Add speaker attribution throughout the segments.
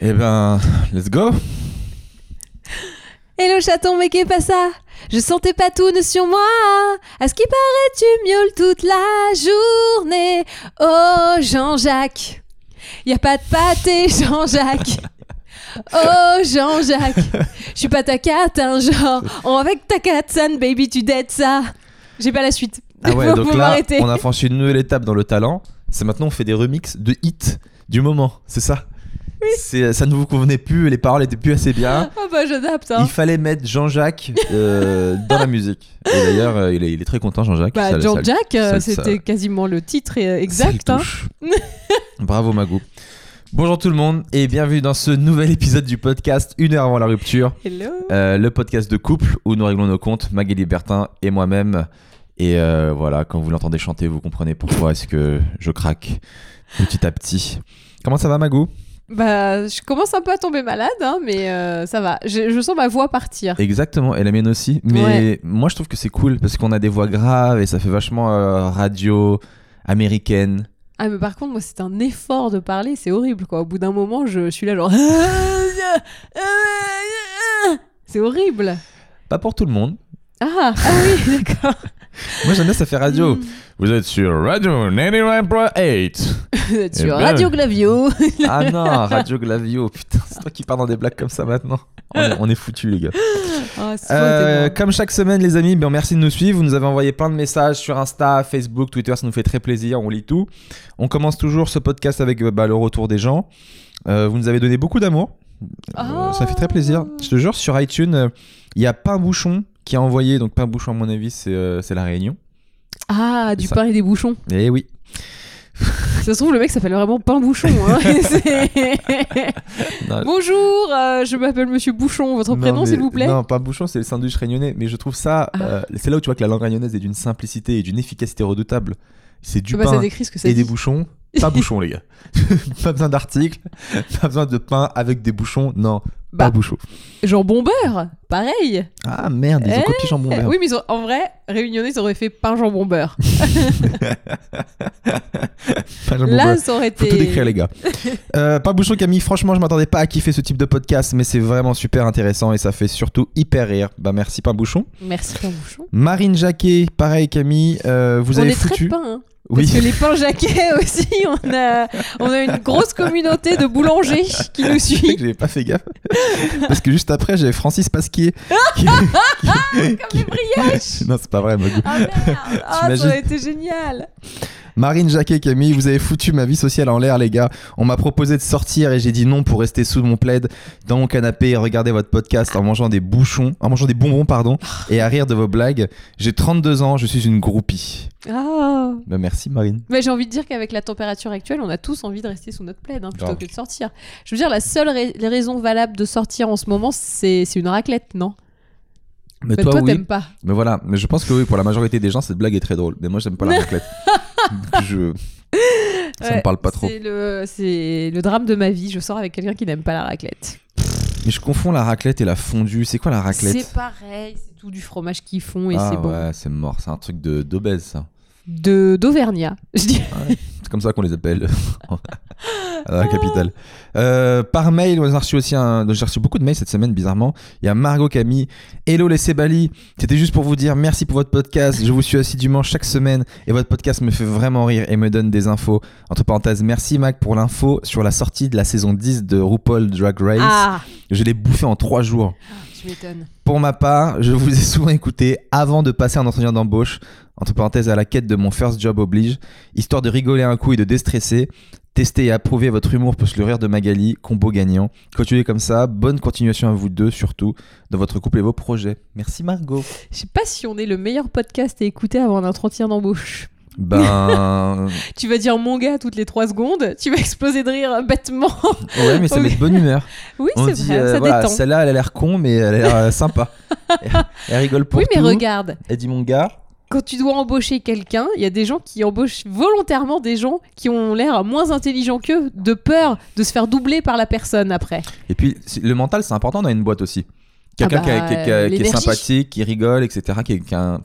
Speaker 1: Eh ben, let's go
Speaker 2: Hello chaton, mais qu'est pas ça Je sentais pas tourne sur moi. À ce qui paraît, tu miaules toute la journée. Oh Jean-Jacques, y a pas de pâté, Jean-Jacques. Oh Jean-Jacques, je suis pas ta carte, hein, genre. On avec ta catane, baby, tu dettes ça. J'ai pas la suite.
Speaker 1: Ah ouais,
Speaker 2: Faut-
Speaker 1: donc
Speaker 2: faut
Speaker 1: là,
Speaker 2: m'arrêter.
Speaker 1: on a franchi une nouvelle étape dans le talent. C'est maintenant on fait des remixes de hits du moment, c'est ça C'est- Ça ne vous convenait plus, les paroles étaient plus assez bien.
Speaker 2: Oh bah j'adapte. Hein.
Speaker 1: Il fallait mettre Jean-Jacques euh, dans la musique. Et d'ailleurs, euh, il, est, il est très content, Jean-Jacques. Ça-
Speaker 2: Bah
Speaker 1: ça-
Speaker 2: Jean-Jacques,
Speaker 1: ça-
Speaker 2: euh,
Speaker 1: ça-
Speaker 2: c'était quasiment le titre euh,
Speaker 1: ça le
Speaker 2: exact. hein.
Speaker 1: touche. Bravo, Magou. Bonjour tout le monde et bienvenue dans ce nouvel épisode du podcast Une heure avant la rupture.
Speaker 2: Hello.
Speaker 1: Euh, le podcast de couple où nous réglons nos comptes, Magali Bertin et moi-même. Et euh, voilà, quand vous l'entendez chanter, vous comprenez pourquoi est-ce que je craque petit à petit. Comment ça va, Magou
Speaker 2: Bah je commence un peu à tomber malade, hein, mais euh, ça va. Je, je sens ma voix partir.
Speaker 1: Exactement, et la mienne aussi. Mais
Speaker 2: Ouais.
Speaker 1: moi, je trouve que c'est cool parce qu'on a des voix graves et ça fait vachement euh, radio américaine.
Speaker 2: Ah mais par contre moi c'est un effort de parler, c'est horrible quoi. Au bout d'un moment je suis là genre c'est horrible.
Speaker 1: Pas pour tout le monde.
Speaker 2: Ah, ah oui d'accord.
Speaker 1: Moi, j'aime bien, ça fait
Speaker 2: Mm.
Speaker 1: radio. Vous êtes sur Radio 99.8.
Speaker 2: Sur
Speaker 1: Eh ben.
Speaker 2: Radio Glavio.
Speaker 1: Ah non, Radio Glavio, putain, c'est toi qui pars dans des blagues comme ça maintenant. On est, on est foutus, les gars.
Speaker 2: Ah, c'est
Speaker 1: Euh,
Speaker 2: vrai, t'es
Speaker 1: comme chaque semaine, les amis, ben, merci de nous suivre. Vous nous avez envoyé plein de messages sur Insta, Facebook, Twitter. Ça nous fait très plaisir. On lit tout. On commence toujours ce podcast avec euh, bah, le retour des gens. Euh, vous nous avez donné beaucoup d'amour. Euh,
Speaker 2: Oh.
Speaker 1: Ça fait très plaisir. Je te jure, sur iTunes, euh, il y a Pain Bouchon qui a envoyé. Donc, Pain Bouchon, à mon avis, c'est euh, c'est La Réunion.
Speaker 2: bon. Ah, du
Speaker 1: ça.
Speaker 2: pain et des bouchons.
Speaker 1: Et oui.
Speaker 2: Si ça se trouve, le mec s'appelle vraiment pain bouchon. hein. C'est-
Speaker 1: Non,
Speaker 2: Bonjour, euh, je m'appelle Monsieur Bouchon. Votre
Speaker 1: non,
Speaker 2: prénom,
Speaker 1: mais-
Speaker 2: s'il vous plaît
Speaker 1: Non, Pain Bouchon, c'est le sandwich réunionnais. Mais je trouve ça.
Speaker 2: Ah.
Speaker 1: euh, c'est là où tu vois que la langue réunionnaise est d'une simplicité et d'une efficacité redoutable. C'est du
Speaker 2: Ah bah,
Speaker 1: pain
Speaker 2: Ça décrit ce que c'est.
Speaker 1: et des bouchons. Pas bouchons, les gars. pas besoin d'articles, pas besoin de pain avec des bouchons. Non,
Speaker 2: Bah.
Speaker 1: pas bouchons.
Speaker 2: Jambon beurre, pareil.
Speaker 1: Ah merde, ils ont
Speaker 2: Eh,
Speaker 1: copié jambon
Speaker 2: Eh,
Speaker 1: beurre.
Speaker 2: oui, mais ils ont- en vrai, réunionnais, ils auraient fait pain jambon beurre.
Speaker 1: Pas jambon
Speaker 2: Là,
Speaker 1: beurre.
Speaker 2: ça aurait
Speaker 1: Faut
Speaker 2: été.
Speaker 1: tout décrire, les gars. Euh, pas bouchon, Camille. Franchement, je m'attendais pas à kiffer ce type de podcast, mais c'est vraiment super intéressant et ça fait surtout hyper rire. Bah merci, pain bouchon.
Speaker 2: Merci, pain bouchon.
Speaker 1: Marine Jacquet, pareil, Camille. euh, vous
Speaker 2: on
Speaker 1: avez
Speaker 2: est
Speaker 1: foutu.
Speaker 2: très pain. hein.
Speaker 1: oui.
Speaker 2: Parce que les pains jaquets aussi, on a, on a une grosse communauté de boulangers qui nous
Speaker 1: Je sais
Speaker 2: suit.
Speaker 1: que j'avais pas fait gaffe. Parce que juste après, j'avais Francis Pasquier. qui- qui-
Speaker 2: Brioche
Speaker 1: Non, c'est pas vrai, Magou.
Speaker 2: Ah merde Ah, ça
Speaker 1: T'imagines
Speaker 2: aurait été génial
Speaker 1: Marine Jacquet, Camille, vous avez foutu ma vie sociale en l'air, les gars. On m'a proposé de sortir et j'ai dit non pour rester sous mon plaid, dans mon canapé, et regarder votre podcast en mangeant des bouchons, en mangeant des bonbons, pardon, et à rire de vos blagues. J'ai 32 ans, je suis une groupie.
Speaker 2: Ah.
Speaker 1: Bah, merci, Marine.
Speaker 2: Mais j'ai envie de dire qu'avec la température actuelle, on a tous envie de rester sous notre plaid hein, plutôt
Speaker 1: Grave.
Speaker 2: que de sortir. Je veux dire, la seule ra- les raisons valables de sortir en ce moment, c'est c'est une raclette, non
Speaker 1: Mais
Speaker 2: Bah,
Speaker 1: toi, oui.
Speaker 2: t'aimes pas.
Speaker 1: Mais voilà, mais je pense que oui, pour la majorité des gens, cette blague est très drôle. Mais moi, j'aime pas la raclette. Donc, je... Ça
Speaker 2: Ouais,
Speaker 1: me parle pas trop.
Speaker 2: C'est le, c'est le drame de ma vie, je sors avec quelqu'un qui n'aime pas la raclette.
Speaker 1: Mais je confonds la raclette et la fondue. C'est quoi la raclette
Speaker 2: C'est pareil, c'est tout du fromage qu'ils font et
Speaker 1: Ah
Speaker 2: c'est bon.
Speaker 1: ouais, c'est mort. C'est un truc de- d'obèse, ça.
Speaker 2: de d'Auvergnat. Je dis
Speaker 1: C'est comme ça qu'on les appelle euh, à la capitale. Euh, par mail, on a reçu aussi un... j'ai reçu beaucoup de mails cette semaine, bizarrement. Il y a Margot Camille. Hello les Sebali. C'était juste pour vous dire merci pour votre podcast. Je vous suis assidûment chaque semaine et votre podcast me fait vraiment rire et me donne des infos. Entre parenthèses, merci Mac pour l'info sur la sortie de la saison 10 de RuPaul Drag Race.
Speaker 2: ah,
Speaker 1: Je l'ai bouffé en 3 jours.
Speaker 2: tu m'étonnes.
Speaker 1: Pour ma part, je vous ai souvent écouté avant de passer un entretien d'embauche, entre parenthèses à la quête de mon first job oblige, histoire de rigoler un coup et de déstresser, tester et approuver votre humour plus le rire de Magali, combo gagnant. Continuez comme ça, bonne continuation à vous deux surtout, dans votre couple et vos projets. Merci Margot.
Speaker 2: Je sais pas si on est le meilleur podcast à écouter avant un entretien d'embauche.
Speaker 1: Ben...
Speaker 2: Tu vas dire mon gars toutes les 3 secondes, tu vas exploser de rire bêtement.
Speaker 1: ouais mais ça met de bonne humeur.
Speaker 2: oui,
Speaker 1: On
Speaker 2: c'est
Speaker 1: dit,
Speaker 2: vrai,
Speaker 1: euh,
Speaker 2: ça
Speaker 1: voilà,
Speaker 2: détend.
Speaker 1: celle-là elle a l'air con mais elle a l'air euh, sympa. elle, elle rigole pour
Speaker 2: Oui, mais
Speaker 1: tout.
Speaker 2: regarde,
Speaker 1: Elle dit mon gars.
Speaker 2: quand tu dois embaucher quelqu'un, il y a des gens qui embauchent volontairement des gens qui ont l'air moins intelligents qu'eux, de peur de se faire doubler par la personne après.
Speaker 1: Et puis c'est- le mental, c'est important dans une boîte aussi. Quelqu'un
Speaker 2: Ah
Speaker 1: qui a-
Speaker 2: bah,
Speaker 1: qui, a- qui a-
Speaker 2: euh,
Speaker 1: qui est
Speaker 2: l'énergie.
Speaker 1: sympathique, qui rigole, etc. Qui, est- qui a un-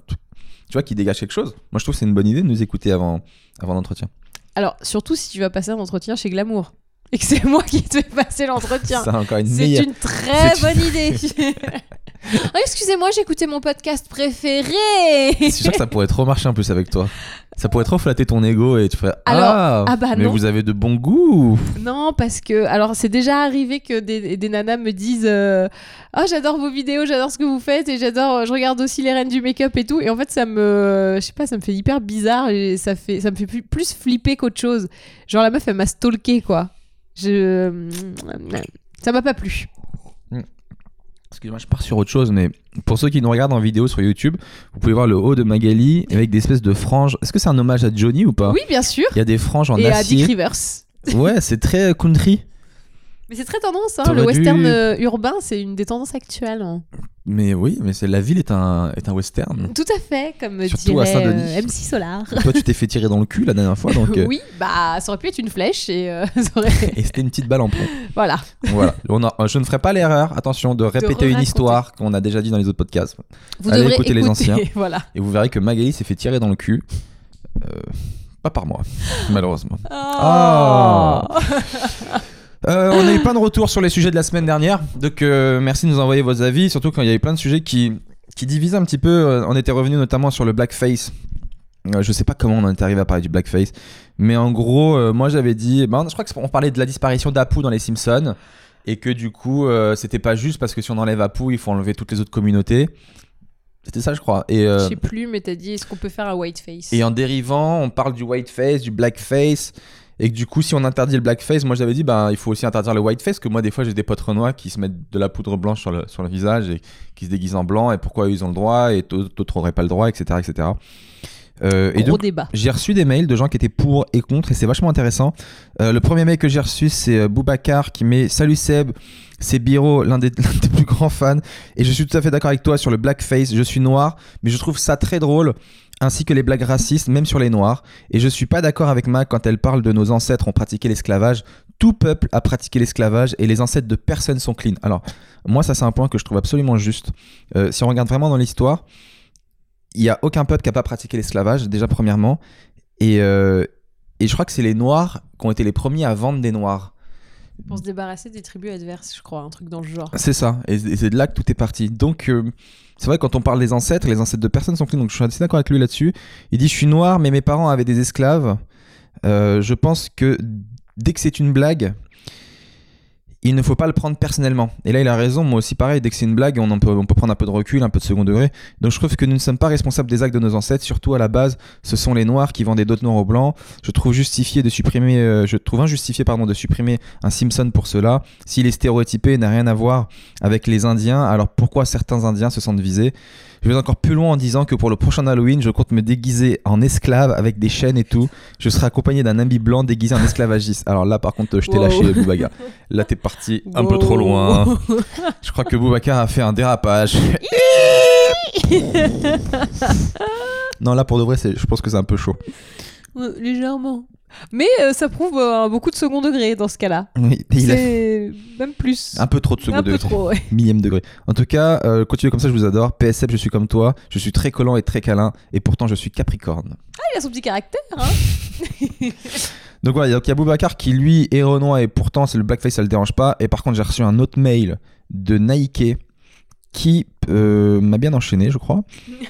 Speaker 1: tu vois, qui dégage quelque chose. Moi, je trouve que c'est une bonne idée de nous écouter avant, avant l'entretien.
Speaker 2: Alors, surtout si tu vas passer un entretien chez Glamour. et que c'est moi qui te fais passer l'entretien.
Speaker 1: Ça, encore une
Speaker 2: C'est
Speaker 1: meilleure.
Speaker 2: une très
Speaker 1: C'est
Speaker 2: bonne idée. Oh, Excusez-moi, j'ai écouté mon podcast préféré.
Speaker 1: Je suis sûr que ça pourrait trop marcher en plus avec toi. Ça pourrait trop flatter ton ego et tu ferais
Speaker 2: Alors,
Speaker 1: ah,
Speaker 2: ah bah
Speaker 1: mais
Speaker 2: non.
Speaker 1: vous avez de bons goûts.
Speaker 2: Non, parce que alors c'est déjà arrivé que des, des nanas me disent euh, "Oh, j'adore vos vidéos, j'adore ce que vous faites et j'adore euh, je regarde aussi les reines du make-up et tout." Et en fait, ça me euh, je sais pas, ça me fait hyper bizarre et ça fait ça me fait plus, plus flipper qu'autre chose. Genre la meuf elle m'a stalké quoi. Je ça m'a pas plu.
Speaker 1: Excuse-moi, je pars sur autre chose, mais pour ceux qui nous regardent en vidéo sur YouTube, vous pouvez voir le haut de Magali avec des espèces de franges. Est-ce que c'est un hommage à Johnny ou pas
Speaker 2: Oui, bien sûr.
Speaker 1: Il y a des franges en
Speaker 2: et à Dick
Speaker 1: acier.
Speaker 2: Rivers.
Speaker 1: Ouais, c'est très country.
Speaker 2: Mais c'est très tendance hein,
Speaker 1: T'aurais dû-
Speaker 2: le western euh, urbain, c'est une des tendances actuelles. hein.
Speaker 1: Mais oui, mais c'est la ville est un est un western.
Speaker 2: Tout à fait, comme
Speaker 1: Mmh. Surtout à
Speaker 2: dirait
Speaker 1: Saint-Denis.
Speaker 2: euh, MC Solar.
Speaker 1: Toi, tu t'es fait tirer dans le cul la dernière fois, donc euh,
Speaker 2: Oui, bah ça aurait pu être une flèche et euh, ça aurait
Speaker 1: et c'était une petite balle en plomb.
Speaker 2: voilà.
Speaker 1: Voilà. On a- je ne ferai pas l'erreur, attention, de répéter une
Speaker 2: re-raconter.
Speaker 1: histoire qu'on a déjà dit dans les autres podcasts.
Speaker 2: Vous
Speaker 1: Allez
Speaker 2: devrez
Speaker 1: écouter les anciens.
Speaker 2: voilà.
Speaker 1: Et vous verrez que Magali s'est fait tirer dans le cul. Euh, pas par moi, malheureusement. Ah.
Speaker 2: Oh,
Speaker 1: Euh, on a eu plein de retours sur les sujets de la semaine dernière. Donc euh, merci de nous envoyer vos avis, surtout quand il y a eu plein de sujets qui, qui divisaient un petit peu. Euh, On était revenu notamment sur le blackface. Euh, je sais pas comment on en est arrivé à parler du blackface. Mais en gros, euh, moi j'avais dit, ben, je crois qu'on parlait de la disparition d'Apu dans les Simpsons. Et que du coup, euh, c'était pas juste parce que si on enlève Apu, il faut enlever toutes les autres communautés. C'était ça, je crois. Et, euh,
Speaker 2: Je sais plus, mais t'as dit est-ce qu'on peut faire un whiteface
Speaker 1: Et en dérivant, on parle du whiteface, du blackface. Et que du coup, si on interdit le blackface, moi j'avais dit, ben, il faut aussi interdire le whiteface. Que moi, des fois, j'ai des potes renois qui se mettent de la poudre blanche sur le, sur le visage et qui se déguisent en blanc. Et pourquoi eux, ils ont le droit et d'autres d'autres auraient pas le droit, etc. etc. Euh, et
Speaker 2: Gros
Speaker 1: donc,
Speaker 2: débat.
Speaker 1: j'ai reçu des mails de gens qui étaient pour et contre, et c'est vachement intéressant. Euh, le premier mail que j'ai reçu, c'est euh, Boubacar qui met Salut Seb, c'est Biro, l'un des, l'un des plus grands fans, et je suis tout à fait d'accord avec toi sur le blackface. Je suis noir, mais je trouve ça très drôle, ainsi que les blagues racistes, même sur les noirs. Et je suis pas d'accord avec Mac quand elle parle de nos ancêtres ont pratiqué l'esclavage. Tout peuple a pratiqué l'esclavage et les ancêtres de personne sont clean. Alors, moi, ça, c'est un point que je trouve absolument juste. Euh, si on regarde vraiment dans l'histoire, il n'y a aucun peuple qui n'a pas pratiqué l'esclavage, déjà premièrement. Et, euh, et je crois que c'est les Noirs qui ont été les premiers à vendre des Noirs.
Speaker 2: Pour se débarrasser des tribus adverses, je crois, un truc dans le genre.
Speaker 1: C'est ça, et et c'est de là que tout est parti. Donc, euh, c'est vrai, quand on parle des ancêtres, les ancêtres de personnes sont clés, donc je suis assez d'accord avec lui là-dessus. Il dit Je suis noir, mais mes parents avaient des esclaves. Euh, je pense que dès que c'est une blague, il ne faut pas le prendre personnellement. Et là, il a raison, moi aussi, pareil, dès que c'est une blague, on, en peut, on peut prendre un peu de recul, un peu de second degré. Donc, je trouve que nous ne sommes pas responsables des actes de nos ancêtres, surtout à la base, ce sont les noirs qui vendaient d'autres noirs aux blancs. Je trouve justifié de supprimer, euh, je trouve injustifié, pardon, de supprimer un Simpson pour cela. S'il est stéréotypé, il n'a rien à voir avec les Indiens. Alors pourquoi certains Indiens se sentent visés Je vais encore plus loin en disant que pour le prochain Halloween, je compte me déguiser en esclave avec des chaînes et tout. Je serai accompagné d'un habit blanc déguisé en esclavagiste. Alors là, par contre, je t'ai
Speaker 2: Wow.
Speaker 1: lâché, Boubaga. Là, t'es parti un peu
Speaker 2: Wow.
Speaker 1: trop loin. Je crois que Boubacar a fait un dérapage. non, là, pour de vrai, c'est- je pense que c'est un peu chaud.
Speaker 2: Euh, Légèrement. Mais euh, ça prouve euh, beaucoup de second degré dans ce cas-là.
Speaker 1: Oui, et il a
Speaker 2: C'est même plus.
Speaker 1: un peu trop de second
Speaker 2: Un peu
Speaker 1: degré.
Speaker 2: trop, ouais.
Speaker 1: millième degré. En tout cas, euh, continuez comme ça, je vous adore. PSF, je suis comme toi. Je suis très collant et très câlin. Et pourtant, je suis Capricorne.
Speaker 2: Ah, il a son petit caractère, hein.
Speaker 1: Donc voilà, donc il y a Boubacar qui, lui, est renois et pourtant, c'est le blackface, ça le dérange pas. Et par contre, j'ai reçu un autre mail de Nike qui euh, m'a bien enchaîné, je crois.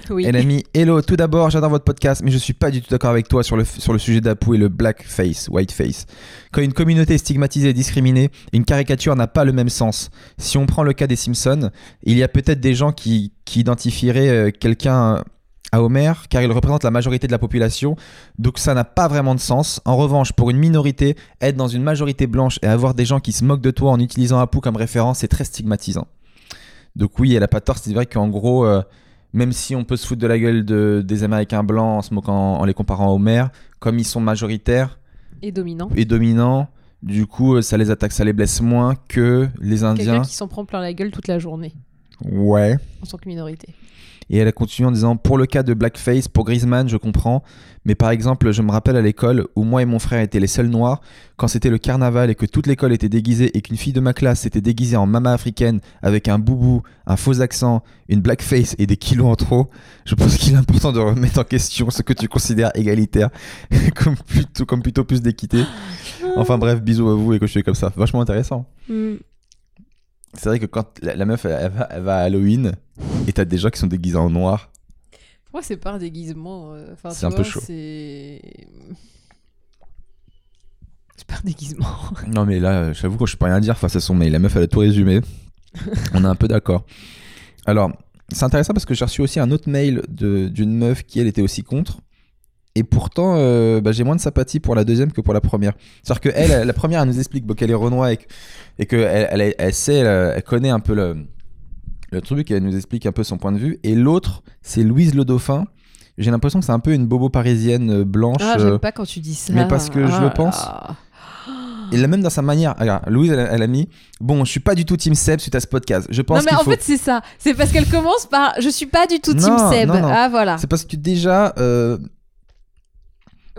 Speaker 2: Oui.
Speaker 1: Elle a mis Hello, tout d'abord, j'adore votre podcast, mais je suis pas du tout d'accord avec toi sur le, sur le sujet d'Apu et le blackface, whiteface. Quand une communauté est stigmatisée et discriminée, une caricature n'a pas le même sens. Si on prend le cas des Simpsons, il y a peut-être des gens qui, qui identifieraient euh, quelqu'un à Homer, car il représente la majorité de la population, donc ça n'a pas vraiment de sens. En revanche, pour une minorité, être dans une majorité blanche et avoir des gens qui se moquent de toi en utilisant Apu comme référence, c'est très stigmatisant. Donc oui, elle a pas tort, c'est vrai qu'en gros... euh, même si on peut se foutre de la gueule de- des Américains blancs en se moquant, en les comparant à Homer, comme ils sont majoritaires
Speaker 2: Et dominant.
Speaker 1: et dominants, du coup, euh, ça les attaque, ça les blesse moins que les
Speaker 2: Quelqu'un
Speaker 1: Indiens.
Speaker 2: qui s'en prend plein la gueule toute la journée,
Speaker 1: Ouais.
Speaker 2: en tant que minorité.
Speaker 1: Et elle a continué en disant Pour le cas de Blackface, pour Griezmann, je comprends. Mais par exemple, je me rappelle à l'école où moi et mon frère étaient les seuls noirs, quand c'était le carnaval et que toute l'école était déguisée et qu'une fille de ma classe s'était déguisée en mama africaine avec un boubou, un faux accent, une blackface et des kilos en trop. Je pense qu'il est important de remettre en question ce que tu considères égalitaire comme, plutôt, comme plutôt plus d'équité. Enfin bref, bisous à vous et que je suis comme ça. Vachement intéressant.
Speaker 2: Hmm.
Speaker 1: C'est vrai que quand la, la meuf elle, elle va, elle va à Halloween et t'as des gens qui sont déguisés en noir,
Speaker 2: Pour moi, c'est par déguisement. euh, enfin,
Speaker 1: C'est
Speaker 2: tu
Speaker 1: un peu
Speaker 2: vois,
Speaker 1: chaud.
Speaker 2: C'est c'est par déguisement.
Speaker 1: Non mais là, euh, j'avoue que je peux rien dire face à son mail. La meuf, elle a tout résumé. On est un peu d'accord. Alors, c'est intéressant parce que j'ai reçu aussi un autre mail de- d'une meuf qui, elle, était aussi contre. Et pourtant, euh, bah, j'ai moins de sympathie pour la deuxième que pour la première. C'est-à-dire que elle, elle- la première, elle nous explique bon, qu'elle est renois et, que- et que elle, elle, est- elle sait, elle, elle connaît un peu le, le truc, elle nous explique un peu son point de vue. Et l'autre, c'est Louise le Dauphin. J'ai l'impression que c'est un peu une bobo parisienne euh, blanche.
Speaker 2: Ah,
Speaker 1: euh,
Speaker 2: j'aime pas quand tu dis ça.
Speaker 1: mais parce que je
Speaker 2: Ah
Speaker 1: le
Speaker 2: là
Speaker 1: pense.
Speaker 2: là.
Speaker 1: et là, même dans sa manière, regarde, Louise, elle, a- elle a mis Bon, je suis pas du tout Team Seb suite à ce podcast. Je pense
Speaker 2: Non, mais
Speaker 1: qu'il
Speaker 2: en
Speaker 1: faut.
Speaker 2: fait, c'est ça. C'est parce qu'elle commence par Je suis pas du tout Team
Speaker 1: Non,
Speaker 2: Seb.
Speaker 1: non, non.
Speaker 2: Ah, voilà.
Speaker 1: C'est parce que déjà. euh,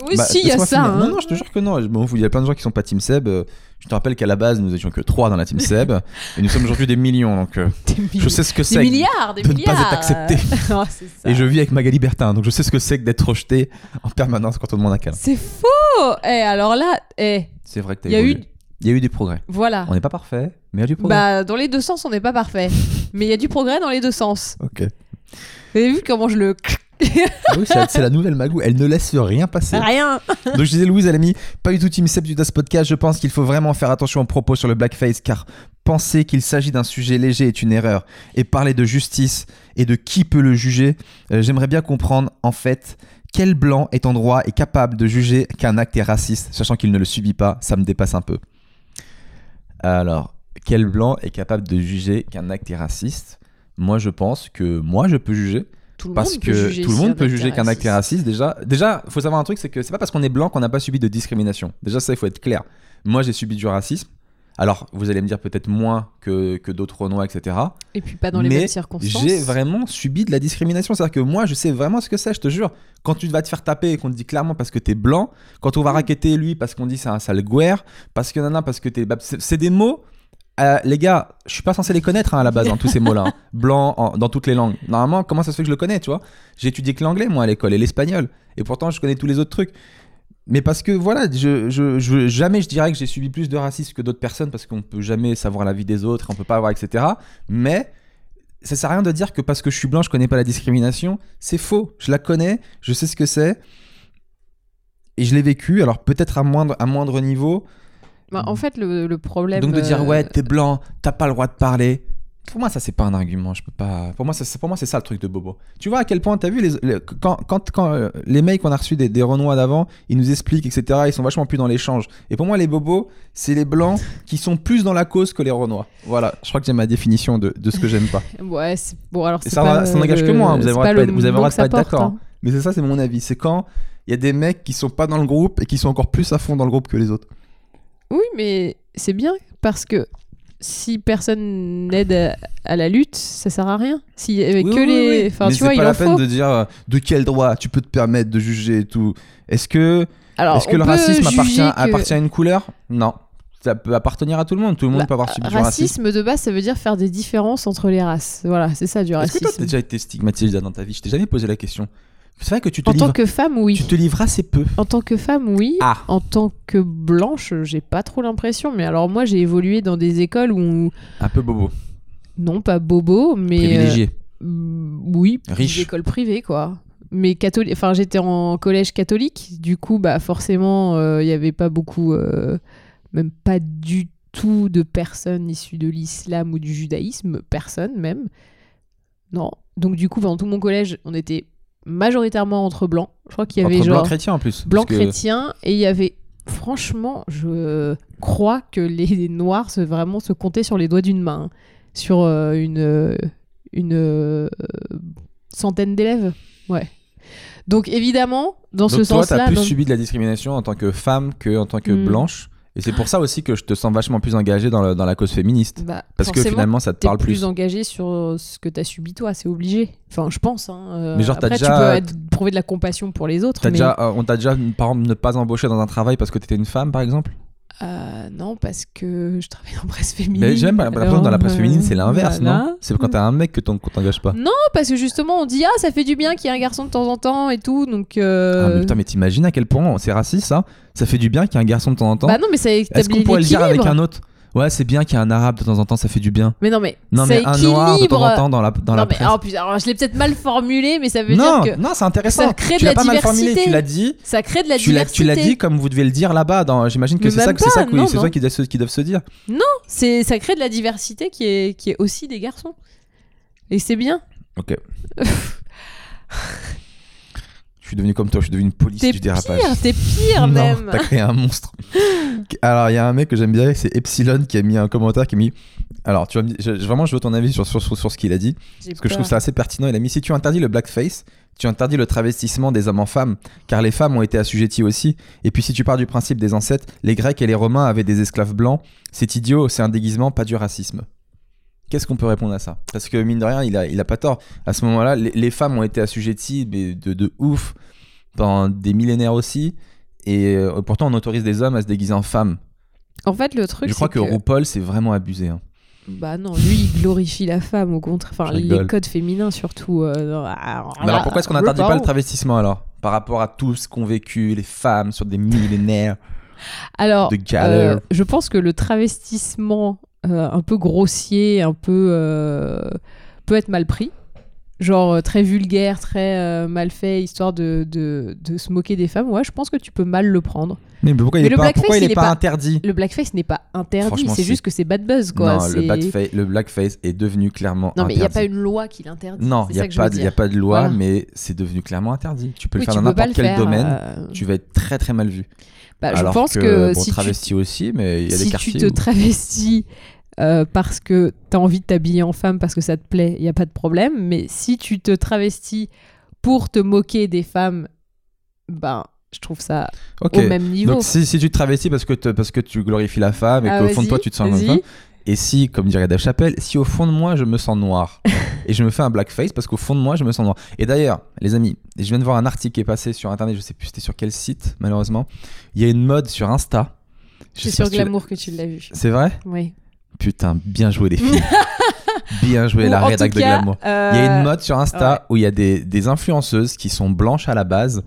Speaker 2: Oui,
Speaker 1: bah,
Speaker 2: si, il y a
Speaker 1: laisse-moi
Speaker 2: ça.
Speaker 1: finir.
Speaker 2: hein.
Speaker 1: Non, non, je te jure que non. Je m'en fous. Il y a plein de gens qui sont pas Team Seb. Euh, Je te rappelle qu'à la base, nous étions que trois dans la Team Seb. et nous sommes aujourd'hui des millions. Donc, euh,
Speaker 2: Des milliers.
Speaker 1: je sais ce que
Speaker 2: Des
Speaker 1: c'est. que-
Speaker 2: milliards, des
Speaker 1: de ne pas être
Speaker 2: milliards.
Speaker 1: accepté.
Speaker 2: Oh, c'est ça.
Speaker 1: Et je vis avec Magali Bertin. Donc, je sais ce que c'est que d'être rejeté en permanence quand on demande un câlin.
Speaker 2: C'est faux. Eh, alors là, eh,
Speaker 1: C'est vrai que t'as
Speaker 2: il y a
Speaker 1: évolué.
Speaker 2: eu,
Speaker 1: Il y a eu des progrès.
Speaker 2: voilà.
Speaker 1: On n'est pas parfait, mais il y a du progrès.
Speaker 2: Bah, dans les deux sens, on n'est pas parfait. Mais il y a du progrès dans les deux sens.
Speaker 1: Ok.
Speaker 2: Vous avez vu comment je le
Speaker 1: Ah oui, c'est c'est la nouvelle Magou. Elle ne laisse rien passer.
Speaker 2: rien.
Speaker 1: Donc je disais Louise, elle a mis pas du tout Team Seb du Das Podcast. Je pense qu'il faut vraiment faire attention aux propos sur le blackface car penser qu'il s'agit d'un sujet léger est une erreur et parler de justice et de qui peut le juger, euh, j'aimerais bien comprendre en fait quel blanc est en droit et capable de juger qu'un acte est raciste, sachant qu'il ne le subit pas, ça me dépasse un peu. Alors, quel blanc est capable de juger qu'un acte est raciste Moi, je pense que moi, je peux juger
Speaker 2: Tout le
Speaker 1: parce
Speaker 2: monde
Speaker 1: que
Speaker 2: peut juger
Speaker 1: tout le
Speaker 2: si
Speaker 1: monde peut juger qu'un acte
Speaker 2: acteur
Speaker 1: est raciste. Déjà, déjà, faut savoir un truc, c'est que c'est pas parce qu'on est blanc qu'on n'a pas subi de discrimination. Déjà, ça, il faut être clair. Moi, j'ai subi du racisme. Alors, vous allez me dire peut-être moins que, que d'autres Renois, etc.
Speaker 2: Et puis pas dans les
Speaker 1: Mais
Speaker 2: mêmes circonstances.
Speaker 1: J'ai vraiment subi de la discrimination. C'est-à-dire que moi, je sais vraiment ce que c'est, je te jure. Quand tu vas te faire taper et qu'on te dit clairement parce que t'es blanc, quand on va raqueter lui parce qu'on dit c'est un sale guerre, parce que nana, parce que t'es. bab- c'est c'est des mots. euh, les gars, je suis pas censé les connaître hein, à la base, hein, tous ces mots-là. hein. Blanc en- dans toutes les langues. Normalement, comment ça se fait que je le connais, tu vois J'ai étudié que l'anglais, moi, à l'école, et l'espagnol. Et pourtant, je connais tous les autres trucs. Mais parce que voilà, je, je, je- jamais je dirais que j'ai subi plus de racisme que d'autres personnes parce qu'on peut jamais savoir la vie des autres, on peut pas avoir, etc. Mais ça sert à rien de dire que parce que je suis blanc, je connais pas la discrimination. C'est faux. Je la connais, je sais ce que c'est. Et je l'ai vécu, alors peut-être à moindre, à moindre niveau.
Speaker 2: Bah, en fait, le, le problème.
Speaker 1: Donc de dire,
Speaker 2: euh,
Speaker 1: ouais, t'es blanc, t'as pas le droit de parler. Pour moi, ça, c'est pas un argument. Je peux pas. Pour moi, ça, c'est- pour moi, c'est ça le truc de Bobo. Tu vois à quel point, t'as vu, les, les- quand, quand, quand euh, les mecs qu'on a reçus des, des Renois d'avant, ils nous expliquent, etc., ils sont vachement plus dans l'échange. Et pour moi, les Bobos, c'est les blancs qui sont plus dans la cause que les Renois. Voilà, je crois que j'ai ma définition de- de ce que j'aime pas.
Speaker 2: Ouais, c'est- bon, alors.
Speaker 1: Et
Speaker 2: c'est
Speaker 1: ça
Speaker 2: pas
Speaker 1: va- ça
Speaker 2: le-
Speaker 1: n'engage que moi, hein, vous avez
Speaker 2: c'est
Speaker 1: le droit de
Speaker 2: pas
Speaker 1: pas être- vous avez le
Speaker 2: mot
Speaker 1: droit
Speaker 2: que
Speaker 1: de pas
Speaker 2: ça
Speaker 1: être
Speaker 2: porte,
Speaker 1: d'accord.
Speaker 2: hein.
Speaker 1: Mais c'est ça, c'est mon avis. C'est quand il y a des mecs qui sont pas dans le groupe et qui sont encore plus à fond dans le groupe que les autres.
Speaker 2: Oui, mais c'est bien parce que si personne n'aide à, à la lutte, ça sert à rien. S'il y avait que les. Enfin,
Speaker 1: Mais
Speaker 2: tu
Speaker 1: c'est
Speaker 2: vois,
Speaker 1: pas
Speaker 2: il en
Speaker 1: la peine
Speaker 2: faut.
Speaker 1: de dire euh, de quel droit tu peux te permettre de juger et tout. Est-ce que,
Speaker 2: Alors,
Speaker 1: est-ce que
Speaker 2: on
Speaker 1: le
Speaker 2: peut
Speaker 1: racisme
Speaker 2: juger
Speaker 1: appartient,
Speaker 2: que-
Speaker 1: appartient à une couleur Non. Ça peut appartenir à tout le monde. Tout le monde
Speaker 2: Bah,
Speaker 1: peut avoir subi du racisme.
Speaker 2: Racisme de base, ça veut dire faire des différences entre les races. Voilà, c'est ça du
Speaker 1: Est-ce que
Speaker 2: racisme.
Speaker 1: toi, t'as déjà été stigmatisé dans ta vie Je t'ai jamais posé la question. C'est vrai que tu te,
Speaker 2: en tant
Speaker 1: livres,
Speaker 2: que femme,
Speaker 1: tu
Speaker 2: oui.
Speaker 1: te livres assez peu.
Speaker 2: En tant que femme, oui.
Speaker 1: Ah
Speaker 2: En tant que blanche, j'ai pas trop l'impression. Mais alors, moi, j'ai évolué dans des écoles où,
Speaker 1: Un peu bobo.
Speaker 2: non pas bobo, mais.
Speaker 1: Privilégié.
Speaker 2: euh, oui,
Speaker 1: Riche.
Speaker 2: des écoles privées, quoi. Mais catholique. Enfin, j'étais en collège catholique. Du coup, bah, forcément, euh, il y avait pas beaucoup. euh, même pas du tout de personnes issues de l'islam ou du judaïsme. Personne, même. Non. Donc, du coup, pendant tout mon collège, on était majoritairement entre blancs. Je crois qu'il y avait
Speaker 1: Entre blanc
Speaker 2: genre
Speaker 1: chrétien en plus.
Speaker 2: blanc
Speaker 1: parce que-
Speaker 2: chrétien et il y avait franchement je crois que les noirs se vraiment se comptaient sur les doigts d'une main hein. sur euh, une euh, une euh, centaine d'élèves ouais donc évidemment dans
Speaker 1: Donc
Speaker 2: ce
Speaker 1: toi,
Speaker 2: sens là
Speaker 1: t'as plus subi de la discrimination en tant que femme que en tant que
Speaker 2: Hmm.
Speaker 1: blanche. Et c'est pour ça aussi que je te sens vachement plus engagé dans, le- dans la cause féministe.
Speaker 2: Bah,
Speaker 1: Parce que
Speaker 2: forcément,
Speaker 1: finalement, ça te
Speaker 2: t'es
Speaker 1: parle
Speaker 2: plus,
Speaker 1: plus.
Speaker 2: engagé sur euh, ce que t'as subi toi, c'est obligé. Enfin, je pense. Hein. euh,
Speaker 1: Mais genre, t'as
Speaker 2: après,
Speaker 1: déjà-
Speaker 2: tu peux être- prouver de la compassion pour les autres.
Speaker 1: T'as
Speaker 2: mais-
Speaker 1: déjà, euh, on t'a déjà, par exemple, ne pas embauché dans un travail parce que t'étais une femme, par exemple
Speaker 2: Euh, non, parce que je travaille dans la presse féminine.
Speaker 1: Mais j'aime pas l'impression que dans la presse
Speaker 2: alors,
Speaker 1: féminine, c'est
Speaker 2: euh,
Speaker 1: l'inverse,
Speaker 2: voilà.
Speaker 1: non C'est quand t'as un mec que t'en- qu'on t'engage pas.
Speaker 2: Non, parce que justement, on dit ah, ça fait du bien qu'il y ait un garçon de temps en temps et tout, donc. euh,
Speaker 1: Ah, mais putain, mais t'imagines à quel point c'est raciste ça Ça fait du bien qu'il y ait un garçon de temps en temps.
Speaker 2: Bah non, mais ça
Speaker 1: Est-ce qu'on
Speaker 2: établit
Speaker 1: pourrait le dire avec
Speaker 2: l'équilibre.
Speaker 1: un autre Ouais, c'est bien qu'il y ait un arabe de temps en temps, ça fait du bien.
Speaker 2: Mais non, mais,
Speaker 1: Non,
Speaker 2: ça
Speaker 1: mais un noir de temps en
Speaker 2: équilibre.
Speaker 1: temps dans la, dans
Speaker 2: non,
Speaker 1: la
Speaker 2: mais
Speaker 1: presse.
Speaker 2: alors, puis- alors, je l'ai peut-être mal formulé, mais ça veut
Speaker 1: non,
Speaker 2: dire que
Speaker 1: non, c'est intéressant.
Speaker 2: ça crée de
Speaker 1: tu l'as
Speaker 2: la
Speaker 1: pas mal formulé,
Speaker 2: diversité.
Speaker 1: tu l'as dit.
Speaker 2: ça crée de la
Speaker 1: Tu l'as,
Speaker 2: diversité.
Speaker 1: tu l'as dit comme vous devez le dire là-bas. dans- J'imagine que
Speaker 2: Mais
Speaker 1: c'est ça,
Speaker 2: même
Speaker 1: que- c'est ça,
Speaker 2: pas,
Speaker 1: que- oui,
Speaker 2: non,
Speaker 1: c'est ça
Speaker 2: non.
Speaker 1: qu'ils doivent, se- qu'ils doivent se dire.
Speaker 2: C'est ça crée de la diversité qui est qui est aussi des garçons. Et c'est bien.
Speaker 1: Ok. je suis devenu comme toi, je suis devenu une police
Speaker 2: T'es
Speaker 1: du
Speaker 2: pire,
Speaker 1: dérapage.
Speaker 2: t'es pire
Speaker 1: Non,
Speaker 2: même.
Speaker 1: T'as créé un monstre. Alors, il y a un mec que j'aime bien, c'est Epsilon, qui a mis un commentaire qui a mis. Alors, tu vas me dire- je- je- vraiment, je veux ton avis sur, sur, sur, sur ce qu'il a dit,
Speaker 2: J'ai
Speaker 1: parce que je
Speaker 2: peur.
Speaker 1: trouve ça assez pertinent. Il a mis Si tu interdis le blackface, tu interdis le travestissement des hommes en femmes, car les femmes ont été assujetties aussi. Et puis, si tu pars du principe des ancêtres, les Grecs et les Romains avaient des esclaves blancs. C'est idiot, c'est un déguisement, pas du racisme. Qu'est-ce qu'on peut répondre à ça Parce que, mine de rien, il a, il a pas tort. À ce moment-là, les, les femmes ont été assujetties mais de, de ouf pendant des millénaires aussi. Et euh, pourtant, on autorise des hommes à se déguiser en femmes.
Speaker 2: En fait, le truc,
Speaker 1: Je crois
Speaker 2: c'est
Speaker 1: que, RuPaul, c'est vraiment abusé. hein.
Speaker 2: Bah non, lui il glorifie la femme au contraire, enfin
Speaker 1: Je
Speaker 2: les
Speaker 1: rigole.
Speaker 2: codes féminins surtout. euh, non,
Speaker 1: Mais alors, pourquoi est-ce qu'on n'interdit pas le travestissement alors Par rapport à tout ce qu'ont vécu les femmes sur des millénaires
Speaker 2: Alors,
Speaker 1: de galères.
Speaker 2: euh, je pense que le travestissement euh, un peu grossier, un peu euh, peut être mal pris, genre euh, très vulgaire, très euh, mal fait, histoire de, de, de se moquer des femmes. Ouais, je pense que tu peux mal le prendre.
Speaker 1: Mais pourquoi il
Speaker 2: Mais
Speaker 1: n'est
Speaker 2: le
Speaker 1: pas,
Speaker 2: blackface,
Speaker 1: pourquoi il
Speaker 2: il
Speaker 1: est
Speaker 2: est
Speaker 1: pas
Speaker 2: pas-
Speaker 1: interdit
Speaker 2: Le blackface n'est pas interdit,
Speaker 1: Franchement,
Speaker 2: c'est
Speaker 1: si.
Speaker 2: juste que c'est bad buzz quoi.
Speaker 1: Non, le,
Speaker 2: c'est-
Speaker 1: blackfa- le blackface est devenu clairement
Speaker 2: Non mais il n'y a
Speaker 1: interdit.
Speaker 2: pas une loi qui l'interdit.
Speaker 1: Non,
Speaker 2: c'est
Speaker 1: il n'y
Speaker 2: ça
Speaker 1: a,
Speaker 2: que je
Speaker 1: pas
Speaker 2: veux
Speaker 1: de- y a
Speaker 2: dire.
Speaker 1: pas de loi,
Speaker 2: Voilà.
Speaker 1: mais c'est devenu clairement interdit. Tu peux
Speaker 2: Oui,
Speaker 1: le faire
Speaker 2: tu
Speaker 1: dans
Speaker 2: peux pas
Speaker 1: n'importe
Speaker 2: le
Speaker 1: quel
Speaker 2: faire,
Speaker 1: domaine.
Speaker 2: euh,
Speaker 1: Tu vas être très très mal vu.
Speaker 2: bah, je
Speaker 1: Alors
Speaker 2: pense que,
Speaker 1: bon,
Speaker 2: si tu
Speaker 1: travesti aussi, mais il y a
Speaker 2: si
Speaker 1: des
Speaker 2: tu
Speaker 1: quartiers.
Speaker 2: te
Speaker 1: où-
Speaker 2: travestis euh, parce que t'as envie de t'habiller en femme parce que ça te plaît, il y a pas de problème. Mais si tu te travestis pour te moquer des femmes, ben je trouve ça
Speaker 1: Ok.
Speaker 2: au même niveau.
Speaker 1: Donc si, si tu te travestis parce que, te- parce que tu glorifies la femme et
Speaker 2: Ah,
Speaker 1: qu'au fond de
Speaker 2: vas-y,
Speaker 1: toi tu te sens comme
Speaker 2: vas-y.
Speaker 1: femme, et si, comme dirait Dave Chappelle, si au fond de moi je me sens noir et je me fais un blackface parce qu'au fond de moi je me sens noir. Et d'ailleurs, les amis, je viens de voir un article qui est passé sur internet, je sais plus c'était sur quel site malheureusement. Il y a une mode sur Insta. Je sais
Speaker 2: C'est
Speaker 1: pas
Speaker 2: sur
Speaker 1: si tu l'as-
Speaker 2: Glamour que tu l'as vu.
Speaker 1: C'est vrai
Speaker 2: Oui.
Speaker 1: Putain, bien joué les filles. bien joué
Speaker 2: Ou
Speaker 1: la
Speaker 2: en
Speaker 1: rédac
Speaker 2: tout
Speaker 1: de
Speaker 2: cas,
Speaker 1: Glamour.
Speaker 2: euh,
Speaker 1: Il y a une mode sur Insta où il y a des, des influenceuses qui sont blanches à la base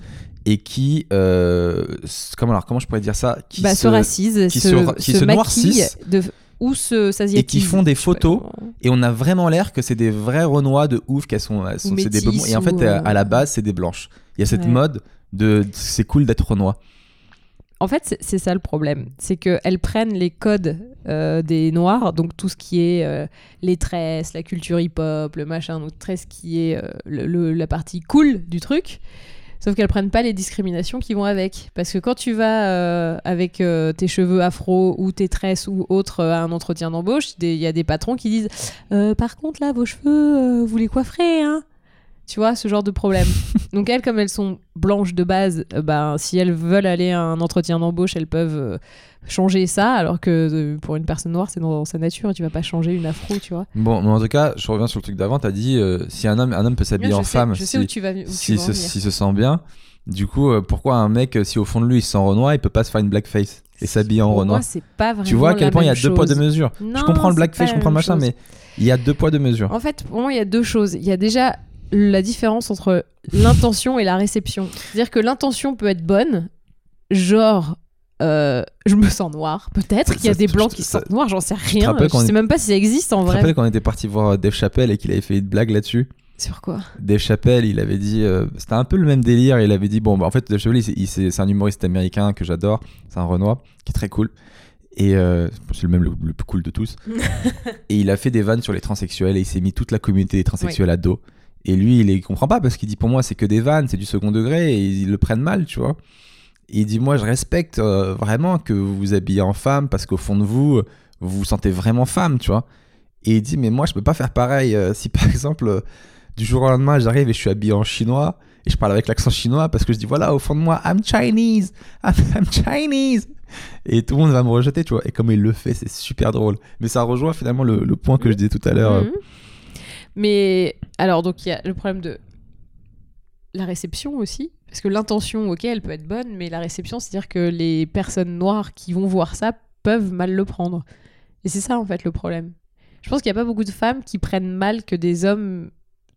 Speaker 1: et qui euh, s- comment alors comment je pourrais dire ça qui
Speaker 2: bah, se,
Speaker 1: se-
Speaker 2: racisent,
Speaker 1: qui
Speaker 2: se,
Speaker 1: se ra- qui se
Speaker 2: maquillent
Speaker 1: noircissent.
Speaker 2: de- ou se s'asiatisent.
Speaker 1: et qui font des photos et on a vraiment l'air que c'est des vrais renois de ouf qu'elles sont, elles sont-
Speaker 2: Ou
Speaker 1: c'est des
Speaker 2: métisses,
Speaker 1: beaux- et en fait
Speaker 2: ou,
Speaker 1: euh,
Speaker 2: euh,
Speaker 1: à la base c'est des blanches. Il y a cette
Speaker 2: Ouais.
Speaker 1: mode de c'est cool d'être renois.
Speaker 2: En fait, c'est- c'est ça le problème. C'est qu'elles prennent les codes euh, des Noirs, donc tout ce qui est euh, les tresses, la culture hip-hop, le machin, donc très ce qui est euh, le- le- la partie cool du truc. Sauf qu'elles prennent pas les discriminations qui vont avec. Parce que quand tu vas euh, avec euh, tes cheveux afro ou tes tresses ou autres euh, à un entretien d'embauche, des- il y a des patrons qui disent Euh, Par contre, là, vos cheveux, euh, vous les coifferez, hein tu vois, ce genre de problème. Donc elles, comme elles sont blanches de base, euh, ben, si elles veulent aller à un entretien d'embauche, elles peuvent euh, changer ça, alors que euh, pour une personne noire, c'est dans, sa nature, tu vas pas changer une afro, tu vois.
Speaker 1: Bon, mais en tout cas, je reviens sur le truc d'avant, t'as dit euh, si un homme un homme peut s'habiller
Speaker 2: je
Speaker 1: en
Speaker 2: sais,
Speaker 1: femme,
Speaker 2: je
Speaker 1: si-
Speaker 2: sais où tu vas, où tu
Speaker 1: s'il
Speaker 2: vas en
Speaker 1: se,
Speaker 2: venir.
Speaker 1: s'il se sent bien. Du coup, euh, pourquoi un mec, euh, si au fond de lui il se sent renois, il peut pas se faire une blackface et s'habiller en
Speaker 2: Pour
Speaker 1: renois
Speaker 2: moi, c'est pas vraiment
Speaker 1: Tu vois à quel
Speaker 2: la
Speaker 1: point il y a
Speaker 2: même
Speaker 1: deux poids,
Speaker 2: chose.
Speaker 1: deux mesures.
Speaker 2: Non,
Speaker 1: je comprends le
Speaker 2: c'est
Speaker 1: blackface,
Speaker 2: pas
Speaker 1: je
Speaker 2: la
Speaker 1: comprends le
Speaker 2: même
Speaker 1: machin,
Speaker 2: chose.
Speaker 1: mais il y a deux poids, deux mesures.
Speaker 2: En fait, pour moi, il y a deux choses. Il y a déjà la différence entre l'intention et la réception. C'est-à-dire que l'intention peut être bonne, genre. euh, je me sens noir, peut-être qu'il y a
Speaker 1: Ça,
Speaker 2: des
Speaker 1: je
Speaker 2: blancs
Speaker 1: te-
Speaker 2: qui se
Speaker 1: ça-
Speaker 2: sentent noirs, j'en sais rien,
Speaker 1: rappelle
Speaker 2: je
Speaker 1: quand on
Speaker 2: sais
Speaker 1: est-
Speaker 2: même pas si ça existe en
Speaker 1: Tu te
Speaker 2: vrai.
Speaker 1: rappelles quand on était parti voir euh, Dave Chappelle et qu'il avait fait une blague là-dessus
Speaker 2: Sur quoi
Speaker 1: Dave Chappelle, il avait dit, euh, c'était un peu le même délire. Il avait dit, bon, bah, en fait, Dave Chappelle, il s'est- il s'est- c'est un humoriste américain que j'adore, c'est un Renoir qui est très cool. Et euh, c'est le même le, le plus cool de tous. et il a fait des vannes sur les transsexuels et il s'est mis toute la communauté des transsexuels à dos. Et lui, il les comprend pas parce qu'il dit, pour moi, c'est que des vannes, c'est du second degré et ils le prennent mal, tu vois. Et il dit, moi, je respecte euh, vraiment que vous vous habillez en femme parce qu'au fond de vous, vous vous sentez vraiment femme, tu vois. Et il dit, mais moi, je peux pas faire pareil. euh, si par exemple, euh, Du jour au lendemain, j'arrive et je suis habillé en chinois. Et je parle avec l'accent chinois parce que je dis voilà, au fond de moi, I'm Chinese. I'm, I'm Chinese. Et tout le monde va me rejeter, tu vois. Et comme il le fait, c'est super drôle. Mais ça rejoint finalement le, le point que je disais tout à l'heure. euh,
Speaker 2: Mhm. Mais alors, donc il y a le problème de la réception aussi. Parce que l'intention, ok, elle peut être bonne, mais la réception, c'est-à-dire que les personnes noires qui vont voir ça peuvent mal le prendre. Et c'est ça, en fait, le problème. Je pense qu'il n'y a pas beaucoup de femmes qui prennent mal que des hommes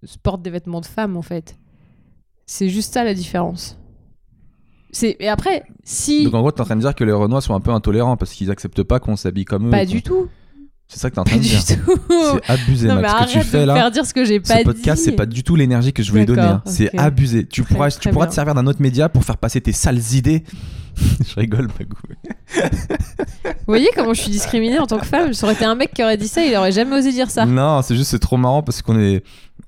Speaker 2: se portent des vêtements de femmes, en fait. C'est juste ça la différence. C'est... Et après, si.
Speaker 1: Donc en gros, t'es en train de dire que les Renois sont un peu intolérants parce qu'ils acceptent pas qu'on s'habille comme eux.
Speaker 2: pas
Speaker 1: quoi.
Speaker 2: du tout.
Speaker 1: C'est ça que t'es en
Speaker 2: Pas
Speaker 1: train de
Speaker 2: du
Speaker 1: dire.
Speaker 2: tout.
Speaker 1: C'est abusé,
Speaker 2: Non, mais
Speaker 1: Max. Ce
Speaker 2: arrête
Speaker 1: que tu
Speaker 2: de
Speaker 1: fais
Speaker 2: me
Speaker 1: là.
Speaker 2: faire dire ce que j'ai pas
Speaker 1: ce podcast,
Speaker 2: dit.
Speaker 1: c'est pas du tout l'énergie que je voulais donner. hein.
Speaker 2: D'accord,
Speaker 1: C'est
Speaker 2: ok.
Speaker 1: abusé. Tu
Speaker 2: Très-
Speaker 1: pourras, tu
Speaker 2: très
Speaker 1: pourras
Speaker 2: bien.
Speaker 1: te servir d'un autre média pour faire passer tes sales idées. je rigole, Magou.
Speaker 2: Vous voyez comment je suis discriminée en tant que femme Ça aurait été un mec qui aurait dit ça, il aurait jamais osé dire ça.
Speaker 1: Non, c'est juste, c'est trop marrant parce qu'on est,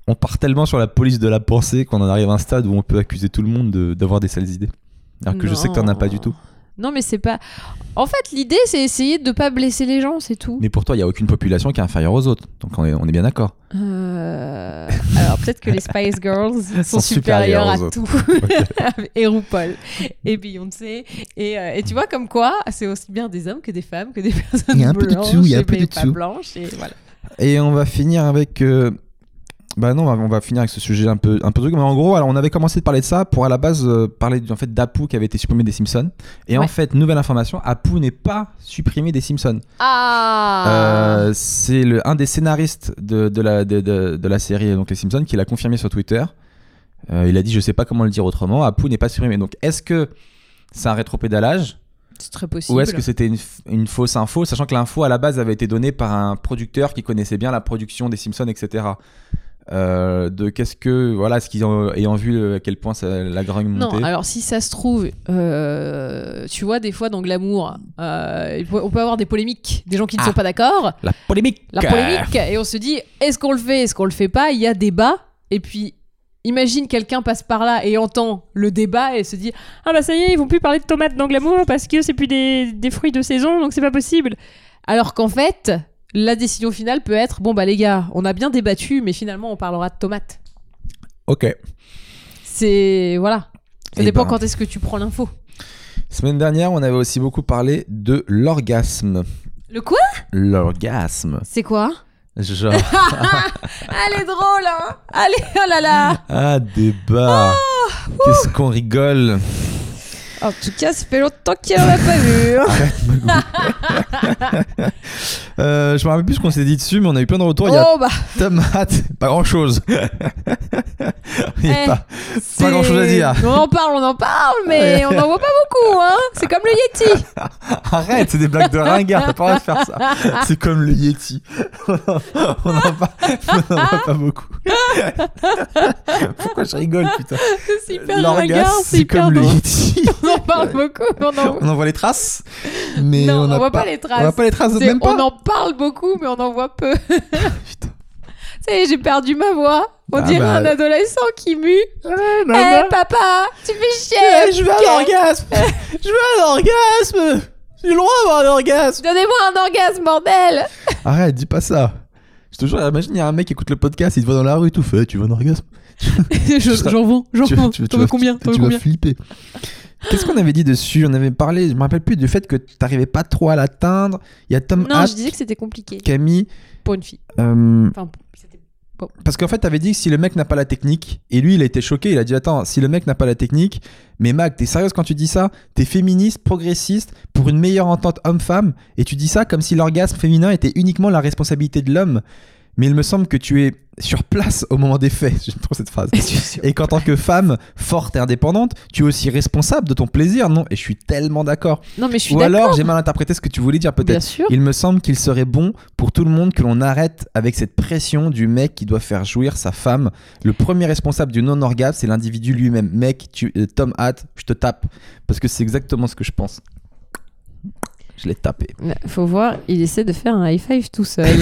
Speaker 1: on part tellement sur la police de la pensée qu'on en arrive à un stade où on peut accuser tout le monde de- d'avoir des sales idées. Alors que je sais que t'en as pas du tout.
Speaker 2: Non, mais c'est pas. En fait, l'idée, c'est essayer de pas blesser les gens, c'est tout.
Speaker 1: Mais pour toi, il y a aucune population qui est inférieure aux autres. Donc on est, on est bien d'accord.
Speaker 2: Euh, Alors, peut-être que les Spice Girls sont,
Speaker 1: Sont supérieures
Speaker 2: supérieures à
Speaker 1: aux
Speaker 2: tout. et RuPaul, et Beyoncé. Et, euh, et tu vois, comme quoi, c'est aussi bien des hommes que des femmes, que des personnes
Speaker 1: Il y a un peu de
Speaker 2: blanches
Speaker 1: tout, il y a un
Speaker 2: et
Speaker 1: peu de
Speaker 2: pas
Speaker 1: tout.
Speaker 2: blanches. Et voilà.
Speaker 1: Et on va finir avec. euh, Bah non, on va finir avec ce sujet un peu, un peu truc. Mais en gros, alors on avait commencé de parler de ça pour à la base euh, parler en fait d'Apu qui avait été supprimé des Simpsons. Et en
Speaker 2: Ouais.
Speaker 1: fait, nouvelle information, Apu n'est pas supprimé des Simpsons.
Speaker 2: Ah
Speaker 1: Euh, c'est le un des scénaristes de, de la de, de- de la série donc les Simpsons qui l'a confirmé sur Twitter. Euh, il a dit je sais pas comment le dire autrement. Apu n'est pas supprimé. Donc est-ce que c'est un rétropédalage
Speaker 2: C'est très possible.
Speaker 1: ou est-ce que c'était une, f- une fausse info, sachant que l'info à la base avait été donnée par un producteur qui connaissait bien la production des Simpsons, etc. Euh, de qu'est-ce que voilà, ce qu'ils ont ayant vu euh, à quel point ça- la grogne
Speaker 2: Non,
Speaker 1: montait.
Speaker 2: alors si ça se trouve, euh, tu vois, des fois dans Glamour, euh, il peut- on peut avoir des polémiques, des gens qui ne
Speaker 1: Ah.
Speaker 2: sont pas d'accord,
Speaker 1: La polémique.
Speaker 2: la polémique, et on se dit, est-ce qu'on le fait, est-ce qu'on le fait pas Il y a débat, et puis imagine quelqu'un passe par là et entend le débat et se dit, ah bah ça y est, ils vont plus parler de tomates dans Glamour parce que c'est plus des, des fruits de saison, donc c'est pas possible. Alors qu'en fait, la décision finale peut être, bon bah les gars, on a bien débattu, mais finalement on parlera de tomates.
Speaker 1: Ok.
Speaker 2: C'est voilà. Ça
Speaker 1: Eh
Speaker 2: dépend
Speaker 1: ben.
Speaker 2: quand est-ce que tu prends l'info.
Speaker 1: Semaine dernière, on avait aussi beaucoup parlé de l'orgasme.
Speaker 2: Le quoi
Speaker 1: L'orgasme.
Speaker 2: C'est quoi
Speaker 1: Genre
Speaker 2: Elle est drôle, hein Allez, oh là là
Speaker 1: ah débat. Qu'est-ce qu'on rigole.
Speaker 2: En tout cas, ça fait longtemps qu'il en a pas vu. hein.
Speaker 1: Euh, je me rappelle plus ce qu'on s'est dit dessus, mais on a eu plein de retours. Il y a
Speaker 2: Oh bah,
Speaker 1: tomate, pas grand chose. Il y a
Speaker 2: Eh,
Speaker 1: pas-
Speaker 2: c'est-
Speaker 1: grand-chose à dire.
Speaker 2: On en parle, on en parle, mais on n'en voit pas beaucoup, hein C'est comme le Yeti.
Speaker 1: Arrête, c'est des blagues de ringard, t'as pas le droit de faire ça. C'est comme le Yeti. on n'en pas, on en voit pas beaucoup. Pourquoi je rigole, putain
Speaker 2: C'est hyper
Speaker 1: L'orgasme,
Speaker 2: ringard, c'est
Speaker 1: c'est
Speaker 2: hyper
Speaker 1: comme le
Speaker 2: drôle.
Speaker 1: Yeti.
Speaker 2: On en parle beaucoup, mais on en
Speaker 1: On en voit les traces, mais
Speaker 2: Non,
Speaker 1: on
Speaker 2: on
Speaker 1: n'a
Speaker 2: voit pas les traces.
Speaker 1: On voit pas les traces,
Speaker 2: c'est-
Speaker 1: même pas.
Speaker 2: on en parle beaucoup, mais on en voit peu.
Speaker 1: Putain.
Speaker 2: Ça y est, j'ai perdu ma voix. On
Speaker 1: Ah
Speaker 2: dirait
Speaker 1: bah.
Speaker 2: un adolescent qui mue. Eh papa, tu fais
Speaker 1: Eh,
Speaker 2: chier
Speaker 1: je veux un orgasme Je veux un orgasme J'ai le droit d'avoir un orgasme
Speaker 2: Donnez-moi un orgasme, bordel
Speaker 1: Arrête, dis pas ça. Je te jure, imagine, il y a un mec qui écoute le podcast, il te voit dans la rue, tout fait, tu veux un orgasme
Speaker 2: Je-
Speaker 1: seras-
Speaker 2: J'en vends, j'en
Speaker 1: tu,
Speaker 2: vends.
Speaker 1: tu- tu
Speaker 2: T'en veux
Speaker 1: vas-
Speaker 2: combien
Speaker 1: tu,
Speaker 2: T'en veux
Speaker 1: tu vas
Speaker 2: combien
Speaker 1: flipper. Qu'est-ce qu'on avait dit dessus On avait parlé, je me rappelle plus du fait que t'arrivais pas trop à l'atteindre. Il y a Tom
Speaker 2: Non,
Speaker 1: Hatt,
Speaker 2: je disais que c'était compliqué
Speaker 1: Camille.
Speaker 2: pour une fille.
Speaker 1: euh,
Speaker 2: Enfin, c'était-
Speaker 1: parce qu'en fait, t'avais dit que si le mec n'a pas la technique, et lui, il a été choqué, il a dit Attends, si le mec n'a pas la technique, mais Mac, t'es sérieuse quand tu dis ça T'es féministe, progressiste, pour une meilleure entente homme-femme, et tu dis ça comme si l'orgasme féminin était uniquement la responsabilité de l'homme. Mais il me semble que tu es sur place au moment des faits. J'aime trop cette phrase. Et qu'en tant que femme forte et indépendante, tu es aussi responsable de ton plaisir, non Et je suis tellement d'accord.
Speaker 2: Non, mais je suis
Speaker 1: Ou
Speaker 2: d'accord.
Speaker 1: alors, j'ai mal interprété ce que tu voulais dire, peut-être.
Speaker 2: Bien sûr.
Speaker 1: Il me semble qu'il serait bon pour tout le monde que l'on arrête avec cette pression du mec qui doit faire jouir sa femme. Le premier responsable du non-orgasme, c'est l'individu lui-même. Mec, tu, euh, Tom Hatt, je te tape. Parce que c'est exactement ce que je pense. Je l'ai tapé.
Speaker 2: Bah, Faut voir, il essaie de faire un high five tout seul.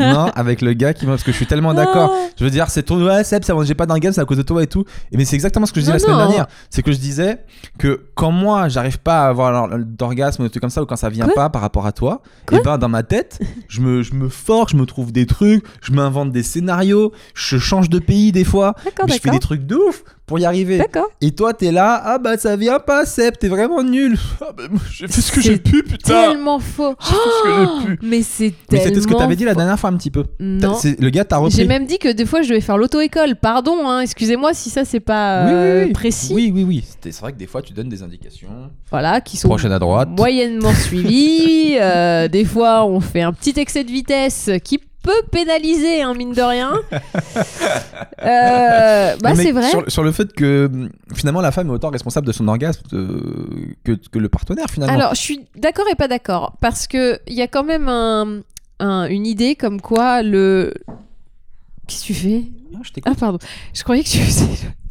Speaker 1: non, avec le gars qui m'a. Parce que je suis tellement d'accord. Je veux dire, c'est ton. Ouais, Seb, ça mangeait pas d'un game, c'est à cause de toi et tout. Et mais c'est exactement ce que je disais
Speaker 2: Non,
Speaker 1: la semaine
Speaker 2: non.
Speaker 1: dernière. C'est que je disais que quand moi, j'arrive pas à avoir l'or- d'orgasme ou des trucs comme ça, ou quand ça vient
Speaker 2: Quoi
Speaker 1: pas par rapport à toi,
Speaker 2: Quoi
Speaker 1: et ben dans ma tête, je me, je me force, je me trouve des trucs, je m'invente des scénarios, je change de pays des fois.
Speaker 2: D'accord,
Speaker 1: mais je fais
Speaker 2: d'accord.
Speaker 1: des trucs de ouf pour y arriver.
Speaker 2: D'accord.
Speaker 1: Et toi, t'es là, ah bah ça vient pas, Seb, t'es vraiment nul. Ah bah moi, j'ai fait ce que j'ai
Speaker 2: C'est
Speaker 1: pu, putain.
Speaker 2: Tellement faux.
Speaker 1: J'ai fait ce que j'ai pu.
Speaker 2: Mais c'est
Speaker 1: Ah. Mais
Speaker 2: tellement.
Speaker 1: c'était ce que t'avais dit la
Speaker 2: faux.
Speaker 1: dernière fois un petit peu. T'as-
Speaker 2: Non.
Speaker 1: c'est- Le gars t'a repris.
Speaker 2: J'ai même dit que des fois je devais faire l'auto-école. Pardon, hein, excusez-moi si ça c'est pas
Speaker 1: Oui, oui,
Speaker 2: euh,
Speaker 1: oui.
Speaker 2: précis.
Speaker 1: Oui, oui, oui. C'était- C'est vrai que des fois, tu donnes des indications.
Speaker 2: Voilà, qui sont
Speaker 1: Prochaine à droite.
Speaker 2: moyennement suivies. euh, des fois on fait un petit excès de vitesse qui peut pénaliser, hein, mine de rien. Euh, bah
Speaker 1: Non, mais
Speaker 2: c'est vrai.
Speaker 1: Sur, sur le fait que hum, finalement, la femme est autant responsable de son orgasme euh, que, que le partenaire finalement.
Speaker 2: Alors, je suis d'accord et pas d'accord parce que il y a quand même un- un- une idée comme quoi le. Qu'est-ce que tu fais
Speaker 1: Ah, je t'écoute.
Speaker 2: Ah pardon, je croyais que tu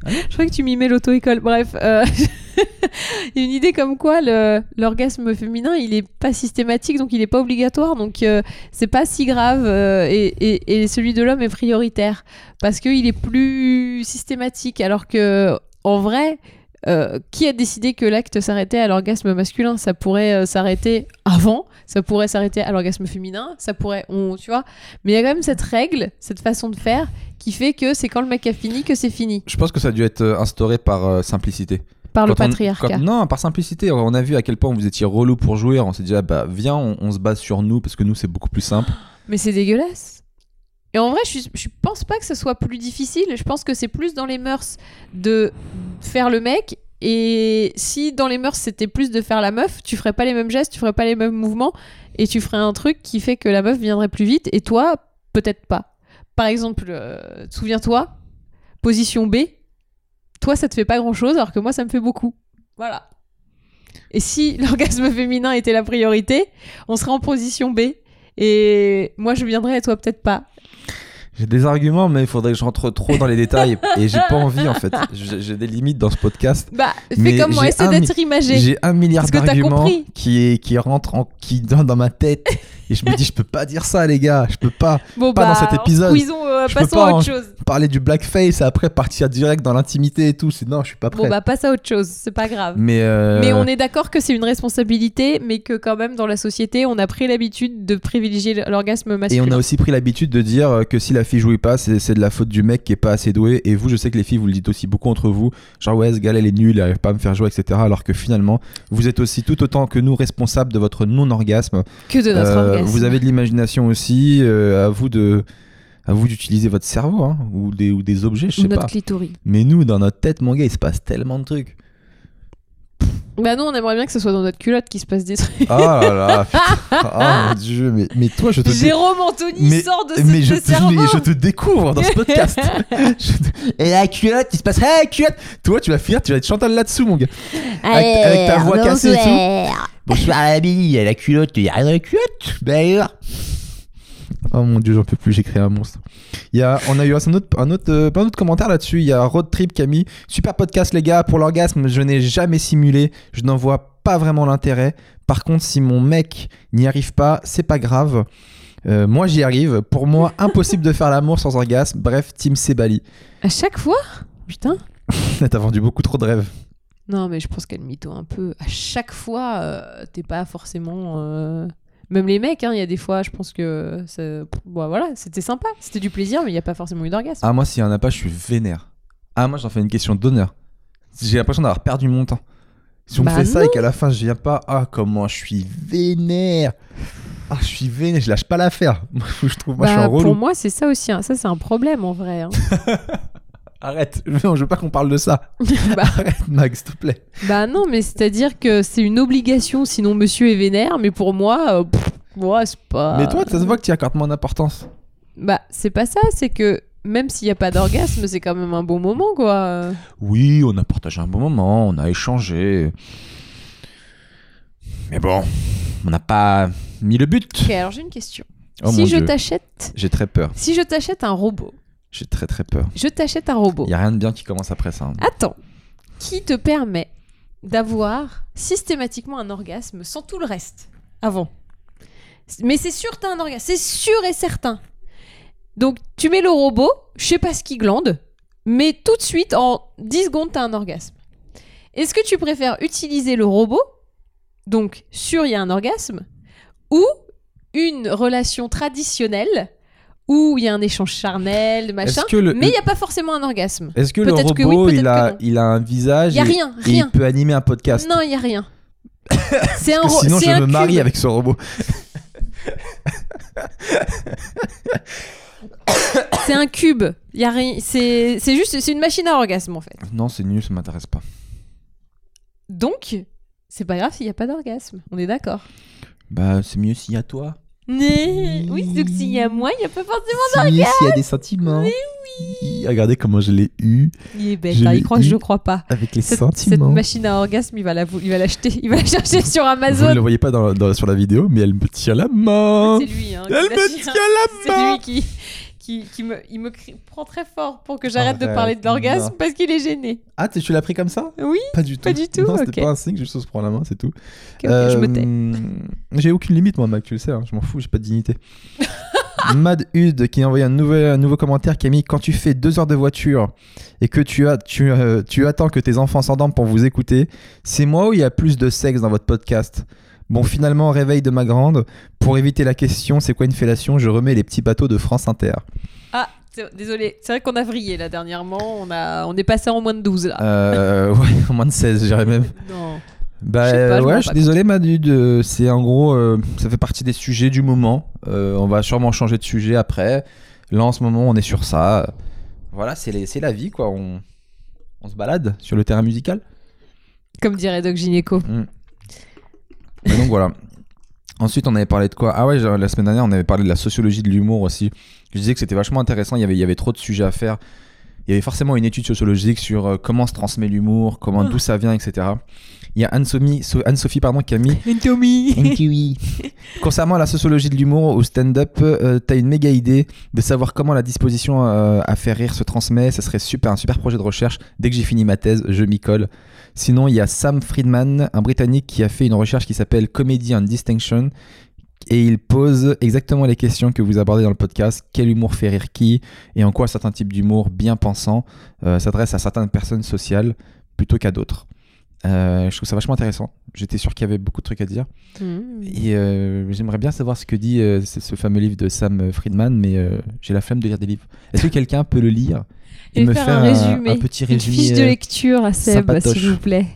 Speaker 2: je croyais que tu mimais l'auto-école. Bref, euh, il y a une idée comme quoi le- l'orgasme féminin, il est pas systématique, donc il est pas obligatoire, donc euh, c'est pas si grave. euh, et, et- et celui de l'homme est prioritaire parce qu'il est plus systématique, alors que en vrai. euh, qui a décidé que l'acte s'arrêtait à l'orgasme masculin Ça pourrait euh, s'arrêter avant, ça pourrait s'arrêter à l'orgasme féminin, ça pourrait, on, tu vois. Mais il y a quand même cette règle, cette façon de faire, qui fait que c'est quand le mec a fini que c'est fini
Speaker 1: Je pense que ça a dû être euh, instauré par euh, simplicité.
Speaker 2: par le
Speaker 1: Quand on-
Speaker 2: patriarcat.
Speaker 1: quand- non, par simplicité. On a vu à quel point vous étiez relou pour jouer. On s'est dit, ah bah viens, on, on se base sur nous parce que nous, c'est beaucoup plus simple.
Speaker 2: Mais c'est dégueulasse. Et en vrai, je, suis- je pense pas que ce soit plus difficile. Je pense que c'est plus dans les mœurs de faire le mec. Et si dans les mœurs c'était plus de faire la meuf, tu ferais pas les mêmes gestes, tu ferais pas les mêmes mouvements, et tu ferais un truc qui fait que la meuf viendrait plus vite, et toi, peut-être pas. Par exemple, euh, souviens-toi, position B, toi ça te fait pas grand-chose, alors que moi ça me fait beaucoup. Voilà. Et si l'orgasme féminin était la priorité, on serait en position B. Et moi, je viendrai et toi, peut-être pas.
Speaker 1: J'ai des arguments, mais il faudrait que je rentre trop dans les détails. et j'ai pas envie en fait. J'ai j'ai des limites dans ce podcast.
Speaker 2: Bah, fais
Speaker 1: Mais
Speaker 2: comme moi,
Speaker 1: j'ai
Speaker 2: essaie
Speaker 1: un
Speaker 2: d'être imagé.
Speaker 1: J'ai un milliard
Speaker 2: Est-ce que t'as
Speaker 1: d'arguments
Speaker 2: compris
Speaker 1: qui, est- qui rentrent en, qui, dans, dans ma tête. Et je me dis, je peux pas dire ça, les gars. Je peux pas
Speaker 2: Bon,
Speaker 1: pas
Speaker 2: bah,
Speaker 1: dans cet
Speaker 2: en
Speaker 1: épisode.
Speaker 2: squeezons, euh,
Speaker 1: Je peux
Speaker 2: passons
Speaker 1: pas,
Speaker 2: à
Speaker 1: hein.
Speaker 2: autre chose.
Speaker 1: parler du blackface et après partir direct dans l'intimité et tout. C'est non, je suis pas prêt.
Speaker 2: Bon, bah, passe à autre chose, c'est pas grave.
Speaker 1: mais, euh,
Speaker 2: Mais on est d'accord que c'est une responsabilité, mais que quand même, dans la société, on a pris l'habitude de privilégier l'orgasme
Speaker 1: Et
Speaker 2: masculin.
Speaker 1: on a aussi pris l'habitude de dire euh, que si la fille jouit pas, c'est c'est de la faute du mec qui est pas assez doué. Et vous, je sais que les filles, vous le dites aussi beaucoup entre vous. Genre, ouais, ce gars, elle est nul, il arrive pas à me faire jouer, etc. Alors que finalement, vous êtes aussi tout autant que nous responsables de votre non-orgasme.
Speaker 2: Que de notre
Speaker 1: Euh,
Speaker 2: orgasme.
Speaker 1: Vous avez de l'imagination aussi, euh, à vous de à vous d'utiliser votre cerveau hein, ou des ou des objets, je
Speaker 2: Ou
Speaker 1: sais
Speaker 2: notre
Speaker 1: pas.
Speaker 2: clitoris.
Speaker 1: Mais nous, dans notre tête, mon gars, il se passe tellement de trucs.
Speaker 2: Bah, non, on aimerait bien que ce soit dans notre culotte qu'il se passe des trucs.
Speaker 1: Oh là là, putain. oh mon dieu, mais, mais toi, je te dé-
Speaker 2: Jérôme Anthony
Speaker 1: Mais-
Speaker 2: sort de
Speaker 1: mais je,
Speaker 2: ce
Speaker 1: te-
Speaker 2: cerveau.
Speaker 1: mais je te découvre dans ce podcast. Je te- Et la culotte, il se passe ah, la culotte. Toi, tu vas finir, tu vas être Chantal là-dessous, mon gars. Avec- avec ta voix cassée et tout. Bonsoir à la Billy, à la culotte, il y a rien dans la culotte. Ben alors. Oh mon dieu, j'en peux plus, j'ai créé un monstre. Il y a, on a eu un autre, un autre, euh, plein d'autres commentaires là-dessus. Il y a Road Trip Camille. Super podcast, les gars. Pour l'orgasme, je n'ai jamais simulé. Je n'en vois pas vraiment l'intérêt. Par contre, si mon mec n'y arrive pas, c'est pas grave. Euh, moi, j'y arrive. Pour moi, impossible de faire l'amour sans orgasme. Bref, Team Sebali.
Speaker 2: À chaque fois Putain.
Speaker 1: T'as vendu beaucoup trop de rêves.
Speaker 2: Non, mais je pense qu'elle mytho un peu. À chaque fois, euh, t'es pas forcément. euh, Même les mecs, hein, il y a des fois, je pense que. ça- Bon, voilà, c'était sympa, c'était du plaisir, mais il n'y a pas forcément eu d'orgasme.
Speaker 1: Ah, moi, s'il y en a pas, je suis vénère. Ah, moi, j'en fais une question d'honneur. J'ai l'impression d'avoir perdu mon temps. Si on me
Speaker 2: Bah
Speaker 1: fait ça et qu'à la fin, je viens pas, ah, comment je suis vénère. Ah, je suis vénère, je lâche pas l'affaire. Moi, je trouve, moi, je suis
Speaker 2: Bah,
Speaker 1: un
Speaker 2: pour
Speaker 1: relou.
Speaker 2: moi, c'est ça aussi. hein. Ça, c'est un problème en vrai. hein.
Speaker 1: Arrête, non, je veux pas qu'on parle de ça.
Speaker 2: Bah.
Speaker 1: Arrête, Max, s'il te plaît.
Speaker 2: bah non, mais c'est-à-dire que c'est une obligation, sinon monsieur est vénère, mais pour moi, euh, pff, moi, c'est pas.
Speaker 1: Mais toi, ça se voit que tu y accordes moins d'importance.
Speaker 2: Bah, c'est pas ça, c'est que même s'il n'y a pas d'orgasme, c'est quand même un bon moment, quoi.
Speaker 1: Oui, on a partagé un bon moment, on a échangé. Mais bon, on n'a pas mis le but.
Speaker 2: Ok, alors j'ai une question.
Speaker 1: Oh mon
Speaker 2: si je
Speaker 1: Dieu.
Speaker 2: t'achète.
Speaker 1: J'ai très peur.
Speaker 2: Si je t'achète un robot,
Speaker 1: J'ai très très peur.
Speaker 2: je t'achète un robot.
Speaker 1: Il a rien de bien qui commence après ça. hein.
Speaker 2: Attends, qui te permet d'avoir systématiquement un orgasme sans tout le reste avant. Mais c'est sûr, t'as un orgasme. C'est sûr et certain. Donc, tu mets le robot, je sais pas ce qu'il glande, mais tout de suite, en 10 secondes, t'as un orgasme. Est-ce que tu préfères utiliser le robot, donc sûr, il y a un orgasme, ou une relation traditionnelle où il y a un échange charnel, Ah, machin,
Speaker 1: Est-ce que le-
Speaker 2: mais il
Speaker 1: le-
Speaker 2: n'y a pas forcément un orgasme.
Speaker 1: Est-ce que le
Speaker 2: Peut-être
Speaker 1: robot,
Speaker 2: que oui, peut-être
Speaker 1: il, a,
Speaker 2: que non.
Speaker 1: il a un visage
Speaker 2: Il y a
Speaker 1: et-
Speaker 2: rien,
Speaker 1: et
Speaker 2: rien.
Speaker 1: il peut animer un podcast
Speaker 2: Non, il n'y a rien. C'est un
Speaker 1: Parce que
Speaker 2: ro-
Speaker 1: Sinon,
Speaker 2: c'est
Speaker 1: je
Speaker 2: un
Speaker 1: me marie
Speaker 2: cube.
Speaker 1: avec ce robot.
Speaker 2: C'est un cube. Il y a rien. C'est c'est juste c'est une machine à orgasme en fait.
Speaker 1: Non, c'est nul, ça m'intéresse pas.
Speaker 2: Donc c'est pas grave s'il n'y a pas d'orgasme. On est d'accord.
Speaker 1: Bah, c'est mieux s'il y a toi.
Speaker 2: Mais oui, donc s'il y a moi, il n'y a pas forcément.
Speaker 1: C'est mieux s'il y a des sentiments.
Speaker 2: Mais
Speaker 1: oui. Regardez comment je l'ai eu
Speaker 2: Il est bête.
Speaker 1: Je
Speaker 2: hein,
Speaker 1: l'ai
Speaker 2: il croit que
Speaker 1: eu.
Speaker 2: je ne crois pas.
Speaker 1: avec les
Speaker 2: Cette, cette
Speaker 1: sentiments.
Speaker 2: machine à orgasme, il va la vou- il va l'acheter. Il va la chercher sur
Speaker 1: Vous ne
Speaker 2: Amazon.
Speaker 1: le voyez pas dans- dans- sur la vidéo, mais elle me tient la main.
Speaker 2: C'est lui. Hein, qui
Speaker 1: Elle
Speaker 2: l'a
Speaker 1: me
Speaker 2: dit,
Speaker 1: tient
Speaker 2: hein.
Speaker 1: la
Speaker 2: C'est
Speaker 1: main.
Speaker 2: lui qui qui, qui me il me crie- prend très fort pour que j'arrête de
Speaker 1: Arrête,
Speaker 2: parler de l'orgasme
Speaker 1: Ah, non.
Speaker 2: parce qu'il est gêné.
Speaker 1: Ah, t'es- tu l'as pris comme ça
Speaker 2: Oui.
Speaker 1: Pas du tout.
Speaker 2: Pas du tout,
Speaker 1: Non, c'était
Speaker 2: ok.
Speaker 1: pas un signe, juste on se prend la main, c'est tout.
Speaker 2: Ok, ok,
Speaker 1: Euh,
Speaker 2: je me tais.
Speaker 1: tais. J'ai aucune limite, moi, Mac, tu le sais, hein, je m'en fous, j'ai pas de dignité. Mad Hud qui a envoyé un, nouvel, un nouveau commentaire qui a mis Quand tu fais deux heures de voiture et que tu, as, tu, euh, tu attends que tes enfants s'endorment pour vous écouter, c'est moi où il y a plus de sexe dans votre podcast Bon, finalement, réveil de ma grande. Pour éviter la question, c'est quoi une fellation Je remets les petits bateaux de France Inter.
Speaker 2: Ah, c'est- désolé, c'est vrai qu'on a vrillé là dernièrement, on, a, on est passé en moins de 12 là.
Speaker 1: Euh, ouais, moins de 16, j'irais même.
Speaker 2: Non.
Speaker 1: Bah
Speaker 2: Je sais pas,
Speaker 1: euh,
Speaker 2: je m'en
Speaker 1: ouais,
Speaker 2: rends
Speaker 1: je suis
Speaker 2: pas
Speaker 1: désolé Madu, de- c'est en gros, euh, ça fait partie des sujets du moment. Euh, on va sûrement changer de sujet après. Là en ce moment, on est sur ça. Voilà, c'est les- c'est la vie quoi. On, on se balade sur le terrain musical.
Speaker 2: Comme dirait Doc Gineco.
Speaker 1: Et donc voilà. Ensuite, on avait parlé de quoi Ah ouais, genre, la semaine dernière, on avait parlé de la sociologie de l'humour aussi. Je disais que c'était vachement intéressant, il y, avait, il y avait trop de sujets à faire. Il y avait forcément une étude sociologique sur euh, comment se transmet l'humour, comment d'où ça vient, etc. Il y a Anne-Sophie Anne-Sophie, pardon, qui a mis
Speaker 2: Tommy
Speaker 1: Concernant la sociologie de l'humour au stand-up, euh, t'as une méga idée de savoir comment la disposition euh, à faire rire se transmet. Ça serait super, un super projet de recherche. Dès que j'ai fini ma thèse, je m'y colle. Sinon, il y a Sam Friedman, un Britannique, qui a fait une recherche qui s'appelle Comedy and Distinction. Et il pose exactement les questions que vous abordez dans le podcast. Quel humour fait rire qui Et en quoi certains types d'humour bien pensants euh, s'adressent à certaines personnes sociales plutôt qu'à d'autres Euh, Je trouve ça vachement intéressant. J'étais sûr qu'il y avait beaucoup de trucs à dire.
Speaker 2: Mmh.
Speaker 1: Et euh, j'aimerais bien savoir ce que dit euh, ce, ce fameux livre de Sam Friedman, mais euh, j'ai la flemme de lire des livres. Est-ce que quelqu'un peut le lire
Speaker 2: Et faire un résumé,
Speaker 1: petit
Speaker 2: Une
Speaker 1: résumé
Speaker 2: fiche de
Speaker 1: euh,
Speaker 2: lecture à Seb,
Speaker 1: sympatoche.
Speaker 2: s'il vous plaît.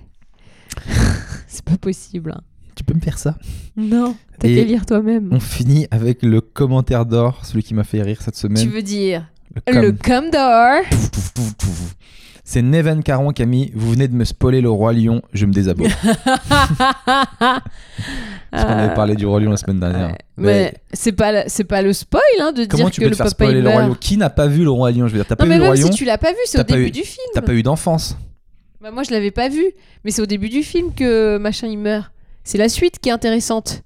Speaker 2: c'est pas possible. hein.
Speaker 1: Tu peux me faire ça
Speaker 2: Non, t'as
Speaker 1: Et- Mm,
Speaker 2: qu'à lire toi-même.
Speaker 1: On finit avec le commentaire d'or, celui qui m'a fait rire cette
Speaker 2: Tu
Speaker 1: semaine.
Speaker 2: veux dire
Speaker 1: Le com.
Speaker 2: le Comdor
Speaker 1: Pouf, pouf, pouf, pouf. C'est Neven Caron qui a mis Vous venez de me spoiler le Roi Lion, je me désabonne.
Speaker 2: Ah.
Speaker 1: Parce qu'on avait parlé du Roi Lion la semaine dernière.
Speaker 2: Mais c'est pas, le- c'est pas le spoil hein, de
Speaker 1: comment
Speaker 2: dire
Speaker 1: tu
Speaker 2: que
Speaker 1: peux
Speaker 2: le
Speaker 1: te faire
Speaker 2: papa
Speaker 1: spoiler
Speaker 2: il
Speaker 1: le Roi
Speaker 2: meurt.
Speaker 1: Lion Qui n'a pas vu le Roi Lion Je veux dire, t'as pas vu
Speaker 2: Non, mais
Speaker 1: le Roi
Speaker 2: même si
Speaker 1: Lion,
Speaker 2: tu l'as pas vu, c'est au
Speaker 1: t'as pas
Speaker 2: début
Speaker 1: eu-
Speaker 2: du film.
Speaker 1: t'as pas eu d'enfance.
Speaker 2: Bah, moi, je l'avais pas vu, mais c'est au début du film que machin il meurt. C'est la suite qui est intéressante.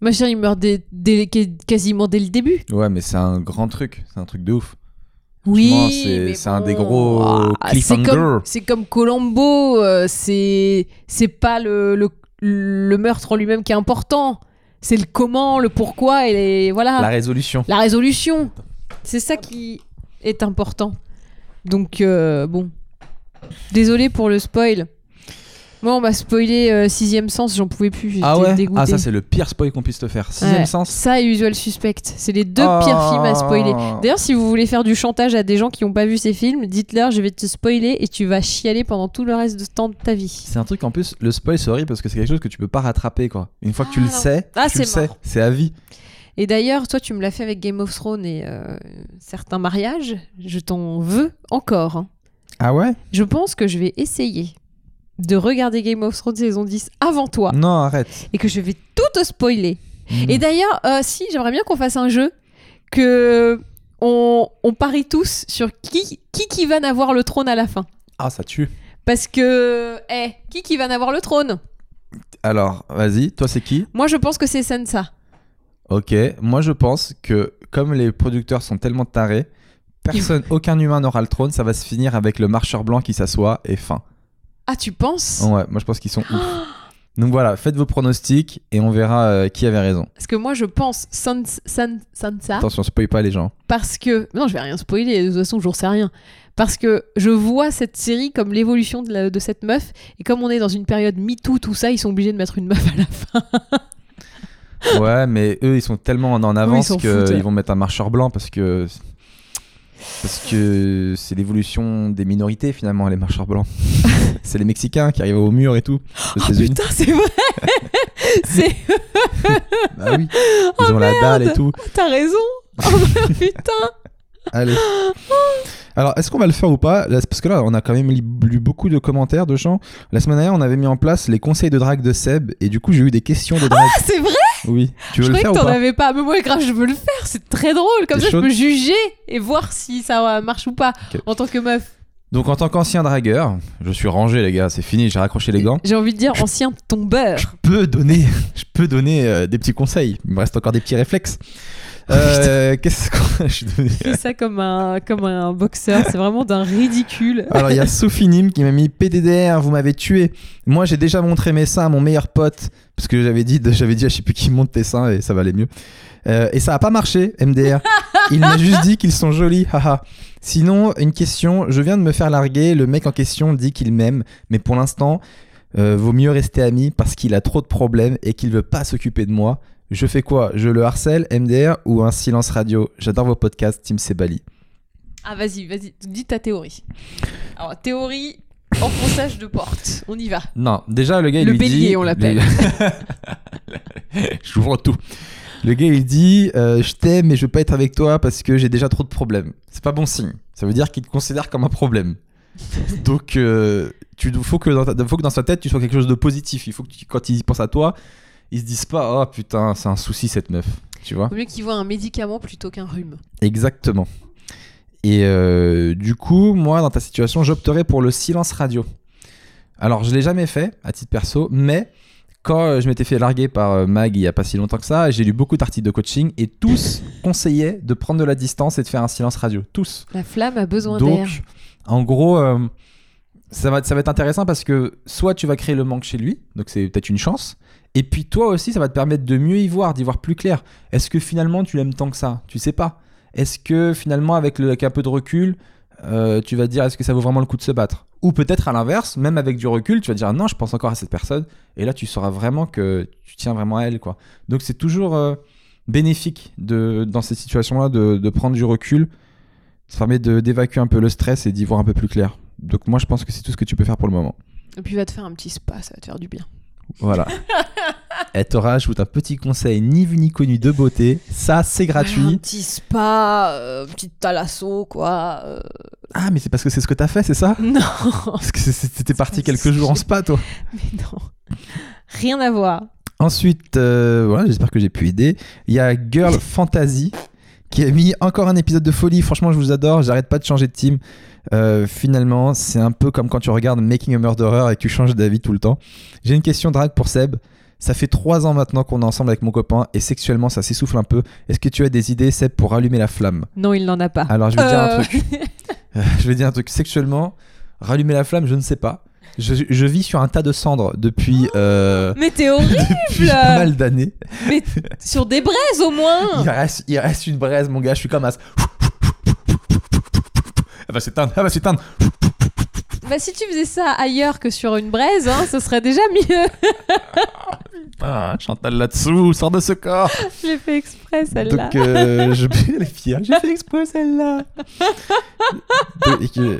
Speaker 2: Machin il meurt dès- dès- qu- quasiment dès le début.
Speaker 1: Ouais, mais c'est un grand truc, c'est un truc de ouf.
Speaker 2: Oui,
Speaker 1: Franchement, c'est-
Speaker 2: mais
Speaker 1: c'est un
Speaker 2: bon.
Speaker 1: des gros
Speaker 2: Ah,
Speaker 1: cliffhanger.
Speaker 2: C'est comme, c'est comme Colombo, euh, c'est c'est pas le, le, le meurtre en lui-même qui est important, c'est le comment, le pourquoi et les- voilà.
Speaker 1: La résolution.
Speaker 2: La résolution, c'est ça qui est important. Donc, euh, bon. Désolé pour le spoil. Moi, on m'a spoilé euh, Sixième Sens, j'en pouvais plus. J'étais
Speaker 1: Ah ouais
Speaker 2: dégoûtée.
Speaker 1: Ah ça c'est le pire spoil qu'on puisse te faire. Sixième
Speaker 2: Ouais.
Speaker 1: sens.
Speaker 2: Ça et Usual Suspect. C'est les deux
Speaker 1: Oh.
Speaker 2: pires films à spoiler. D'ailleurs, si vous voulez faire du chantage à des gens qui n'ont pas vu ces films, dites-leur je vais te spoiler et tu vas chialer pendant tout le reste de temps de ta vie.
Speaker 1: C'est un truc en plus, le spoil c'est horrible parce que c'est quelque chose que tu peux pas rattraper quoi. Une fois que tu
Speaker 2: Ah,
Speaker 1: le
Speaker 2: non.
Speaker 1: sais,
Speaker 2: Ah,
Speaker 1: tu le
Speaker 2: c'est
Speaker 1: sais,
Speaker 2: mort.
Speaker 1: c'est à vie.
Speaker 2: Et d'ailleurs, toi, tu me l'as fait avec Game of Thrones et euh, certains mariages. Je t'en veux encore. hein.
Speaker 1: Ah ouais
Speaker 2: Je pense que je vais essayer de regarder Game of Thrones saison 10 avant toi
Speaker 1: Non arrête.
Speaker 2: et que je vais tout te spoiler.
Speaker 1: Mm.
Speaker 2: Et d'ailleurs, euh, si, j'aimerais bien qu'on fasse un jeu que on, on parie tous sur qui, qui qui va n'avoir le trône à la fin.
Speaker 1: Ah ça tue.
Speaker 2: Parce que, eh, qui qui va n'avoir le trône
Speaker 1: Alors vas-y, toi c'est qui
Speaker 2: Moi, je pense que c'est Sansa.
Speaker 1: Ok, moi je pense que comme les producteurs sont tellement tarés, personne, aucun humain n'aura le trône, ça va se finir avec le marcheur blanc qui s'assoit et fin.
Speaker 2: Ah, tu penses
Speaker 1: Ouais, moi je pense qu'ils sont ouf. Donc voilà, faites vos pronostics et on verra euh, qui avait raison.
Speaker 2: Parce que moi, je pense Sans- San- Sansa
Speaker 1: Attention, spoil pas les gens.
Speaker 2: parce que. Non, je vais rien spoiler, de toute façon, j'en sais rien. Parce que je vois cette série comme l'évolution de, la- de cette meuf, et comme on est dans une période MeToo, tout ça, ils sont obligés de mettre une meuf à la fin.
Speaker 1: Ouais, mais eux, ils sont tellement en en avance
Speaker 2: s'en
Speaker 1: que
Speaker 2: foutent, ouais.
Speaker 1: qu'ils vont mettre un marcheur blanc parce que. Parce que c'est l'évolution des minorités finalement, les marcheurs blancs. c'est les Mexicains qui arrivent au mur et tout. aux
Speaker 2: Oh
Speaker 1: États-Unis.
Speaker 2: putain, c'est vrai C'est.
Speaker 1: Bah oui. Ils
Speaker 2: Oh,
Speaker 1: ont la dalle et tout.
Speaker 2: T'as raison Oh bah, putain
Speaker 1: Allez. Alors, est-ce qu'on va le faire ou pas Là, c'est Parce que là, on a quand même li- lu beaucoup de commentaires de gens. La semaine dernière, on avait mis en place les conseils de drague de Seb et du coup, j'ai eu des questions de drague.
Speaker 2: Ah, c'est vrai
Speaker 1: oui. Tu veux
Speaker 2: Je
Speaker 1: le
Speaker 2: croyais
Speaker 1: faire
Speaker 2: que
Speaker 1: ou
Speaker 2: t'en
Speaker 1: pas
Speaker 2: avais pas. Mais moi, grave, je veux le faire, c'est très drôle. Comme
Speaker 1: T'es
Speaker 2: ça,
Speaker 1: chaude
Speaker 2: je peux juger et voir si ça euh, marche ou pas
Speaker 1: Ok.
Speaker 2: en tant que meuf.
Speaker 1: Donc, en tant qu'ancien dragueur, je suis rangé, les gars, c'est fini, j'ai raccroché les gants.
Speaker 2: J'ai envie de dire ancien tombeur.
Speaker 1: peux donner, je peux donner euh, des petits conseils. Il me reste encore des petits réflexes. Euh, Qu'est-ce qu'on je suis devenu-
Speaker 2: Fais ça comme un, comme un boxeur, c'est vraiment d'un ridicule.
Speaker 1: Alors il y a Sophie Nîmes qui m'a mis PDDR, vous m'avez tué. Moi j'ai déjà montré mes seins à mon meilleur pote parce que j'avais dit, j'avais dit, à je sais plus qui monte tes seins et ça valait mieux. Euh, et ça a pas marché, MDR. Il m'a juste dit qu'ils sont jolis, haha. Sinon une question, je viens de me faire larguer, le mec en question dit qu'il m'aime, mais pour l'instant euh, vaut mieux rester ami parce qu'il a trop de problèmes et qu'il veut pas s'occuper de moi. Je fais quoi Je le harcèle, MDR ou un silence radio J'adore vos podcasts, Team Sebali.
Speaker 2: Ah, vas-y, vas-y, dis ta théorie. Alors, théorie, enfonçage de porte. On y va.
Speaker 1: Non, déjà le gars il
Speaker 2: Le
Speaker 1: lui dit.
Speaker 2: bélier, on l'appelle.
Speaker 1: Les- J'ouvre tout. Le gars il dit euh, Je t'aime mais je veux pas être avec toi parce que j'ai déjà trop de problèmes. C'est pas bon signe. Ça veut dire qu'il te considère comme un problème. Donc euh, tu faut que dans ta- faut que dans sa tête tu sois quelque chose de positif. Il faut que tu- quand il pense à toi, il se dise pas Oh putain, c'est un souci cette meuf. Tu vois
Speaker 2: Vaut mieux qu'il voit un médicament plutôt qu'un rhume.
Speaker 1: Exactement. Et euh, du coup, moi, dans ta situation, j'opterais pour le silence radio. Alors, je l'ai jamais fait, à titre perso, mais quand euh, je m'étais fait larguer par euh, Mag il y a pas si longtemps que ça, j'ai lu beaucoup d'articles de coaching et tous conseillaient de prendre de la distance et de faire un silence radio. Tous.
Speaker 2: La flamme a besoin d'air.
Speaker 1: Donc, en gros, euh, ça, va, ça va être intéressant parce que soit tu vas créer le manque chez lui, donc c'est peut-être une chance, et puis toi aussi, ça va te permettre de mieux y voir, d'y voir plus clair. Est-ce que finalement tu l'aimes tant que ça Tu sais pas. Est-ce que finalement, avec, le, avec un peu de recul, euh, tu vas te dire est-ce que ça vaut vraiment le coup de se battre Ou peut-être à l'inverse, même avec du recul, tu vas te dire non, je pense encore à cette personne, et là tu sauras vraiment que tu tiens vraiment à elle. quoi. Donc c'est toujours euh, bénéfique de, dans ces situations-là de, de prendre du recul ça permet de- d'évacuer un peu le stress et d'y voir un peu plus clair. Donc moi je pense que c'est tout ce que tu peux faire pour le moment.
Speaker 2: Et puis, va te faire un petit spa, ça va te faire du bien.
Speaker 1: Voilà. Eh, Elle te rajoute un petit conseil ni vu ni connu de beauté. Ça c'est
Speaker 2: Un
Speaker 1: gratuit.
Speaker 2: petit spa, euh, petite thalasso, quoi. euh,
Speaker 1: Ah mais c'est parce que c'est ce que t'as fait, c'est ça
Speaker 2: Non,
Speaker 1: Parce que c'est- c'était parti
Speaker 2: pas ce
Speaker 1: quelques jours en
Speaker 2: sujet.
Speaker 1: spa toi.
Speaker 2: mais non. Rien à voir.
Speaker 1: Ensuite, euh, voilà, j'espère que j'ai pu aider. Il y a Girl Fantasy qui a mis encore un épisode de folie. Franchement, je vous adore. J'arrête pas de changer de team. Euh, finalement, c'est un peu comme quand tu regardes Making a Murderer et que tu changes d'avis tout le temps. J'ai une question drague pour Seb. Ça fait trois ans maintenant qu'on est ensemble avec mon copain et sexuellement ça s'essouffle un peu. Est-ce que tu as des idées, Seb, pour allumer la flamme
Speaker 2: Non, il n'en a pas.
Speaker 1: Alors je vais te dire un
Speaker 2: Euh,
Speaker 1: truc. Euh, je vais dire un truc sexuellement, rallumer la flamme, je ne sais pas. Je, je vis sur un tas de cendres depuis, euh,
Speaker 2: Mais t'es horrible
Speaker 1: depuis pas mal d'années.
Speaker 2: Sur des braises, au moins
Speaker 1: Il reste, il reste une braise, mon gars, je suis comme un. Elle va s'éteindre, elle va s'éteindre.
Speaker 2: Bah, si tu faisais ça ailleurs que sur une braise, hein, ce serait déjà mieux.
Speaker 1: Ah, Chantal là-dessous, sors de ce corps.
Speaker 2: Je l'ai fait exprès, celle-là.
Speaker 1: Donc, euh, je vais les fiers. J'ai fait exprès celle-là. Donc, euh,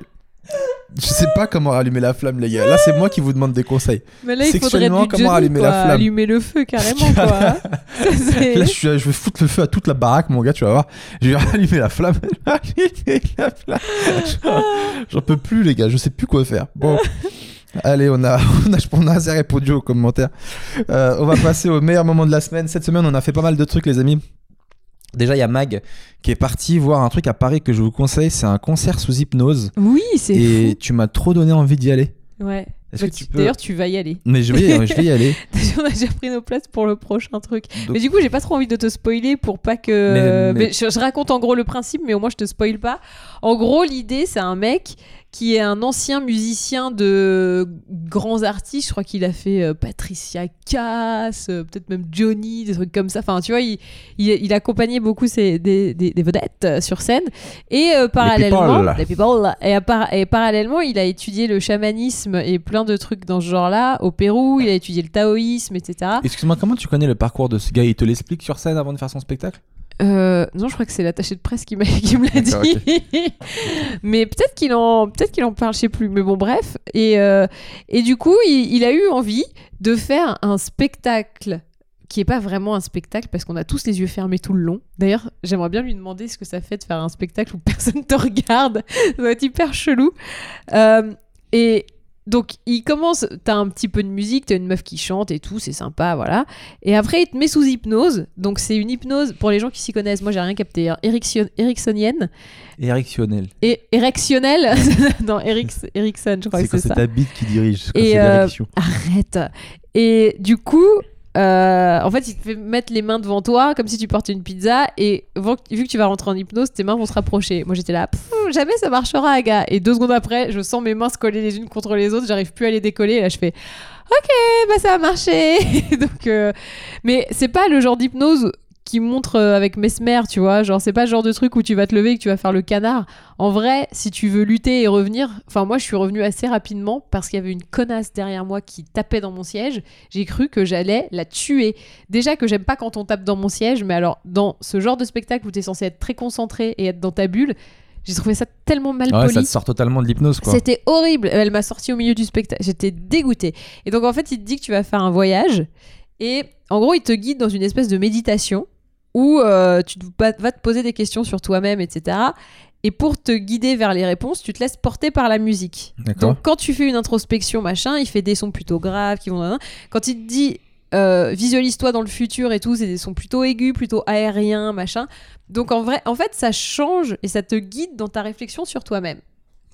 Speaker 1: Je sais pas comment allumer la flamme, les gars. Là, c'est moi qui vous demande des conseils.
Speaker 2: Mais là, il faudrait du
Speaker 1: sexuellement, comment
Speaker 2: Johnny,
Speaker 1: allumer la
Speaker 2: quoi.
Speaker 1: flamme
Speaker 2: Allumer le feu, carrément, quoi. Ça, c'est-
Speaker 1: Là, je, suis- je vais foutre le feu à toute la baraque, mon gars, tu vas voir. Je vais rallumer la flamme. Je vais allumer la flamme. J'en- J'en peux plus, les gars, je sais plus quoi faire. Bon. Allez, on a, on a, je pense qu'on a assez répondu aux commentaires. Euh, on va passer au meilleur moment de la semaine. Cette semaine, on a fait pas mal de trucs, les amis. Déjà, il y a Mag qui est parti voir un truc à Paris que je vous conseille. C'est un concert sous hypnose.
Speaker 2: Oui, c'est
Speaker 1: Et tu m'as trop donné envie d'y aller.
Speaker 2: fou. Ouais.
Speaker 1: Est-ce
Speaker 2: Bah,
Speaker 1: que tu
Speaker 2: tu-
Speaker 1: peux.
Speaker 2: D'ailleurs, tu vas y aller.
Speaker 1: Mais je vais, je vais y aller.
Speaker 2: on a déjà pris nos places pour le prochain truc.
Speaker 1: Donc-
Speaker 2: Mais du coup, j'ai pas trop envie de te spoiler pour pas que.
Speaker 1: Mais- mais-
Speaker 2: mais je, je raconte en gros le principe, mais au moins je te spoil pas. En gros, l'idée, c'est un mec qui est un ancien musicien de grands artistes. Je crois qu'il a fait euh, Patricia Cass, euh, peut-être même Johnny, des trucs comme ça. Enfin, tu vois, il, il, il accompagnait beaucoup ses, des, des- des vedettes euh, sur scène. Et euh, parallèlement,
Speaker 1: people.
Speaker 2: les people. Et, à par- et parallèlement, il a étudié le chamanisme et plein de trucs dans ce genre-là au Pérou. Il a étudié le taoïsme, etc.
Speaker 1: Excuse-moi, comment tu connais le parcours de ce gars Il te l'explique sur scène avant de faire son spectacle
Speaker 2: Euh, non, je crois que c'est l'attaché de presse qui, m'a- qui me l'a dit.
Speaker 1: D'accord,
Speaker 2: mais peut-être qu'il en, peut-être qu'il en parle, je sais plus. Mais bon, bref. Et, euh, et du coup, il, il a eu envie de faire un spectacle qui est pas vraiment un spectacle parce qu'on a tous les yeux fermés tout le long. D'ailleurs, j'aimerais bien lui demander ce que ça fait de faire un spectacle où personne te regarde. ça doit être hyper chelou. Euh, et donc, il commence, t'as un petit peu de musique, t'as une meuf qui chante et tout, c'est sympa, voilà. Et après, il te met sous hypnose. Donc, c'est une hypnose, pour les gens qui s'y connaissent, moi j'ai rien capté, hein, Erickson- ericksonienne.
Speaker 1: Eric Sionel.
Speaker 2: Et érectionnelle Non, Erics- Erickson, je crois
Speaker 1: C'est
Speaker 2: que
Speaker 1: quand
Speaker 2: c'est
Speaker 1: c'est
Speaker 2: ça.
Speaker 1: ta bite qui dirige. c'est quand
Speaker 2: Et,
Speaker 1: c'est
Speaker 2: euh,
Speaker 1: l'érection.
Speaker 2: Arrête Et du coup, euh, en fait, il te fait mettre les mains devant toi, comme si tu portais une pizza, et vu que- vu que tu vas rentrer en hypnose, tes mains vont se rapprocher. Moi, j'étais là, Pfff, jamais ça marchera, gars Et deux secondes après, je sens mes mains se coller les unes contre les autres, j'arrive plus à les décoller, et là, je fais, ok, bah ça a marché Donc, euh, mais c'est pas le genre d'hypnose qui montre euh, avec mesmer, tu vois, genre c'est pas le genre de truc où tu vas te lever et que tu vas faire le canard. En vrai, si tu veux lutter et revenir, enfin moi je suis revenue assez rapidement parce qu'il y avait une connasse derrière moi qui tapait dans mon siège. J'ai cru que j'allais la tuer. Déjà que j'aime pas quand on tape dans mon siège, mais alors dans ce genre de spectacle où t'es censé être très concentré et être dans ta bulle, j'ai trouvé ça tellement mal
Speaker 1: Ah ouais,
Speaker 2: poli.
Speaker 1: ça te sort totalement de l'hypnose, quoi.
Speaker 2: C'était horrible. Elle m'a sorti au milieu du spectacle. J'étais dégoûtée. Et donc, en fait, il te dit que tu vas faire un voyage. Et en gros, il te guide dans une espèce de méditation où euh, tu te- va- vas te poser des questions sur toi-même, etc. Et pour te guider vers les réponses, tu te laisses porter par la musique.
Speaker 1: D'accord.
Speaker 2: Donc, quand tu fais une introspection, machin, il fait des sons plutôt graves qui vont. Quand il te dit euh, visualise-toi dans le futur et tout, c'est des sons plutôt aigus, plutôt aériens, machin. Donc, en vrai, en fait, ça change et ça te guide dans ta réflexion sur toi-même.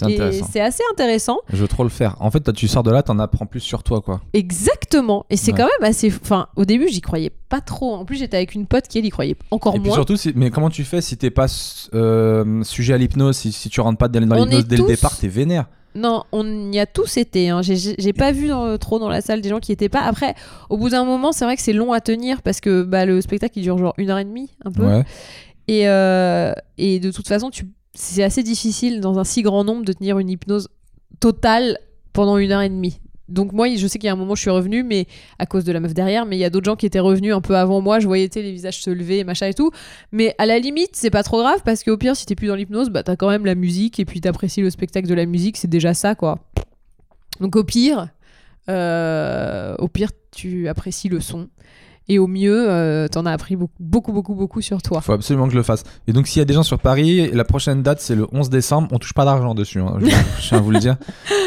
Speaker 1: C'est
Speaker 2: Et
Speaker 1: intéressant.
Speaker 2: C'est assez intéressant.
Speaker 1: Je veux trop le faire. En fait, toi, tu sors de là, t'en apprends plus sur toi, quoi.
Speaker 2: Exactement. Et c'est
Speaker 1: Ouais.
Speaker 2: quand même assez. fou. Enfin, au début, j'y croyais pas trop. En plus, j'étais avec une pote qui, elle, y croyait encore
Speaker 1: Et puis
Speaker 2: moins.
Speaker 1: surtout, si- mais comment tu fais si t'es pas euh, sujet à l'hypnose, si, si tu rentres pas dans
Speaker 2: On
Speaker 1: l'hypnose
Speaker 2: est
Speaker 1: dès le
Speaker 2: tous-
Speaker 1: départ, t'es vénère.
Speaker 2: Non, on y a tous été. hein. J'ai- J'ai j'ai pas vu dans- trop dans la salle des gens qui étaient pas. Après, au bout d'un moment, c'est vrai que c'est long à tenir parce que bah, le spectacle, il dure genre une heure et demie, un peu.
Speaker 1: Ouais.
Speaker 2: Et, euh, et de toute façon, tu- c'est assez difficile dans un si grand nombre de tenir une hypnose totale pendant une heure et demie. Donc moi, je sais qu'il y a un moment, je suis revenue, mais à cause de la meuf derrière, mais il y a d'autres gens qui étaient revenus un peu avant moi, je voyais tu sais, les visages se lever, machin et tout. Mais à la limite, c'est pas trop grave, parce qu'au pire, si t'es plus dans l'hypnose, bah t'as quand même la musique, et puis t'apprécies le spectacle de la musique, c'est déjà ça, quoi. Donc au pire, euh, au pire, tu apprécies le son. Et au mieux, euh, t'en as appris beaucoup, beaucoup, beaucoup, beaucoup sur toi.
Speaker 1: Faut absolument que je le fasse. Et donc, s'il y a des gens sur Paris, la prochaine date, c'est le 11 décembre. On touche pas d'argent dessus, hein. je, je tiens à vous le dire.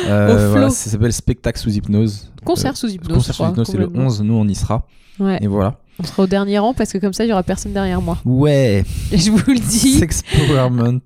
Speaker 1: Euh,
Speaker 2: Au flot.
Speaker 1: voilà, ça s'appelle Spectacle sous hypnose.
Speaker 2: Concert sous hypnose.
Speaker 1: Le concert sous
Speaker 2: je crois,
Speaker 1: hypnose, c'est le
Speaker 2: complètement.
Speaker 1: 11. Nous, on y sera.
Speaker 2: Ouais.
Speaker 1: Et voilà.
Speaker 2: On sera au dernier rang parce que comme ça, il y aura personne derrière moi.
Speaker 1: Ouais.
Speaker 2: Et je vous le dis,
Speaker 1: Sex Powerment.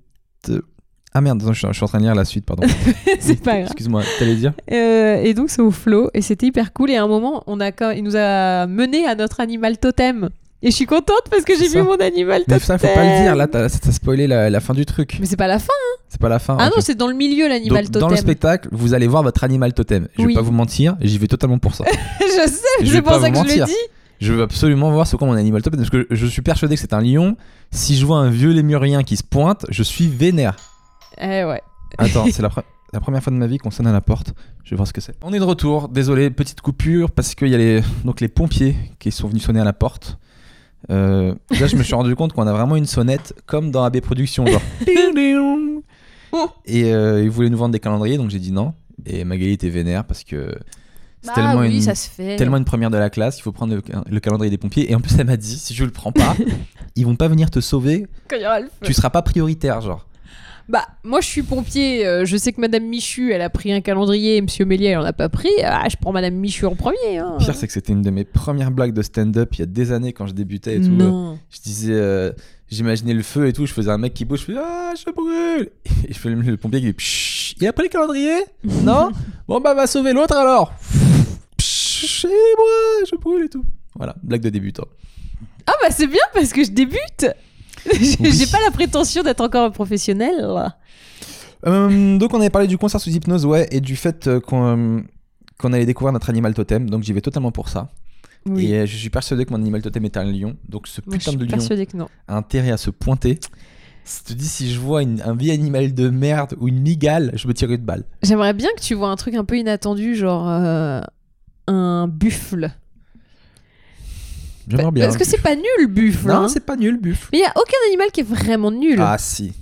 Speaker 1: Ah merde, attends, je, suis- je suis en train de lire la suite, pardon.
Speaker 2: c'est pas grave.
Speaker 1: Excuse-moi, t'allais dire
Speaker 2: Euh, et donc, c'est au flot et c'était hyper cool. Et à un moment, on a quand- il nous a mené à notre animal totem. Et je suis contente parce que j'ai
Speaker 1: C'est ça.
Speaker 2: vu mon animal
Speaker 1: Mais ça,
Speaker 2: totem.
Speaker 1: faut pas le dire. Là, t'as t'as spoilé la, la fin du truc.
Speaker 2: Mais c'est pas la fin.
Speaker 1: C'est pas la fin.
Speaker 2: Ah
Speaker 1: ok.
Speaker 2: non, c'est dans le milieu l'animal
Speaker 1: Donc, dans le
Speaker 2: totem.
Speaker 1: spectacle, vous allez voir votre animal totem. Je vais
Speaker 2: Oui.
Speaker 1: pas vous mentir, j'y vais totalement pour ça.
Speaker 2: je sais,
Speaker 1: Je vais
Speaker 2: c'est pour
Speaker 1: pas
Speaker 2: ça
Speaker 1: vous
Speaker 2: que je
Speaker 1: mentir.
Speaker 2: le dis.
Speaker 1: je veux absolument voir c'est quoi mon animal totem parce que je suis persuadé que c'est un lion. Si je vois un vieux lémurien qui se pointe, je suis vénère.
Speaker 2: Eh ouais.
Speaker 1: Attends, c'est la, pre- la première fois de ma vie qu'on sonne à la porte. Je vais voir ce que c'est. On est de retour. Désolé, petite coupure parce qu'il y a les, donc les pompiers qui sont venus sonner à la porte. Euh, là, je me suis rendu compte qu'on a vraiment une sonnette comme dans AB Productions. Genre. Ding, ding. Et euh, ils voulaient nous vendre des calendriers, donc j'ai dit non. Et Magali était vénère parce que c'est tellement,
Speaker 2: Bah oui,
Speaker 1: une,
Speaker 2: ça se fait.
Speaker 1: tellement une première de la classe. Il faut prendre le, le calendrier des pompiers. Et en plus, elle m'a dit si je le prends pas, ils vont pas venir te sauver.
Speaker 2: Quand il y aura le feu.
Speaker 1: Tu seras pas prioritaire, genre.
Speaker 2: Bah, moi je suis pompier, euh, je sais que Madame Michu, elle a pris un calendrier et Monsieur Mélier, elle en a pas pris. Ah, je prends Madame Michu en premier. hein.
Speaker 1: Pire, c'est que c'était une de mes premières blagues de stand-up il y a des années quand je débutais et tout. euh,
Speaker 2: Non.
Speaker 1: Je disais, euh, j'imaginais le feu et tout. Je faisais un mec qui bouge, je faisais ah, je brûle. Et je fais le, le pompier qui dit Pshhh, il a pris le calendrier Non Bon bah va sauver l'autre alors. Psh, et moi, je brûle et tout. Voilà, blague de débutant.
Speaker 2: Ah bah c'est bien parce que je débute. J'ai
Speaker 1: Oui.
Speaker 2: j'ai pas la prétention d'être encore un professionnel.
Speaker 1: Euh, donc on avait parlé du concert sous hypnose, ouais, et du fait euh, qu'on euh, qu'on allait découvrir notre animal totem. Donc j'y vais totalement pour ça.
Speaker 2: Oui.
Speaker 1: Et euh, je suis persuadé que mon animal totem est un lion. Donc ce
Speaker 2: Moi, je
Speaker 1: putain
Speaker 2: suis
Speaker 1: de lion
Speaker 2: persuadée que non.
Speaker 1: a intérêt à se pointer. Si tu dis si je vois une- un vieil animal de merde ou une migale, je me tire une balle.
Speaker 2: J'aimerais bien que tu vois un truc un peu inattendu, genre euh, un buffle.
Speaker 1: J'aimerais bien.
Speaker 2: Parce Bah, que c'est pas nul, le buffle.
Speaker 1: Non,
Speaker 2: hein.
Speaker 1: c'est pas nul, buff.
Speaker 2: Mais il y a aucun animal qui est vraiment nul.
Speaker 1: Ah si.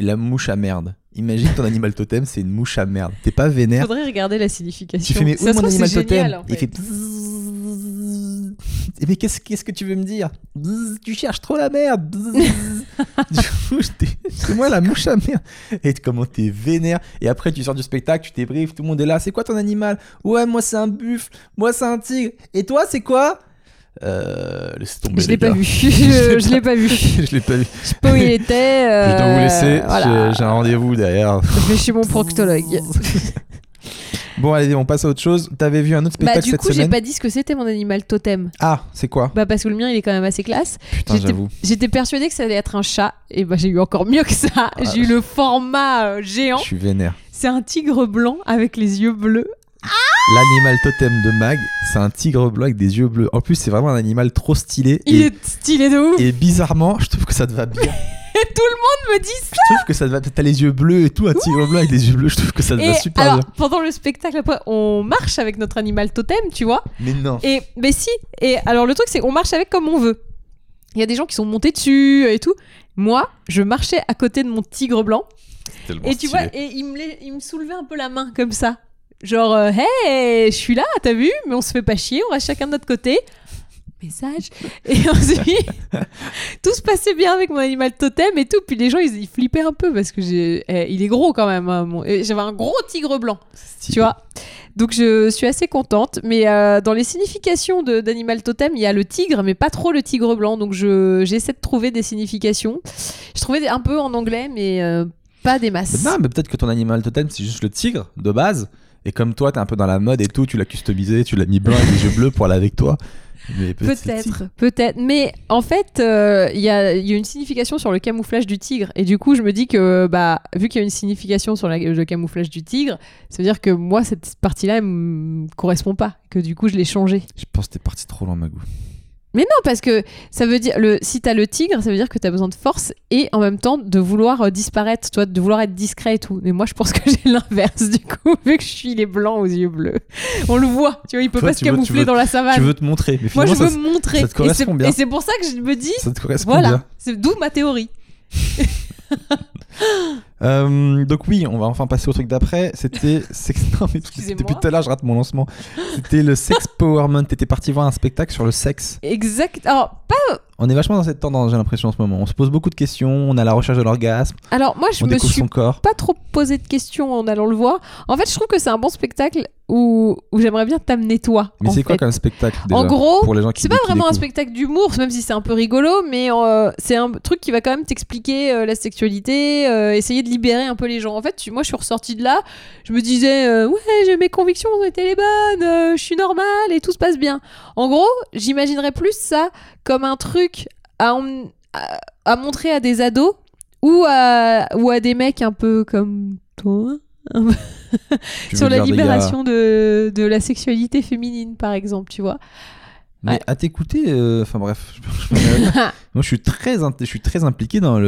Speaker 1: La mouche à merde. Imagine ton animal totem, c'est une mouche à merde. T'es pas vénère.
Speaker 2: Faudrait regarder la signification.
Speaker 1: Tu fais mais où
Speaker 2: Ça
Speaker 1: est
Speaker 2: se
Speaker 1: mon
Speaker 2: trouve,
Speaker 1: animal
Speaker 2: c'est
Speaker 1: totem
Speaker 2: génial, en
Speaker 1: Il
Speaker 2: fait.
Speaker 1: fait. bzzz. Et mais qu'est-ce qu'est-ce que tu veux me dire Bzzz, Tu cherches trop la merde. bzzz. du coup, je t'ai- c'est moi la mouche à merde. Et comment t'es vénère Et après tu sors du spectacle, tu débriefes, tout le monde est là. C'est quoi ton animal Ouais, moi c'est un buffle. Moi c'est un tigre. Et toi c'est quoi euh, laisse tomber.
Speaker 2: Je
Speaker 1: les
Speaker 2: l'ai pas
Speaker 1: gars.
Speaker 2: vu. Je, je l'ai pas vu. Je
Speaker 1: je l'ai pas vu.
Speaker 2: sais pas où il était. euh,
Speaker 1: je dois vous laisser.
Speaker 2: Voilà.
Speaker 1: J'ai- J'ai un rendez-vous derrière.
Speaker 2: Je vais chez mon proctologue.
Speaker 1: Bon, allez, on passe à autre chose. T'avais vu un autre spectacle
Speaker 2: bah, du
Speaker 1: cette
Speaker 2: coup, j'ai
Speaker 1: semaine
Speaker 2: pas dit ce que c'était mon animal totem.
Speaker 1: Ah, c'est quoi
Speaker 2: Bah, parce que le mien, il est quand même assez classe.
Speaker 1: Putain,
Speaker 2: j'étais-
Speaker 1: j'avoue.
Speaker 2: J'étais persuadée que ça allait être un chat. Et bah, j'ai eu encore mieux que ça. J'ai eu le format euh,
Speaker 1: Ah. Je
Speaker 2: géant.
Speaker 1: suis vénère.
Speaker 2: C'est un tigre blanc avec les yeux bleus.
Speaker 1: L'animal totem de Mag, c'est un tigre blanc avec des yeux bleus. En plus, c'est vraiment un animal trop stylé.
Speaker 2: Il
Speaker 1: et,
Speaker 2: est stylé de ouf.
Speaker 1: et bizarrement, je trouve que ça te va bien.
Speaker 2: Et tout le monde me dit ça.
Speaker 1: Je trouve que ça te va. T'as les yeux bleus et tout, un tigre blanc avec des yeux bleus. Je trouve que ça te va
Speaker 2: Et
Speaker 1: super
Speaker 2: alors,
Speaker 1: bien.
Speaker 2: pendant le spectacle, après, on marche avec notre animal totem, tu vois.
Speaker 1: Mais non.
Speaker 2: Et mais si. Et alors le truc c'est on marche avec comme on veut. Il y a des gens qui sont montés dessus euh, et tout. Moi, je marchais à côté de mon tigre blanc
Speaker 1: Oh,
Speaker 2: et tu vois et il me l'a- il me soulevait un peu la main comme ça. Genre euh, hey, je suis là, t'as vu Mais on se fait pas chier, on reste chacun de notre côté. Message. Et ensuite, tout se passait bien avec mon animal totem et tout. Puis les gens, ils, ils flippaient un peu parce que j'ai, eh, il est gros quand même. hein, mon- et J'avais un gros tigre blanc tu vois. Donc je suis assez contente, mais euh, dans les significations de- d'animal totem, il y a le tigre, mais pas trop le tigre blanc. Donc je j'essaie de trouver des significations. Je trouvais des- un peu en anglais, mais euh, pas des masses.
Speaker 1: Non, mais peut-être que ton animal totem, c'est juste le tigre de base. Et comme toi, t'es un peu dans la mode et tout, tu l'as customisé, tu l'as mis blanc avec des yeux bleus pour aller avec toi. Mais c'est le tigre.
Speaker 2: Peut-être, peut-être. Mais en fait, euh, il y, a, il y a une signification sur le camouflage du tigre. Et du coup, je me dis que, bah, vu qu'il y a une signification sur la- le camouflage du tigre, ça veut dire que moi, cette partie-là, elle me correspond pas. Que du coup, je l'ai changée.
Speaker 1: Je pense que t'es parti trop loin, Magou.
Speaker 2: Mais non, parce que ça veut dire le si t'as le tigre, ça veut dire que t'as besoin de force et en même temps de vouloir euh, disparaître, toi, de vouloir être discret et tout. Mais moi, je pense que j'ai l'inverse du coup, vu que je suis les blancs aux yeux bleus. On le voit, tu vois, il peut
Speaker 1: Toi,
Speaker 2: pas se
Speaker 1: tu veux- tu
Speaker 2: camoufler
Speaker 1: veux-
Speaker 2: dans la savane.
Speaker 1: Tu veux te montrer, mais
Speaker 2: moi,
Speaker 1: finalement,
Speaker 2: je veux
Speaker 1: ça,
Speaker 2: me montrer.
Speaker 1: ça te
Speaker 2: Et
Speaker 1: correspond
Speaker 2: c'est-
Speaker 1: bien.
Speaker 2: et c'est pour ça que je me dis,
Speaker 1: ça te correspond bien.
Speaker 2: voilà, c'est d'où ma théorie.
Speaker 1: Euh, donc oui, on va enfin passer au truc d'après. C'était sex- non, mais
Speaker 2: Excusez-moi.
Speaker 1: depuis tout à l'heure, je rate mon lancement. C'était le sex powerment. T'étais parti voir un spectacle sur le sexe.
Speaker 2: Exact. Alors, pas-
Speaker 1: On est vachement dans cette tendance, j'ai l'impression en ce moment. On se pose beaucoup de questions. On a la recherche de l'orgasme.
Speaker 2: alors moi, je
Speaker 1: On
Speaker 2: me
Speaker 1: découvre
Speaker 2: suis
Speaker 1: son corps.
Speaker 2: pas trop posé de questions en allant le voir. En fait, je trouve que c'est un bon spectacle où, où j'aimerais bien t'amener toi.
Speaker 1: Mais
Speaker 2: en
Speaker 1: c'est quoi
Speaker 2: fait.
Speaker 1: comme spectacle déjà,
Speaker 2: En gros,
Speaker 1: pour les gens qui
Speaker 2: C'est pas
Speaker 1: qui
Speaker 2: vraiment un
Speaker 1: découvrent
Speaker 2: spectacle d'humour, même si c'est un peu rigolo, mais euh, c'est un truc qui va quand même t'expliquer euh, la sexualité, euh, essayer de libérer un peu les gens. En fait, tu- moi, je suis ressortie de là, je me disais, euh, ouais, j'ai- mes convictions ont été les bonnes, euh, je suis normale et tout se passe bien. En gros, j'imaginerais plus ça comme un truc à, emmen- à- à montrer à des ados ou à, ou à des mecs un peu comme toi
Speaker 1: Tu veux
Speaker 2: sur la
Speaker 1: dire des gars-
Speaker 2: libération de, de la sexualité féminine, par exemple, tu vois.
Speaker 1: Mais
Speaker 2: Ouais.
Speaker 1: à t'écouter, euh, enfin bref. je- Moi, je suis très, int- je suis très impliqué dans le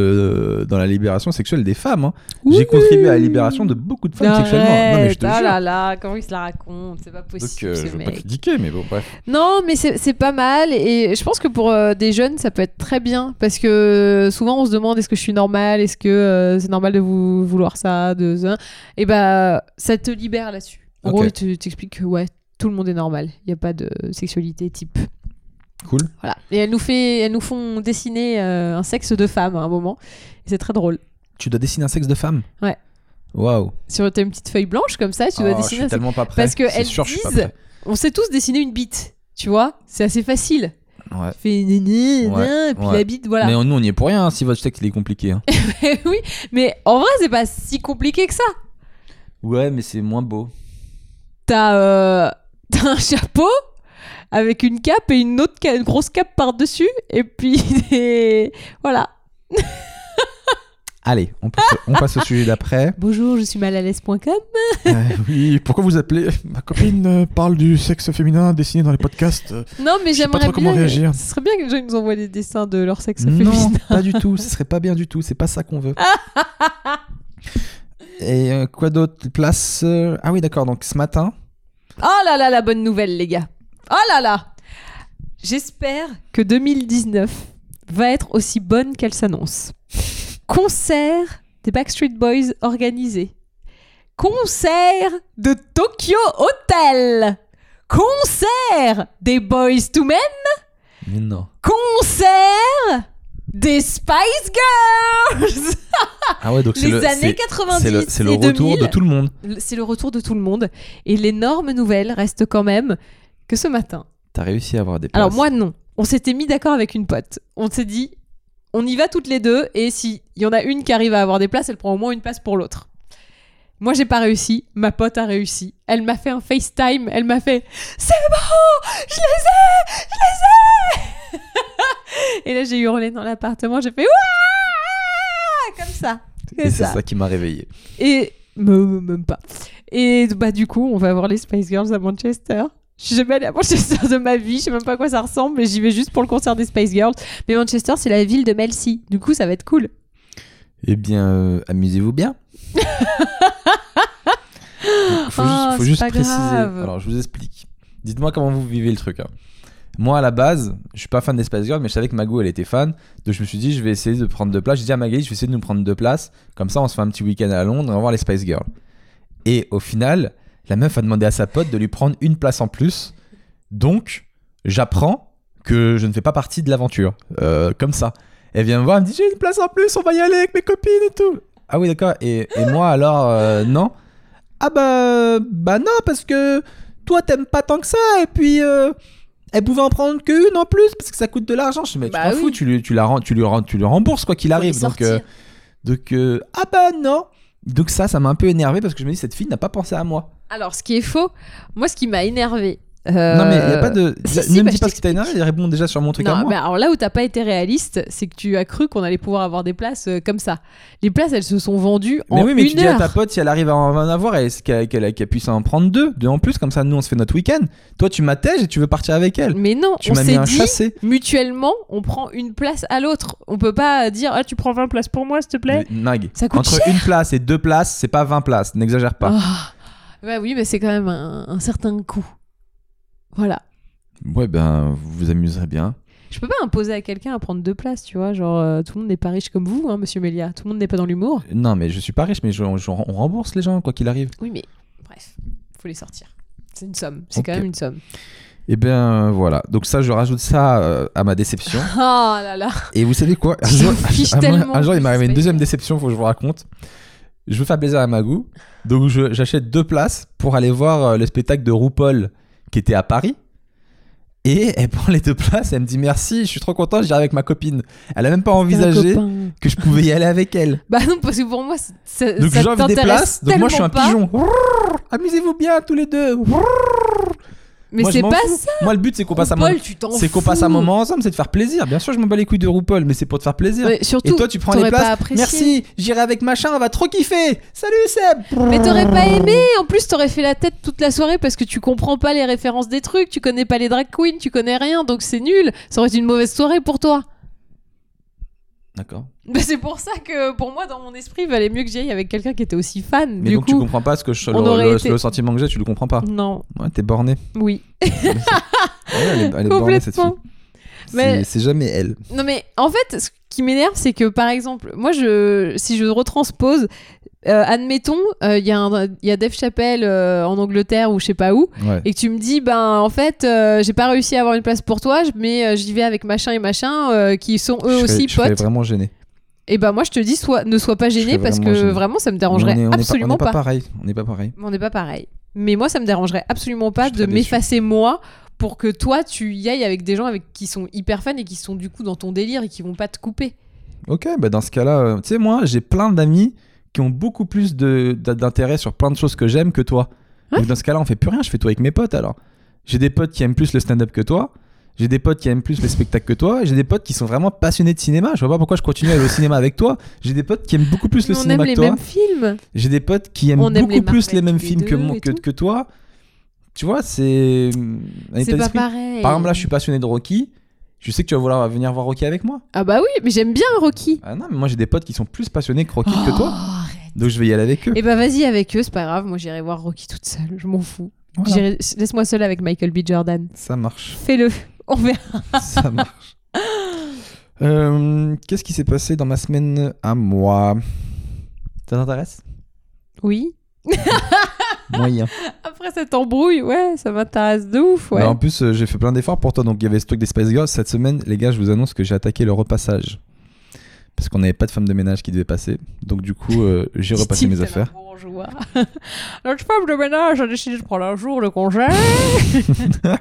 Speaker 1: euh, dans la libération sexuelle des femmes. hein. J'ai contribué à la libération de beaucoup de femmes sexuellement. Non mais je te
Speaker 2: Arrête, ah
Speaker 1: jure.
Speaker 2: là là, comment il se la raconte C'est pas
Speaker 1: Donc,
Speaker 2: possible.
Speaker 1: euh,
Speaker 2: ce
Speaker 1: je veux pas
Speaker 2: mec.
Speaker 1: critiquer, mais bon, bref.
Speaker 2: Non, mais c'est c'est pas mal. Et je pense que pour euh, des jeunes, ça peut être très bien. Parce que euh, souvent, on se demande est-ce que je suis normale Est-ce que euh, c'est normal de vou- vouloir ça de ça Et bah, ça te libère là-dessus. En
Speaker 1: Ok.
Speaker 2: gros, il te- t'explique que ouais, tout le monde est normal. Il n'y a pas de sexualité type.
Speaker 1: Cool.
Speaker 2: Voilà. Et elles nous, fait, elles nous font dessiner euh, un sexe de femme à un moment. Et c'est très drôle.
Speaker 1: Tu dois dessiner un sexe de femme
Speaker 2: Ouais.
Speaker 1: Waouh.
Speaker 2: Sur t'as une petite feuille blanche comme ça, tu dois
Speaker 1: Oh, je
Speaker 2: dessiner
Speaker 1: suis
Speaker 2: un
Speaker 1: tellement pas prêt.
Speaker 2: Parce que
Speaker 1: C'est
Speaker 2: elles
Speaker 1: sûr, je suis pas
Speaker 2: disent-
Speaker 1: prêt.
Speaker 2: On sait tous dessiner une bite, tu vois C'est assez facile.
Speaker 1: Ouais.
Speaker 2: Tu fais ni ni,
Speaker 1: Ouais,
Speaker 2: ni, puis
Speaker 1: ouais.
Speaker 2: la bite, voilà.
Speaker 1: Mais on- nous, on n'y est pour rien hein, si votre texte il est compliqué. hein.
Speaker 2: oui, mais en vrai, c'est pas si compliqué que ça.
Speaker 1: ouais, mais c'est moins beau.
Speaker 2: T'as euh, t'as un chapeau avec une cape et une autre ca- une grosse cape par-dessus. Et puis, des- voilà.
Speaker 1: Allez, on passe, on passe au sujet d'après.
Speaker 2: Bonjour, je suis mal à l'aise.com.
Speaker 1: Euh, oui, pourquoi vous appelez
Speaker 3: Ma copine euh, parle du sexe féminin dessiné dans les podcasts. euh,
Speaker 2: Non, mais
Speaker 3: Je sais pas
Speaker 2: j'aimerais
Speaker 3: trop comment
Speaker 2: bien.
Speaker 3: réagir.
Speaker 2: Ce serait bien que les gens nous envoient des dessins de leur sexe
Speaker 1: Non,
Speaker 2: féminin.
Speaker 1: pas du tout. Ce serait pas bien du tout. C'est pas ça qu'on veut. Et euh, quoi d'autre Place. euh, Ah oui, d'accord. Donc ce matin,
Speaker 2: Oh là là, la bonne nouvelle, les gars. Oh là là. J'espère que 2019 va être aussi bonne qu'elle s'annonce. Concert des Backstreet Boys organisé. Concert de Tokyo Hotel. Concert des Boys to Men.
Speaker 1: non.
Speaker 2: Concert des Spice Girls.
Speaker 1: Ah ouais, donc c'est
Speaker 2: Les
Speaker 1: le-
Speaker 2: années
Speaker 1: c'est-
Speaker 2: 90
Speaker 1: C'est le, c'est le
Speaker 2: et
Speaker 1: retour
Speaker 2: 2000.
Speaker 1: de tout le monde.
Speaker 2: C'est le retour de tout le monde. Et l'énorme nouvelle reste quand même que ce matin.
Speaker 1: T'as réussi à avoir des places.
Speaker 2: Alors moi non. On s'était mis d'accord avec une pote. On s'est dit, on y va toutes les deux et s'il y en a une qui arrive à avoir des places, elle prend au moins une place pour l'autre. Moi j'ai pas réussi, ma pote a réussi. Elle m'a fait un FaceTime, elle m'a fait C'est bon, je les ai, je les ai. et là j'ai hurlé dans l'appartement, j'ai fait Ouah comme ça.
Speaker 1: Et c'est ça qui m'a réveillé.
Speaker 2: Et me- même pas. Et bah du coup, on va voir les Spice Girls à Manchester. Je suis jamais allée à Manchester de ma vie, je sais même pas à quoi ça ressemble, mais j'y vais juste pour le concert des Spice Girls. Mais Manchester, c'est la ville de Mel C. Du coup, ça va être cool.
Speaker 1: Eh bien, euh, amusez-vous bien. Il faut
Speaker 2: Ah,
Speaker 1: juste, faut
Speaker 2: c'est
Speaker 1: juste
Speaker 2: pas
Speaker 1: préciser.
Speaker 2: grave.
Speaker 1: Alors, je vous explique. Dites-moi comment vous vivez le truc. hein. Moi, à la base, je suis pas fan d'Espace Girl, mais je savais que Magou, elle était fan. Donc, je me suis dit, je vais essayer de prendre deux places. J'ai dit à Magali, je vais essayer de nous prendre deux places. Comme ça, on se fait un petit week-end à Londres et on va voir les Spice Girls. Et au final, la meuf a demandé à sa pote de lui prendre une place en plus. Donc, j'apprends que je ne fais pas partie de l'aventure. Euh, comme ça. Elle vient me voir, elle me dit j'ai une place en plus, on va y aller avec mes copines et tout. Ah oui, d'accord. Et, et moi alors, euh, non Ah bah, bah non, parce que toi t'aimes pas tant que ça, et puis euh, elle pouvait en prendre qu'une en plus, parce que ça coûte de l'argent. Je dis, mais tu
Speaker 2: Bah
Speaker 1: t'en
Speaker 2: oui.
Speaker 1: fous, tu, lui, tu, la, rends- tu, lui, rends- tu lui rembourses quoi qu'il arrive. Donc, euh, donc euh, ah bah non. Donc ça, ça m'a un peu énervé parce que je me dis cette fille n'a pas pensé à moi.
Speaker 2: Alors, ce qui est faux, moi, ce qui m'a euh, énervé.
Speaker 1: Non mais il y a pas de.
Speaker 2: si,
Speaker 1: ne
Speaker 2: si,
Speaker 1: me
Speaker 2: bah,
Speaker 1: dis
Speaker 2: je
Speaker 1: pas ce qui t'a énervé, réponds déjà sur mon truc à
Speaker 2: Non, bah,
Speaker 1: moi.
Speaker 2: mais alors là où t'as pas été réaliste, c'est que tu as cru qu'on allait pouvoir avoir des places euh, comme ça. Les places, elles se sont vendues
Speaker 1: Mais
Speaker 2: en
Speaker 1: oui, mais
Speaker 2: une
Speaker 1: tu dis à
Speaker 2: heure.
Speaker 1: ta pote si elle arrive à en en avoir, elle- qu'elle qu'elle- qu'elle puisse en prendre deux, deux en plus, comme ça nous on se fait notre week-end. Toi tu m'attèges et tu veux partir avec elle.
Speaker 2: Mais non,
Speaker 1: Tu
Speaker 2: on
Speaker 1: m'as mis
Speaker 2: s'est
Speaker 1: un
Speaker 2: dit,
Speaker 1: chassé.
Speaker 2: mutuellement, on prend une place à l'autre. On peut pas dire ah tu prends 20 places pour moi s'il te plaît.
Speaker 1: Nag.
Speaker 2: Ça coûte
Speaker 1: Entre une place et deux places, c'est pas 20 places, n'exagère pas.
Speaker 2: Ah. Bah oui, mais c'est quand même un, un certain coût. Voilà. Ah.
Speaker 1: Ouais, ben vous vous amuserez bien.
Speaker 2: Je peux pas imposer à quelqu'un à prendre deux places, tu vois. Genre euh, tout le monde n'est pas riche comme vous, hein, Monsieur Melia. Tout le monde n'est pas dans l'humour.
Speaker 1: Non, mais je suis pas riche, mais je- je- on rembourse les gens quoi qu'il arrive.
Speaker 2: Oui, mais bref, faut les sortir. C'est une somme. C'est
Speaker 1: Ok.
Speaker 2: quand même une somme.
Speaker 1: Et bien Eh ben, voilà, donc ça je rajoute ça euh, à ma déception.
Speaker 2: Oh là là.
Speaker 1: Et vous savez quoi Un
Speaker 2: Je
Speaker 1: jour,
Speaker 2: me fiche
Speaker 1: un- un-
Speaker 2: tellement
Speaker 1: un jour, il
Speaker 2: de
Speaker 1: m'est arrivé
Speaker 2: Space
Speaker 1: une deuxième
Speaker 2: Jam.
Speaker 1: déception, faut que je vous raconte. Je veux faire plaisir à Magou, donc je- j'achète deux places pour aller voir euh, le spectacle de RuPaul qui était à Paris. Et elle prend les deux places, elle me dit merci, je suis trop content, j'irai avec ma copine. Elle a même pas
Speaker 2: Un
Speaker 1: envisagé
Speaker 2: copain.
Speaker 1: que je pouvais y aller avec elle.
Speaker 2: Bah non, parce que pour moi, c'est- ça,
Speaker 1: Donc
Speaker 2: ça
Speaker 1: j'offre des
Speaker 2: t'intéresse
Speaker 1: places, donc moi je suis un
Speaker 2: tellement pas.
Speaker 1: pigeon. Rrrr, Amusez-vous bien tous les deux. Rrrr.
Speaker 2: Mais
Speaker 1: Moi, je
Speaker 2: c'est
Speaker 1: m'en
Speaker 2: pas
Speaker 1: fous.
Speaker 2: ça.
Speaker 1: Moi le but c'est qu'on passe un
Speaker 2: Paul,
Speaker 1: moment,
Speaker 2: tu t'en
Speaker 1: c'est qu'on
Speaker 2: fous.
Speaker 1: passe un moment ensemble, c'est de faire plaisir. Bien sûr, je me bats les couilles de RuPaul, mais c'est pour te faire plaisir.
Speaker 2: Ouais, surtout,
Speaker 1: Et toi, tu prends les
Speaker 2: t'aurais pas
Speaker 1: places.
Speaker 2: apprécié.
Speaker 1: Merci, j'irai avec machin, on va trop kiffer. Salut Seb.
Speaker 2: Mais t'aurais pas aimé En plus, t'aurais fait la tête toute la soirée parce que tu comprends pas les références des trucs, tu connais pas les drag queens, tu connais rien, donc c'est nul. Ça aurait été une mauvaise soirée pour toi.
Speaker 1: D'accord.
Speaker 2: Bah, c'est pour ça que pour moi, dans mon esprit, il valait mieux que j'y aille avec quelqu'un qui était aussi fan.
Speaker 1: Mais
Speaker 2: du
Speaker 1: donc tu
Speaker 2: coup,
Speaker 1: comprends pas ce que je,
Speaker 2: on
Speaker 1: le,
Speaker 2: aurait
Speaker 1: le-
Speaker 2: été- Mm.
Speaker 1: le sentiment que j'ai, tu le comprends pas.
Speaker 2: non,
Speaker 1: Ouais, t'es borné.
Speaker 2: oui,
Speaker 1: Ouais, elle est, elle est bornée cette fille.
Speaker 2: complètement. Mais-
Speaker 1: C'est- C'est jamais elle.
Speaker 2: Non mais en fait, ce qui m'énerve, c'est que par exemple, moi, je, si je retranspose, euh, admettons, euh, il y, a un- il y a Dave Chappelle euh, en Angleterre ou je sais pas où,
Speaker 1: Ouais.
Speaker 2: et que tu me dis ben en fait euh, j'ai pas réussi à avoir une place pour toi mais euh, j'y vais avec machin et machin euh, qui sont eux
Speaker 1: je
Speaker 2: aussi
Speaker 1: serais, je serais
Speaker 2: potes
Speaker 1: vraiment gêné.
Speaker 2: et ben moi je te dis soit ne sois pas
Speaker 1: serais
Speaker 2: gêné parce que
Speaker 1: vraiment gêné.
Speaker 2: vraiment ça me
Speaker 1: On
Speaker 2: dérangerait
Speaker 1: est- on est pas-
Speaker 2: absolument
Speaker 1: on est pas,
Speaker 2: pas,
Speaker 1: pareil. On n'est pas pareil.
Speaker 2: Mais on n'est pas pareil mais moi ça me dérangerait absolument pas
Speaker 1: Je suis
Speaker 2: de
Speaker 1: très déçu.
Speaker 2: m'effacer moi pour que toi tu y ailles avec des gens avec qui sont hyper fans et qui sont du coup dans ton délire et qui vont pas te couper
Speaker 1: Ok, bah dans ce cas-là, euh, tu sais, moi, j'ai plein d'amis qui ont beaucoup plus de- d'intérêt sur plein de choses que j'aime que toi. Donc dans ce cas-là, on fait plus rien. Je fais tout avec mes potes alors. J'ai des potes qui aiment plus le stand-up que toi. J'ai des potes qui aiment plus les spectacles que toi. J'ai des potes qui sont vraiment passionnés de cinéma. Je vois pas pourquoi je continue à aller au cinéma avec toi. J'ai des potes qui aiment beaucoup plus le
Speaker 2: on aime
Speaker 1: cinéma que
Speaker 2: les
Speaker 1: toi.
Speaker 2: mêmes films.
Speaker 1: J'ai des potes qui aiment
Speaker 2: On aime
Speaker 1: beaucoup
Speaker 2: les
Speaker 1: plus les
Speaker 2: Marvel
Speaker 1: mêmes
Speaker 2: tous les
Speaker 1: films que,
Speaker 2: deux
Speaker 1: mon-
Speaker 2: et
Speaker 1: que,
Speaker 2: tout.
Speaker 1: que toi. Tu vois, c'est. un état
Speaker 2: C'est pas
Speaker 1: d'esprit.
Speaker 2: pareil.
Speaker 1: Par exemple, là, je suis passionné de Rocky. Je sais que tu vas vouloir venir voir Rocky avec moi.
Speaker 2: Ah bah oui, mais j'aime bien Rocky.
Speaker 1: Ah non, mais moi j'ai des potes qui sont plus passionnés que Rocky que
Speaker 2: Oh,
Speaker 1: toi.
Speaker 2: arrête.
Speaker 1: Donc je vais y aller avec eux.
Speaker 2: Eh bah vas-y avec eux, c'est pas grave. Moi j'irai voir Rocky toute seule. Je m'en fous.
Speaker 1: Voilà.
Speaker 2: J'irai- Laisse-moi seule avec Michael B. Jordan.
Speaker 1: Ça marche.
Speaker 2: Fais-le. On verra.
Speaker 1: Ça marche. Euh, Qu'est-ce qui s'est passé dans ma semaine à moi Ça t'intéresse
Speaker 2: Oui.
Speaker 1: Moyen.
Speaker 2: Après cette embrouille, ouais, ça m'intéresse de ouf. Ouais.
Speaker 1: Mais en plus, euh, j'ai fait plein d'efforts pour toi. Donc, il y avait ce truc des Spice Girls. Cette semaine, les gars, je vous annonce que j'ai attaqué le repassage. Parce qu'on n'avait pas de femme de ménage qui devait passer. Donc, du coup, euh, j'ai
Speaker 2: Petit
Speaker 1: repassé
Speaker 2: type,
Speaker 1: mes
Speaker 2: c'est
Speaker 1: affaires.
Speaker 2: la bourgeoise. Notre femme de ménage a décidé de prendre un jour de congé.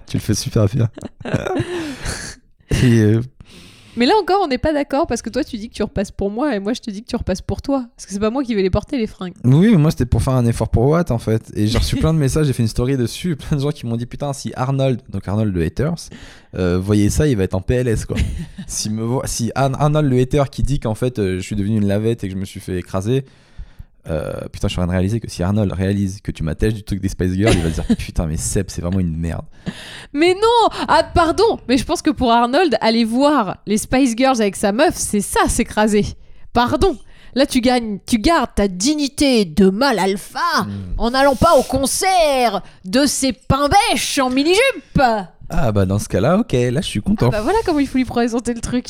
Speaker 1: tu le fais super bien. Et euh,
Speaker 2: Mais là encore, on n'est pas d'accord parce que toi, tu dis que tu repasses pour moi et moi, je te dis que tu repasses pour toi. Parce que c'est pas moi qui vais les porter, les fringues.
Speaker 1: oui, mais moi, c'était pour faire un effort pour Watt, en fait. Et j'ai reçu plein de messages, j'ai fait une story dessus. Plein de gens qui m'ont dit Putain, si Arnold, donc Arnold le haters, euh, voyez ça, il va être en PLS, quoi. si me voit, si Ar- Arnold le hater qui dit qu'en fait, euh, je suis devenu une lavette et que je me suis fait écraser. euh, putain, je suis en train de réaliser que si Arnold réalise que tu m'attaches du truc des Spice Girls, il va dire putain, mais Seb, c'est vraiment une merde.
Speaker 2: Mais non Ah, pardon Mais je pense que pour Arnold, aller voir les Spice Girls avec sa meuf, c'est ça, s'écraser. Pardon Là, tu gagnes, tu gardes ta dignité de mâle alpha
Speaker 1: Mm.
Speaker 2: en n'allant pas au concert de ces pains-bêches en mini-jupe
Speaker 1: Ah bah dans ce cas-là, ok, là je suis content.
Speaker 2: Bah voilà comment il faut lui présenter le truc.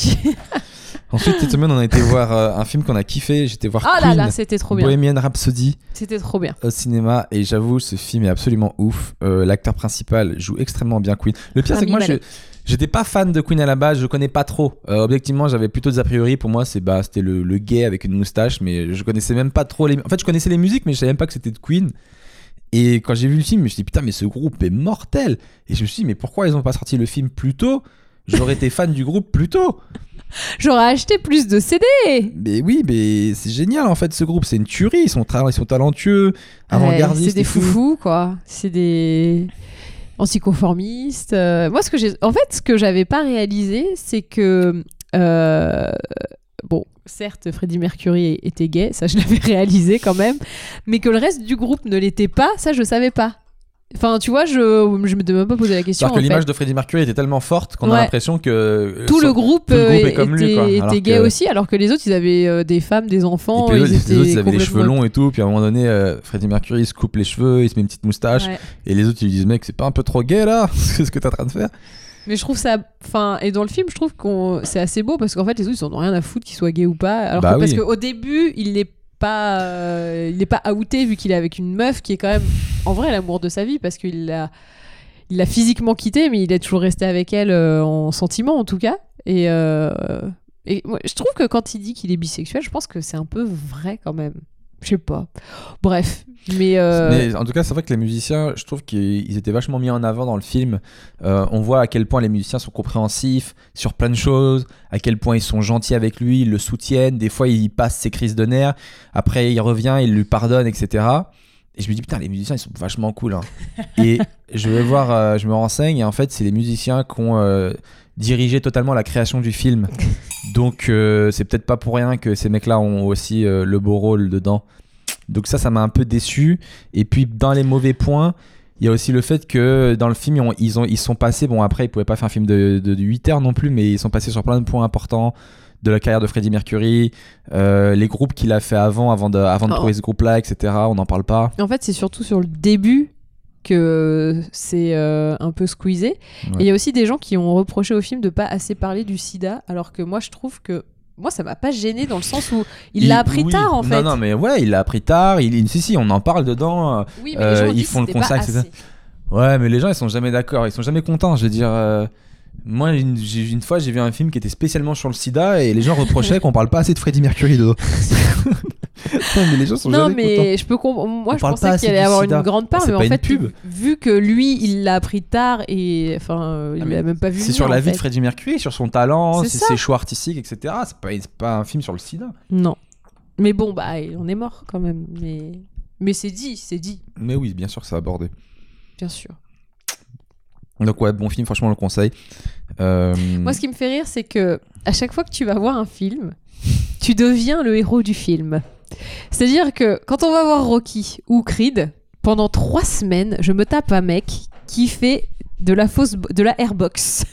Speaker 1: Ensuite, cette semaine, on a été voir euh, un film qu'on a kiffé. J'étais voir
Speaker 2: Ah là
Speaker 1: Queen,
Speaker 2: là, c'était trop bien.
Speaker 1: Bohemian Rhapsody
Speaker 2: C'était trop bien.
Speaker 1: au cinéma. Et j'avoue, ce film est absolument ouf. Euh, L'acteur principal joue extrêmement bien Queen. Le pire, c'est que
Speaker 2: Rami
Speaker 1: moi, je-
Speaker 2: Malek.
Speaker 1: j'étais pas fan de Queen à la base. Je connais pas trop. Euh, objectivement, j'avais plutôt des a priori. Pour moi, c'est bah, c'était le, le gay avec une moustache, mais je connaissais même pas trop les. En fait, je connaissais les musiques, mais je savais même pas que c'était de Queen. Et quand j'ai vu le film, je me suis dit putain, mais ce groupe est mortel. Et je me suis dit, mais pourquoi ils ont pas sorti le film plus tôt J'aurais été fan du groupe plus tôt.
Speaker 2: J'aurais acheté plus de CD.
Speaker 1: Mais oui, mais c'est génial en fait ce groupe, c'est une tuerie, ils sont, tra- ils sont talentueux,
Speaker 2: Ouais,
Speaker 1: avant-gardistes.
Speaker 2: c'est des
Speaker 1: et tout.
Speaker 2: foufous, quoi. C'est des anticonformistes. Euh, moi, ce que j'ai, en fait, ce que j'avais pas réalisé, c'est que euh, bon, certes, Freddie Mercury était gay, ça je l'avais réalisé quand même, mais que le reste du groupe ne l'était pas, ça je savais pas. Enfin, tu vois, je je me devais même pas poser la question.
Speaker 1: Alors que
Speaker 2: en fait.
Speaker 1: l'image de Freddie Mercury était tellement forte qu'on
Speaker 2: Ouais.
Speaker 1: a l'impression que
Speaker 2: tout le groupe,
Speaker 1: tout le groupe
Speaker 2: euh,
Speaker 1: est comme lui,
Speaker 2: était,
Speaker 1: quoi, alors
Speaker 2: était gay
Speaker 1: que-
Speaker 2: aussi, alors que les autres, ils avaient euh, des femmes, des enfants.
Speaker 1: Et puis,
Speaker 2: ils
Speaker 1: eux, les,
Speaker 2: étaient
Speaker 1: autres, ils avaient les cheveux
Speaker 2: complètement-
Speaker 1: longs et tout. Puis à un moment donné, euh, Freddie Mercury il se coupe les cheveux, il se met une petite moustache.
Speaker 2: Ouais.
Speaker 1: Et les autres, ils disent Mec, c'est pas un peu trop gay là C'est ce que t'es en train de faire
Speaker 2: Mais je trouve ça. Enfin, et dans le film, je trouve qu'on c'est assez beau parce qu'en fait, les autres, ils en ont rien à foutre qu'il soit gay ou pas. Alors
Speaker 1: Bah
Speaker 2: que, parce
Speaker 1: oui.
Speaker 2: qu'au début, il n'est pas, euh, il n'est pas outé vu qu'il est avec une meuf qui est quand même, en vrai, l'amour de sa vie parce qu'il l'a, il l'a physiquement quitté, mais il est toujours resté avec elle euh, en sentiment en tout cas. Et, euh, et moi, je trouve que quand il dit qu'il est bisexuel, je pense que c'est un peu vrai quand même. Je sais pas. Bref, mais. euh,
Speaker 1: Mais en tout cas, c'est vrai que les musiciens, je trouve qu'ils étaient vachement mis en avant dans le film. Euh, on voit à quel point les musiciens sont compréhensifs sur plein de choses, à quel point ils sont gentils avec lui, ils le soutiennent. Des fois, il passe ses crises de nerfs. Après, il revient, il lui pardonne, etc. Et je me dis, putain, les musiciens, ils sont vachement cool. hein. et je vais voir, euh, je me renseigne, et en fait, c'est les musiciens qui ont euh, dirigé totalement la création du film. Donc, euh, c'est peut-être pas pour rien que ces mecs-là ont aussi euh, le beau rôle dedans. Donc, ça, ça m'a un peu déçu. Et puis, dans les mauvais points, il y a aussi le fait que dans le film, ils, ont, ils, ont- ils sont passés. Bon, après, ils pouvaient pas faire un film de, de, de 8 heures non plus, mais ils sont passés sur plein de points importants de la carrière de Freddie Mercury, euh, les groupes qu'il a fait avant, avant de, avant de
Speaker 2: Oh.
Speaker 1: trouver ce groupe-là, etc. On n'en parle pas.
Speaker 2: En fait, c'est surtout sur le début que c'est euh, un peu squeezé.
Speaker 1: Ouais.
Speaker 2: Et il y a aussi des gens qui ont reproché au film de pas assez parler du sida, alors que moi, je trouve que moi, ça m'a pas gêné dans le sens où il l'a appris
Speaker 1: oui.
Speaker 2: tard, en fait.
Speaker 1: Non, non, mais ouais, il l'a appris tard. Il, il- si, si, on en parle dedans. euh,
Speaker 2: oui,
Speaker 1: mais les gens euh, ont ils dit que font le c'était pas constat, assez. etc. Ouais, mais les gens, ils sont jamais d'accord. Ils sont jamais contents. Je veux dire, euh, moi, une, j'ai- une fois, j'ai vu un film qui était spécialement sur le sida et les gens reprochaient qu'on parle pas assez de Freddie Mercury dedans. non, mais les gens sont
Speaker 2: Non,
Speaker 1: jamais contents.
Speaker 2: mais je peux comprendre. Moi,
Speaker 1: On
Speaker 2: je
Speaker 1: parle
Speaker 2: pensais
Speaker 1: pas assez
Speaker 2: qu'il allait
Speaker 1: du
Speaker 2: avoir
Speaker 1: sida.
Speaker 2: une grande part,
Speaker 1: C'est
Speaker 2: mais en
Speaker 1: pas une
Speaker 2: fait,
Speaker 1: pub.
Speaker 2: vu que lui, il l'a appris tard et enfin, euh,
Speaker 1: Ah,
Speaker 2: il
Speaker 1: mais
Speaker 2: l'a même pas vu.
Speaker 1: C'est
Speaker 2: venir,
Speaker 1: sur la
Speaker 2: en
Speaker 1: vie de
Speaker 2: fait.
Speaker 1: Freddie Mercury, sur son talent,
Speaker 2: C'est
Speaker 1: c'est
Speaker 2: ça.
Speaker 1: ses choix artistiques, etc. C'est pas, c'est pas un film sur le sida.
Speaker 2: Non. Mais bon, bah, on est mort quand même. Mais Mais c'est dit, c'est dit,
Speaker 1: Mais oui, bien sûr que ça a abordé.
Speaker 2: bien sûr.
Speaker 1: Donc ouais, bon film, franchement, on le conseille. Euh,
Speaker 2: Moi, ce qui me fait rire, c'est que à chaque fois que tu vas voir un film, tu deviens le héros du film. C'est-à-dire que quand on va voir Rocky ou Creed, pendant trois semaines, je me tape un mec qui fait de la fausse, bo- de la airbox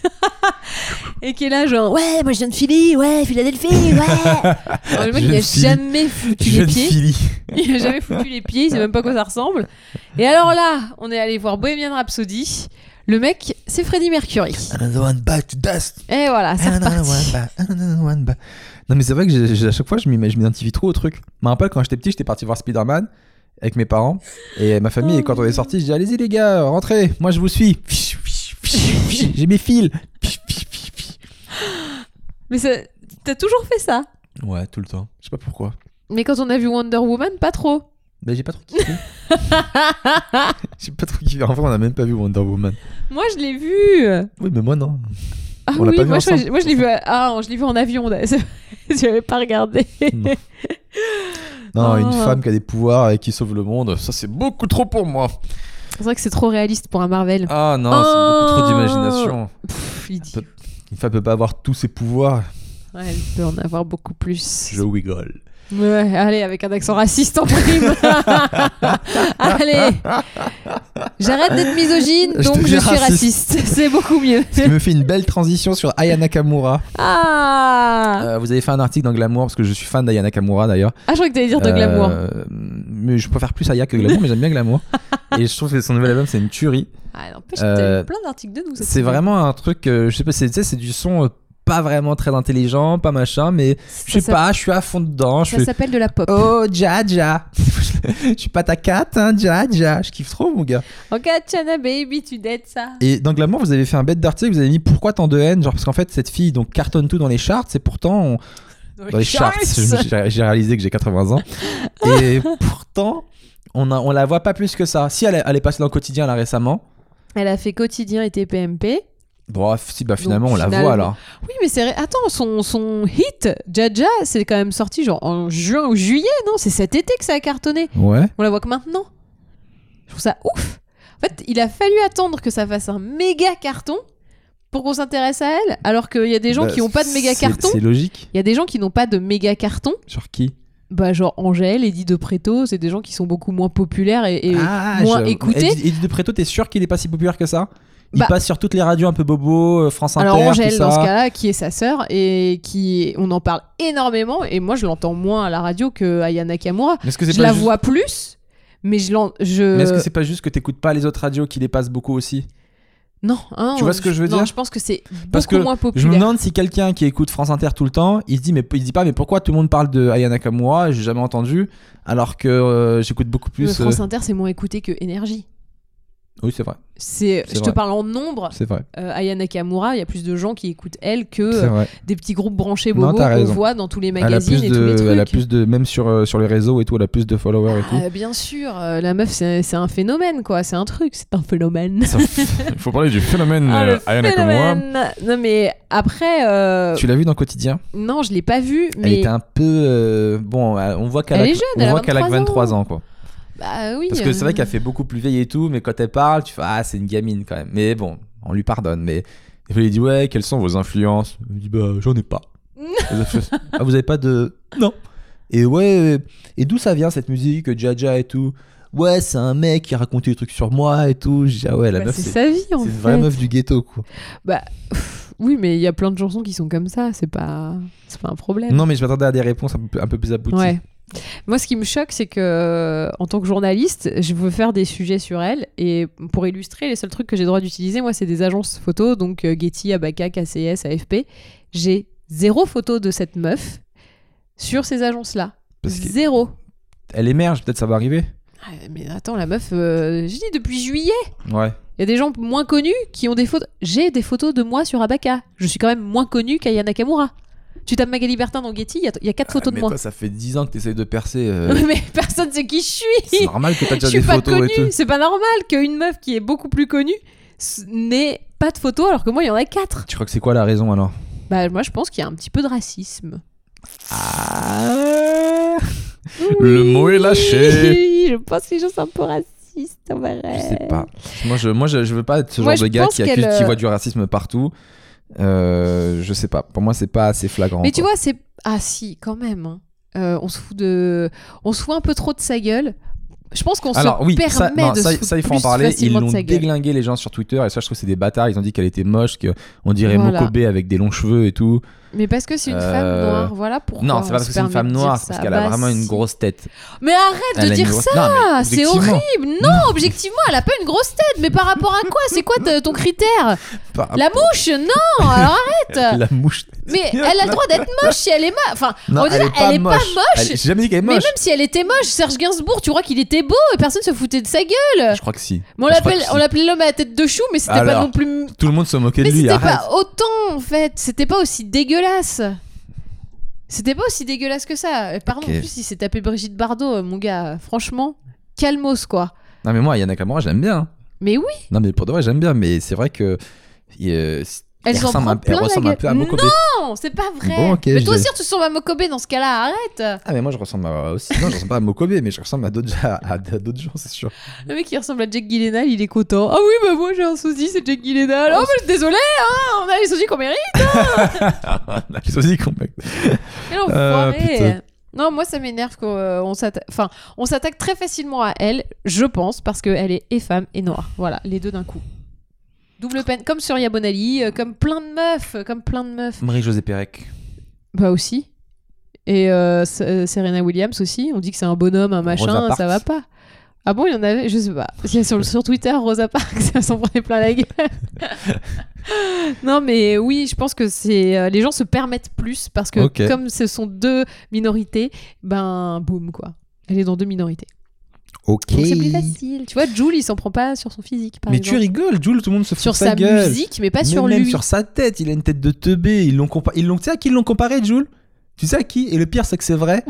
Speaker 2: et qui est là genre ouais moi je viens de Philly ouais Philadelphie ouais Alors, le mec
Speaker 1: Je
Speaker 2: il a
Speaker 1: suis-
Speaker 2: jamais foutu les
Speaker 1: Jeune
Speaker 2: pieds
Speaker 1: Philly.
Speaker 2: Il a jamais foutu les pieds, il sait même pas à quoi ça ressemble. Et alors là, on est allé voir Bohemian Rhapsody. Le mec, c'est Freddie Mercury.
Speaker 1: Another one back to dust.
Speaker 2: Et voilà, c'est
Speaker 1: Another one
Speaker 2: reparti.
Speaker 1: back, another one back. ah, Non mais c'est vrai que j'ai- j'ai- à chaque fois je m'im- je m'identifie trop au truc. Je me rappelle quand j'étais petit, j'étais parti voir Spider-Man avec mes parents et ma famille. Et quand on est sorti, j'ai dit allez-y les gars, rentrez, moi je vous suis. J'ai mes fils.
Speaker 2: Mais ça- t'as toujours fait ça.
Speaker 1: Ouais, tout le temps. Je sais pas pourquoi.
Speaker 2: Mais quand on a vu Wonder Woman, pas trop.
Speaker 1: Mais j'ai pas trop kiffé. j'ai pas trop kiffé. En fait, on a même pas vu Wonder Woman.
Speaker 2: Moi, je l'ai vu.
Speaker 1: Oui, mais moi non.
Speaker 2: Ah
Speaker 1: On l'a
Speaker 2: oui,
Speaker 1: pas vu
Speaker 2: moi, je,
Speaker 1: ensemble.
Speaker 2: moi, je l'ai vu. à- Ah, je l'ai vu en avion. J'avais pas regardé.
Speaker 1: Non. Non,
Speaker 2: Oh.
Speaker 1: une femme qui a des pouvoirs et qui sauve le monde, ça c'est beaucoup trop pour moi.
Speaker 2: C'est vrai que c'est trop réaliste pour un Marvel.
Speaker 1: Ah non,
Speaker 2: Oh.
Speaker 1: c'est beaucoup trop d'imagination.
Speaker 2: Pff, il dit.
Speaker 1: Une femme peut pas avoir tous ses pouvoirs.
Speaker 2: Ouais, elle peut en avoir beaucoup plus.
Speaker 1: Je rigole.
Speaker 2: Ouais, allez, avec un accent raciste en prime. allez. J'arrête d'être misogyne,
Speaker 1: Je
Speaker 2: donc
Speaker 1: te
Speaker 2: je
Speaker 1: dis
Speaker 2: suis
Speaker 1: raciste.
Speaker 2: raciste. C'est beaucoup mieux.
Speaker 1: Ce qui me fait une belle transition sur Aya Nakamura.
Speaker 2: Ah
Speaker 1: Euh, vous avez fait un article dans Glamour parce que je suis fan d'Aya Nakamura d'ailleurs.
Speaker 2: Ah, je croyais que t'allais dire de glamour.
Speaker 1: Euh, mais je préfère plus Aya que Glamour, mais j'aime bien Glamour. et je trouve que son nouvel album c'est une tuerie.
Speaker 2: Ah, n'empêche,
Speaker 1: euh,
Speaker 2: t'as eu plein d'articles de nous. cette
Speaker 1: C'est
Speaker 2: semaine.
Speaker 1: vraiment un truc, euh, je sais pas, c'est tu sais, c'est du son euh, pas vraiment très intelligent, pas machin, mais je
Speaker 2: Ça
Speaker 1: sais pas, je suis à fond dedans. Je
Speaker 2: Ça
Speaker 1: suis...
Speaker 2: s'appelle de la pop.
Speaker 1: Oh, Dja Dja. je suis pas ta catte, hein, Dja Dja. Je kiffe trop, mon gars.
Speaker 2: En Katchana Baby, tu dettes ça.
Speaker 1: Et dans Glamour, vous avez fait un bête d'article, vous avez mis pourquoi tant de haine Genre, parce qu'en fait, cette fille donc cartonne tout dans les charts, et pourtant, on- dans les charts,
Speaker 2: Charles.
Speaker 1: j'ai j'ai réalisé que j'ai 80 ans. et pourtant, on, a- on la voit pas plus que ça. Si elle, est- elle est passée dans le quotidien là récemment,
Speaker 2: Elle a fait quotidien et TPMP.
Speaker 1: bon, si, bah finalement,
Speaker 2: Donc,
Speaker 1: on la
Speaker 2: finalement.
Speaker 1: voit alors.
Speaker 2: Oui, mais c'est. ré- Attends, son, son hit, Jaja, c'est quand même sorti genre en juin ou juillet, non C'est cet été que ça a cartonné.
Speaker 1: Ouais.
Speaker 2: On la voit que maintenant. Je trouve ça ouf. En fait, il a fallu attendre que ça fasse un méga carton pour qu'on s'intéresse à elle, alors qu'il y a des gens qui n'ont pas de méga carton.
Speaker 1: Bah, C'est logique.
Speaker 2: Il y a des gens qui n'ont pas de méga carton.
Speaker 1: Genre qui
Speaker 2: Bah, genre Angèle, Eddie de Preto, c'est des gens qui sont beaucoup moins populaires et,
Speaker 1: Ah,
Speaker 2: et moins
Speaker 1: j'avoue.
Speaker 2: écoutés.
Speaker 1: Eddie, Eddie de Preto, t'es sûr qu'il est pas si populaire que ça Il
Speaker 2: Bah.
Speaker 1: passe sur toutes les radios un peu bobo, euh, France Inter,
Speaker 2: Alors
Speaker 1: tout
Speaker 2: Angèle,
Speaker 1: ça.
Speaker 2: dans ce cas-là, qui est sa sœur et qui on en parle énormément et moi je l'entends moins à la radio que Aya Nakamura.
Speaker 1: Mais Est-ce que c'est
Speaker 2: Je
Speaker 1: pas
Speaker 2: la
Speaker 1: juste-
Speaker 2: vois euh, plus, mais je l'en je
Speaker 1: Mais est-ce que c'est pas juste que t'écoutes pas les autres radios qui les passent beaucoup aussi
Speaker 2: non, hein,
Speaker 1: Tu vois ce que je veux
Speaker 2: non,
Speaker 1: dire
Speaker 2: je pense que c'est
Speaker 1: Parce
Speaker 2: beaucoup
Speaker 1: que
Speaker 2: moins
Speaker 1: Je
Speaker 2: populaire. Euh,
Speaker 1: me demande si quelqu'un qui écoute France Inter tout le temps, il se dit mais il se dit pas mais pourquoi tout le monde parle de Aya Nakamura, j'ai jamais entendu, alors que euh, j'écoute beaucoup
Speaker 2: Le
Speaker 1: plus.
Speaker 2: France
Speaker 1: euh,
Speaker 2: Inter c'est moins écouté que Énergie.
Speaker 1: Oui c'est vrai,
Speaker 2: C'est
Speaker 1: C'est
Speaker 2: je te
Speaker 1: vrai.
Speaker 2: parle en nombre.
Speaker 1: c'est vrai,
Speaker 2: Euh, Aya Nakamura, il y a plus de gens qui écoutent elle que
Speaker 1: c'est
Speaker 2: euh,
Speaker 1: vrai.
Speaker 2: des petits groupes branchés
Speaker 1: Non,
Speaker 2: bobos
Speaker 1: t'as
Speaker 2: qu'on
Speaker 1: raison.
Speaker 2: voit dans tous les
Speaker 1: Elle a
Speaker 2: magazines
Speaker 1: plus
Speaker 2: et tous les
Speaker 1: de,
Speaker 2: trucs.
Speaker 1: elle a plus de même sur euh, sur les réseaux et tout, elle a plus de followers et tout.
Speaker 2: Ah, bien sûr, euh, la meuf c'est c'est un phénomène quoi, c'est un truc, c'est un phénomène.
Speaker 3: Il faut parler du phénomène
Speaker 2: Ah, le
Speaker 3: euh, Aya Nakamura.
Speaker 2: phénomène. Non mais après, euh,
Speaker 1: Tu l'as vu dans Quotidien
Speaker 2: non je l'ai pas vu,
Speaker 1: Elle
Speaker 2: mais
Speaker 1: était un peu euh, bon, euh, on voit qu'elle
Speaker 2: Elle
Speaker 1: a,
Speaker 2: est jeune,
Speaker 1: on
Speaker 2: elle a
Speaker 1: voit qu'elle a que
Speaker 2: 23
Speaker 1: 23 ans quoi.
Speaker 2: bah oui.
Speaker 1: Parce que c'est vrai
Speaker 2: euh,
Speaker 1: qu'elle fait beaucoup plus vieille et tout, mais quand elle parle, tu fais Ah, c'est une gamine quand même. Mais bon, on lui pardonne. Mais il lui dit Ouais, quelles sont vos influences Elle me dit Bah, j'en ai pas. Les influences. ah, vous avez pas de. Non. Et ouais, et d'où ça vient cette musique, Jaja et tout Ouais, c'est un mec qui racontait des trucs sur moi et tout. Je dis Ah ouais, la
Speaker 2: bah,
Speaker 1: meuf,
Speaker 2: c'est
Speaker 1: c'est
Speaker 2: sa vie en
Speaker 1: c'est
Speaker 2: fait.
Speaker 1: une vraie meuf du ghetto quoi.
Speaker 2: Oui mais il y a plein de chansons qui sont comme ça, c'est pas c'est pas un problème.
Speaker 1: Non, mais je m'attendais à des réponses un peu, un peu plus abouties.
Speaker 2: Ouais. Moi, ce qui me choque, c'est que euh, en tant que journaliste, je veux faire des sujets sur elle. Et pour illustrer, les seuls trucs que j'ai le droit d'utiliser, moi, c'est des agences photos, donc euh, Getty, Abaca, KCS, AFP. J'ai zéro photo de cette meuf sur ces agences-là.
Speaker 1: Parce que-
Speaker 2: Zéro.
Speaker 1: Elle émerge, peut-être ça va arriver.
Speaker 2: Ah, mais attends, la meuf, euh, je dis depuis juillet.
Speaker 1: Ouais.
Speaker 2: Il y a des gens moins connus qui ont des photos. J'ai des photos de moi sur Abaca. Je suis quand même moins connue qu'Aya Nakamura. Tu tapes Magali Bertin dans Getty, il y a- il y, a quatre photos
Speaker 1: Ah,
Speaker 2: de
Speaker 1: mais
Speaker 2: moi.
Speaker 1: toi, ça fait 10 ans que t'essayes de percer. euh,
Speaker 2: Oui, mais personne sait qui je suis.
Speaker 1: c'est normal que t'as
Speaker 2: Je
Speaker 1: déjà
Speaker 2: suis
Speaker 1: des
Speaker 2: pas
Speaker 1: photos et tout.
Speaker 2: connue. C'est pas normal qu'une meuf qui est beaucoup plus connue s- n'ait pas de photos alors que moi il y en a quatre.
Speaker 1: Tu crois que c'est quoi la raison alors
Speaker 2: Bah moi je pense qu'il y a un petit peu de racisme.
Speaker 1: Ah
Speaker 3: Le mot est lâché.
Speaker 2: aussi. Je pense que les gens sont un peu racistes envers
Speaker 1: Je
Speaker 2: elle.
Speaker 1: sais pas. Moi, je, moi, je, je veux pas être ce
Speaker 2: Moi,
Speaker 1: genre de
Speaker 2: je
Speaker 1: gars
Speaker 2: pense
Speaker 1: qui, accuse,
Speaker 2: qu'elle,
Speaker 1: qui
Speaker 2: euh,
Speaker 1: voit du racisme partout. Euh, je sais pas. Pour moi, c'est pas assez flagrant.
Speaker 2: Mais tu
Speaker 1: quoi.
Speaker 2: vois, c'est. Ah si, quand même. hein. Euh, on se fout de. On se fout un peu trop de sa gueule. Je pense qu'on
Speaker 1: Alors
Speaker 2: se
Speaker 1: oui,
Speaker 2: permet
Speaker 1: ça, non,
Speaker 2: de se
Speaker 1: ça,
Speaker 2: foutre
Speaker 1: ça, il faut en
Speaker 2: plus
Speaker 1: parler. Ils
Speaker 2: facilement de
Speaker 1: l'ont
Speaker 2: sa gueule.
Speaker 1: déglingué les gens sur Twitter et ça je trouve que c'est des bâtards. Ils ont dit qu'elle était moche, que on dirait
Speaker 2: Voilà.
Speaker 1: Mokobe avec des longs cheveux et tout.
Speaker 2: Mais parce que c'est une femme
Speaker 1: Euh,
Speaker 2: noire, voilà pourquoi.
Speaker 1: non, c'est
Speaker 2: on
Speaker 1: pas parce
Speaker 2: se
Speaker 1: que c'est une
Speaker 2: permet
Speaker 1: femme
Speaker 2: de dire
Speaker 1: noire, c'est
Speaker 2: ça.
Speaker 1: parce qu'elle a
Speaker 2: Bah,
Speaker 1: vraiment une
Speaker 2: si.
Speaker 1: grosse tête.
Speaker 2: Mais arrête
Speaker 1: Elle
Speaker 2: de
Speaker 1: a une
Speaker 2: dire
Speaker 1: grosse-
Speaker 2: ça
Speaker 1: Non, mais
Speaker 2: Ah, c'est
Speaker 1: objectivement,
Speaker 2: horrible Non, objectivement, elle a pas une grosse tête. Mais par rapport à quoi C'est quoi t- ton critère
Speaker 1: par-
Speaker 2: La mouche Non Alors arrête
Speaker 1: La mouche.
Speaker 2: Mais elle a le droit d'être moche si elle est moche. Enfin,
Speaker 1: Non,
Speaker 2: on
Speaker 1: elle,
Speaker 2: dirait,
Speaker 1: est pas
Speaker 2: elle est
Speaker 1: moche.
Speaker 2: pas moche.
Speaker 1: Elle- J'ai jamais dit qu'elle est
Speaker 2: Mais
Speaker 1: moche.
Speaker 2: même si elle était moche, Serge Gainsbourg, tu crois qu'il était beau et personne se foutait de sa gueule.
Speaker 1: Je crois que si.
Speaker 2: euh, Mais on
Speaker 1: Je crois
Speaker 2: l'appelle-
Speaker 1: que si.
Speaker 2: on l'appelait l'homme à la tête de chou, mais c'était pas
Speaker 1: Alors,
Speaker 2: non plus.
Speaker 1: Tout le monde se moquait de
Speaker 2: Mais
Speaker 1: lui.
Speaker 2: c'était
Speaker 1: Arrête.
Speaker 2: pas autant en fait. C'était pas aussi dégueulasse. C'était pas aussi dégueulasse que ça. Et Pardon,
Speaker 1: Ok.
Speaker 2: en plus, il s'est tapé Brigitte Bardot, euh, mon gars. Franchement, calmos quoi.
Speaker 1: Non mais moi, Yana Kamura, j'aime bien.
Speaker 2: Mais oui,
Speaker 1: Non mais pour de vrai, j'aime bien. Mais c'est vrai que il, euh,
Speaker 2: elle
Speaker 1: il
Speaker 2: s'en
Speaker 1: ressemble,
Speaker 2: prend
Speaker 1: un,
Speaker 2: plein
Speaker 1: elle
Speaker 2: la
Speaker 1: ressemble un
Speaker 2: gueule.
Speaker 1: peu à Mokobe.
Speaker 2: Non, c'est pas vrai.
Speaker 1: Bon, ok,
Speaker 2: mais
Speaker 1: je
Speaker 2: toi aussi,
Speaker 1: l'ai-
Speaker 2: tu te sens à Mokobé dans ce cas-là, arrête.
Speaker 1: Ah mais moi, je ressemble à aussi. Non, je ressemble pas à Mokobe, mais je ressemble à d'autres à- à d'autres gens, c'est sûr.
Speaker 2: Le mec qui ressemble à Jack Gyllenhaal, il est content. Ah oui, bah moi j'ai un sosie, c'est Jack Gyllenhaal. Oh, bah désolé, hein, on a les sosies qu'on mérite.
Speaker 1: La sosie compacte.
Speaker 2: Quel
Speaker 1: Euh,
Speaker 2: enfoiré.
Speaker 1: putain.
Speaker 2: non, moi ça m'énerve qu'on euh, on s'atta- enfin, on s'attaque très facilement à elle, je pense, parce qu'elle est et femme et noire. Voilà, les deux d'un coup. Double peine, comme sur Bonali, euh, comme plein de meufs, euh, comme plein de meufs.
Speaker 1: Marie-Josée Pérec.
Speaker 2: Bah aussi. Et euh, S- euh, Serena Williams aussi, on dit que c'est un bonhomme, un machin,
Speaker 1: Rosa Parks.
Speaker 2: ça va pas. Ah bon, il y en avait, je sais pas. Il y a Sur, le- sur Twitter, Rosa Parks, elle s'en prenait plein la gueule. non, mais oui, je pense que c'est euh, les gens se permettent plus parce que
Speaker 1: Ok.
Speaker 2: comme ce sont deux minorités, ben boum quoi. Elle est dans deux minorités.
Speaker 1: Ok.
Speaker 2: Donc c'est plus facile. Tu vois, Jules, il s'en prend pas sur son physique, par
Speaker 1: mais tu
Speaker 2: exemple.
Speaker 1: rigoles, Jules, tout le monde se fout
Speaker 2: sur
Speaker 1: de sa,
Speaker 2: sa
Speaker 1: gueule.
Speaker 2: musique, mais pas
Speaker 1: Mais
Speaker 2: sur
Speaker 1: même
Speaker 2: lui.
Speaker 1: sur sa tête, il a une tête de teubé. Ils l'ont comparé. Ils l'ont. Tu sais à qui ils l'ont comparé, Jules Tu sais à qui Et le pire, c'est que c'est vrai.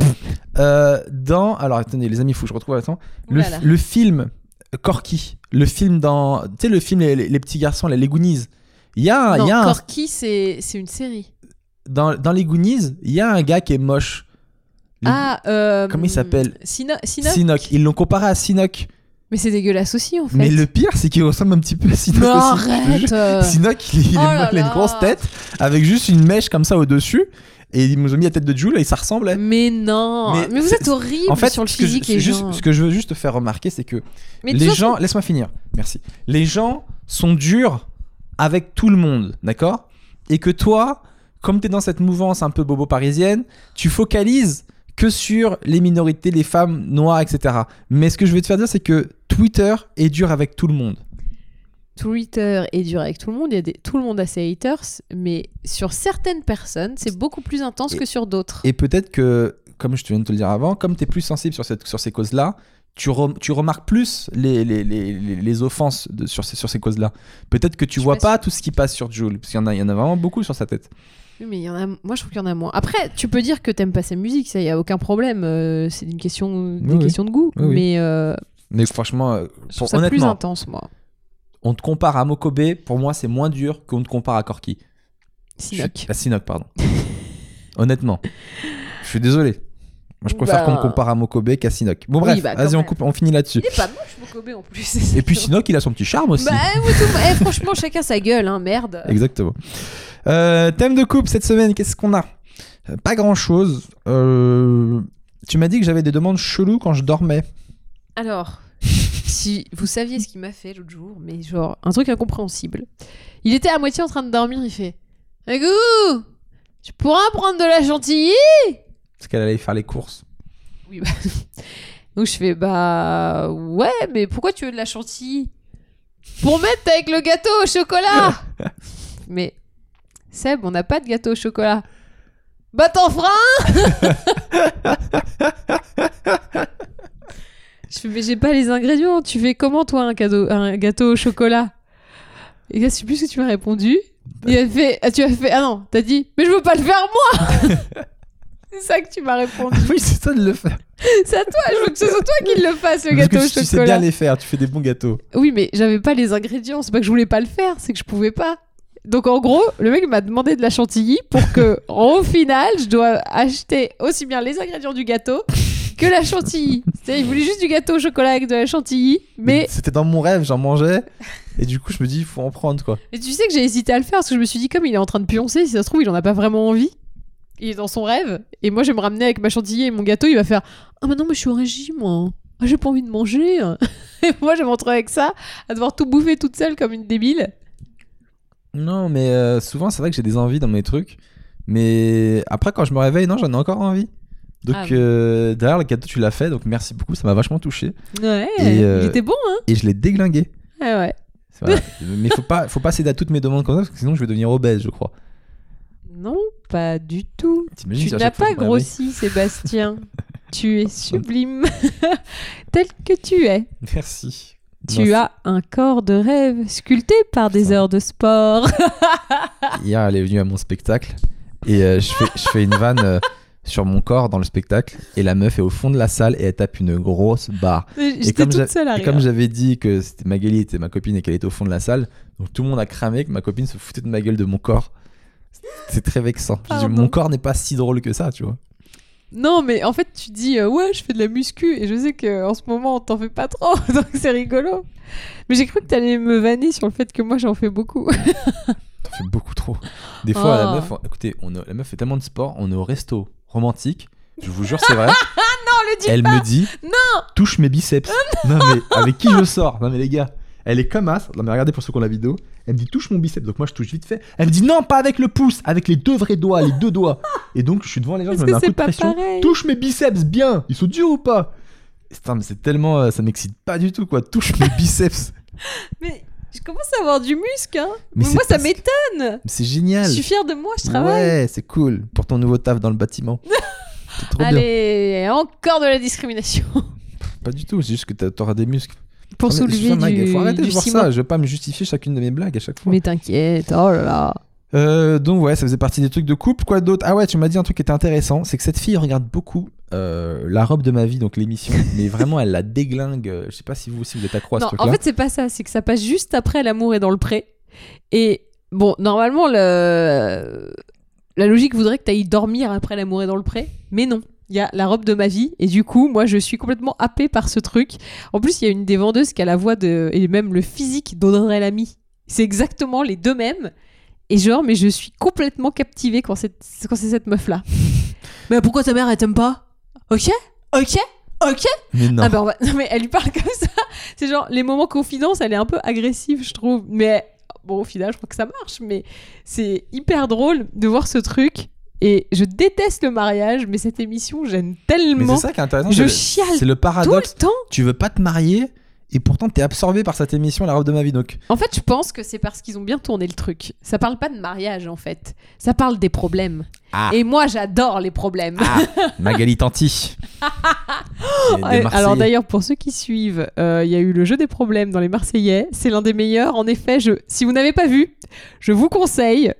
Speaker 1: Euh, dans. Alors attendez, les amis, faut que je retrouve. Attends.
Speaker 2: Ouh
Speaker 1: Le,
Speaker 2: là là.
Speaker 1: le film Corky. Le film dans. Tu sais le film les, les- les petits garçons, là, les Goonies. Il y a, un- il
Speaker 2: Non,
Speaker 1: y a un-
Speaker 2: Corky, c'est c'est une série.
Speaker 1: dans, dans les Goonies, il y a un gars qui est moche. Les-
Speaker 2: Ah, euh,
Speaker 1: Comment il s'appelle
Speaker 2: Sino- Sinoc.
Speaker 1: Sinoc. Ils l'ont comparé à Sinoc.
Speaker 2: Mais c'est dégueulasse aussi en fait.
Speaker 1: Mais le pire, c'est qu'il ressemble un petit peu à Sinoc.
Speaker 2: Mais
Speaker 1: aussi, je te jure.
Speaker 2: arrête euh.
Speaker 1: Sinoc, il, est- il est
Speaker 2: Oh là
Speaker 1: il a une
Speaker 2: là.
Speaker 1: grosse tête avec juste une mèche comme ça au-dessus. Et ils nous ont mis la tête de Jules et ça ressemblait.
Speaker 2: Mais non
Speaker 1: Mais
Speaker 2: Mais, vous
Speaker 1: c'est-
Speaker 2: êtes horrible
Speaker 1: En fait,
Speaker 2: sur le
Speaker 1: ce, que je,
Speaker 2: physique les
Speaker 1: ce- juste-
Speaker 2: gens.
Speaker 1: ce que je veux juste te faire remarquer, c'est que
Speaker 2: Mais de
Speaker 1: les
Speaker 2: toute façon,
Speaker 1: gens. Laisse-moi finir. Merci. Les gens sont durs avec tout le monde, d'accord Et que toi, comme tu es dans cette mouvance un peu bobo parisienne, tu focalises que sur les minorités, les femmes noires, etc. Mais ce que je veux te faire dire, c'est que Twitter est dur avec tout le monde.
Speaker 2: Twitter est dur avec tout le monde, il y a des... tout le monde a ses haters, mais sur certaines personnes, c'est beaucoup plus intense
Speaker 1: Et-
Speaker 2: que sur d'autres.
Speaker 1: Et peut-être que, comme je te viens de te le dire avant, comme tu es plus sensible sur, cette, sur ces causes-là, tu, re- tu remarques plus les, les, les, les- les offenses de- sur ces, sur ces causes-là. Peut-être que tu
Speaker 2: Je suis
Speaker 1: vois
Speaker 2: pas
Speaker 1: pas tout ce qui passe sur Jules, parce qu'il y, en a- il y en a vraiment beaucoup sur sa tête.
Speaker 2: Oui, Mais il y en a... moi je trouve qu'il y en a moins. Après, tu peux dire que t'aimes pas sa musique, ça y a aucun problème, euh, c'est une question, des
Speaker 1: Oui, oui.
Speaker 2: questions de goût,
Speaker 1: Oui, oui.
Speaker 2: mais euh,
Speaker 1: Mais franchement, euh,
Speaker 2: je trouve
Speaker 1: pour-
Speaker 2: ça plus
Speaker 1: honnêtement,
Speaker 2: intense moi.
Speaker 1: on te compare à Mokobe, pour moi c'est moins dur qu'on te compare à Corky. Je suis-
Speaker 2: Sinoc.
Speaker 1: À Sinoc, pardon. honnêtement. Je suis désolé. Moi, je préfère
Speaker 2: Bah.
Speaker 1: qu'on me compare à Mokobe qu'à Sinoc. Bon,
Speaker 2: Oui,
Speaker 1: bref,
Speaker 2: bah, quand
Speaker 1: vas-y, on,
Speaker 2: même.
Speaker 1: coupe, on finit là-dessus.
Speaker 2: Il est pas moche Mokobe en plus.
Speaker 1: Et puis Sinoc, il a son petit charme aussi.
Speaker 2: Bah, eh, vous tout- eh, franchement, chacun sa gueule, hein, merde.
Speaker 1: Exactement. Euh, thème de coupe cette semaine, qu'est-ce qu'on a Euh, Pas grand-chose. Euh, tu m'as dit que j'avais des demandes cheloues quand je dormais.
Speaker 2: Alors, si vous saviez ce qu'il m'a fait l'autre jour, mais genre, un truc incompréhensible. Il était à moitié en train de dormir, il fait Agou Tu pourras prendre de la chantilly
Speaker 1: Parce qu'elle allait faire les courses.
Speaker 2: Oui, bah. Donc je fais Bah ouais, mais pourquoi tu veux de la chantilly Pour mettre avec le gâteau au chocolat Mais Seb, on n'a pas de gâteau au chocolat. Bah t'en feras un Je fais, mais j'ai pas les ingrédients. Tu fais comment, toi, un, cadeau, un gâteau au chocolat Et là, je sais plus ce que tu m'as répondu. Il a fait, ah, tu as fait, ah non, t'as dit, mais je veux pas le faire moi C'est ça que tu m'as répondu.
Speaker 1: oui, c'est ça de le faire.
Speaker 2: C'est à toi, je veux que ce soit toi qui le fasse, le
Speaker 1: Parce que
Speaker 2: gâteau au
Speaker 1: tu, tu sais bien
Speaker 2: chocolat.
Speaker 1: les faire, tu fais des bons gâteaux.
Speaker 2: Oui, mais j'avais pas les ingrédients. C'est pas que je voulais pas le faire, c'est que je pouvais pas. Donc en gros, le mec m'a demandé de la chantilly pour que, au final, je dois acheter aussi bien les ingrédients du gâteau que la chantilly. C'est-à-dire, il voulait juste du gâteau au chocolat avec de la chantilly. Mais
Speaker 1: C'était dans mon rêve, j'en mangeais. Et du coup, je me dis, il faut en prendre, quoi.
Speaker 2: mais tu sais que j'ai hésité à le faire parce que je me suis dit, comme il est en train de pioncer, si ça se trouve, il en a pas vraiment envie. Il est dans son rêve. Et moi, je vais me ramener avec ma chantilly et mon gâteau. Il va faire Ah, mais non, mais je suis au régime. hein. Ah, j'ai pas envie de manger. et moi, je vais me retrouver avec ça, à devoir tout bouffer toute seule comme une débile.
Speaker 1: Non, mais euh, souvent, c'est vrai que j'ai des envies dans mes trucs. Mais après, quand je me réveille, non, j'en ai encore envie. Donc,
Speaker 2: Ah.
Speaker 1: euh, derrière le gâteau, tu l'as fait. Donc, merci beaucoup. Ça m'a vachement touché.
Speaker 2: Ouais,
Speaker 1: Et, euh,
Speaker 2: il était bon, hein.
Speaker 1: Et je l'ai déglingué.
Speaker 2: Ah ouais.
Speaker 1: C'est vrai. mais faut pas, faut pas céder à toutes mes demandes comme ça, parce que sinon, je vais devenir obèse, je crois.
Speaker 2: Non, pas du tout.
Speaker 1: T'imagines
Speaker 2: Tu
Speaker 1: si à
Speaker 2: n'as
Speaker 1: chaque fois,
Speaker 2: pas
Speaker 1: je me réveille-
Speaker 2: grossi, Sébastien. tu es sublime, tel que tu es.
Speaker 1: Merci.
Speaker 2: Tu
Speaker 1: Non,
Speaker 2: as un corps de rêve sculpté par des
Speaker 1: Putain.
Speaker 2: heures de sport.
Speaker 1: Hier, elle est venue à mon spectacle et euh, je, fais, je fais une vanne euh, sur mon corps dans le spectacle et la meuf est au fond de la salle et elle tape une grosse barre.
Speaker 2: J'étais
Speaker 1: comme j'a-
Speaker 2: toute seule à
Speaker 1: Et
Speaker 2: rire.
Speaker 1: comme j'avais dit que c'était Magali était ma copine et qu'elle était au fond de la salle, donc tout le monde a cramé que ma copine se foutait de ma gueule de mon corps. C'est très vexant. J'ai dit,
Speaker 2: Pardon.
Speaker 1: mon corps n'est pas si drôle que ça, tu vois.
Speaker 2: Non, mais en fait, tu dis euh, ouais, je fais de la muscu et je sais que en ce moment, on t'en fait pas trop, donc c'est rigolo. Mais j'ai cru que t'allais me vanner sur le fait que moi, j'en fais beaucoup.
Speaker 1: T'en fais beaucoup trop. Des fois, la
Speaker 2: Oh.
Speaker 1: meuf, on- écoutez, on est- la meuf fait tellement de sport, on est au resto romantique. Je vous jure, c'est vrai.
Speaker 2: le dis Oh
Speaker 1: elle me dit touche mes biceps non, mais avec qui je sors non mais les gars elle est comme as non mais regardez pour ceux qui ont la vidéo elle me dit touche mon biceps donc moi je touche vite fait elle me dit non pas avec le pouce avec les deux vrais doigts les deux doigts et donc je suis devant les gens je
Speaker 2: Est-ce
Speaker 1: me
Speaker 2: que
Speaker 1: mets un coup
Speaker 2: c'est
Speaker 1: de
Speaker 2: pas
Speaker 1: pression
Speaker 2: pareil
Speaker 1: touche mes biceps bien ils sont durs ou pas Putain, mais c'est tellement euh, ça m'excite pas du tout quoi touche mes biceps
Speaker 2: Mais je commence à avoir du muscle, hein.
Speaker 1: Mais
Speaker 2: Mais
Speaker 1: c'est
Speaker 2: moi, ça
Speaker 1: parce que-
Speaker 2: m'étonne.
Speaker 1: c'est génial
Speaker 2: Je suis fière de moi, je travaille.
Speaker 1: ouais c'est cool pour ton nouveau taf dans le bâtiment c'est trop bien
Speaker 2: Allez, encore de la discrimination.
Speaker 1: pas du tout c'est juste que t'as- t'auras des muscles
Speaker 2: Pour
Speaker 1: Non, mais je suis
Speaker 2: soulever
Speaker 1: un mag,
Speaker 2: du,
Speaker 1: faut arrêter
Speaker 2: du
Speaker 1: de voir
Speaker 2: ciment.
Speaker 1: ça je veux pas me justifier chacune de mes blagues à chaque fois
Speaker 2: Mais t'inquiète, oh là là.
Speaker 1: Euh, donc ouais, ça faisait partie des trucs de couple. Quoi d'autre Ah ouais, tu m'as dit un truc qui était intéressant, c'est que cette fille regarde beaucoup euh, la robe de ma vie, donc l'émission, mais vraiment elle la déglingue. Euh, Je sais pas si vous aussi vous êtes accro à ce
Speaker 2: Non,
Speaker 1: truc-là.
Speaker 2: en fait, c'est pas ça. C'est que ça passe juste après L'amour est dans le pré. Et bon, normalement, le... la logique voudrait que t'ailles dormir après L'amour est dans le pré. Mais non. Il y a la robe de ma vie. Et du coup, moi, je suis complètement happée par ce truc. En plus, il y a une des vendeuses qui a la voix de. et même le physique d'Audrey Lamy. C'est exactement les deux mêmes. Et genre, mais je suis complètement captivée quand c'est quand c'est cette meuf-là. mais pourquoi ta mère, elle t'aime pas Ok Ok Ok
Speaker 1: mais non.
Speaker 2: ah bah on va- non, mais elle lui parle comme ça. C'est genre les moments confidence, elle est un peu agressive, je trouve. Mais bon, au final, je crois que ça marche. Mais c'est hyper drôle de voir ce truc. Et je déteste le mariage, mais cette émission gêne
Speaker 1: mais
Speaker 2: tellement
Speaker 1: c'est ça qui est intéressant.
Speaker 2: Je
Speaker 1: c'est le-
Speaker 2: chiale
Speaker 1: C'est le
Speaker 2: tout le
Speaker 1: paradoxe.
Speaker 2: temps.
Speaker 1: Tu veux pas te marier et pourtant t'es absorbé par cette émission, la robe de ma vie. Donc
Speaker 2: En fait, je pense que c'est parce qu'ils ont bien tourné le truc. Ça parle pas de mariage, en fait. Ça parle des problèmes.
Speaker 1: Ah.
Speaker 2: Et moi, j'adore les problèmes.
Speaker 1: ah, Magali Tanti. Et des
Speaker 2: Ouais, alors
Speaker 1: Marseillais.
Speaker 2: d'ailleurs, pour ceux qui suivent, euh, il y a eu le jeu des problèmes dans les Marseillais. C'est l'un des meilleurs. En effet, je, si vous n'avez pas vu, je vous conseille.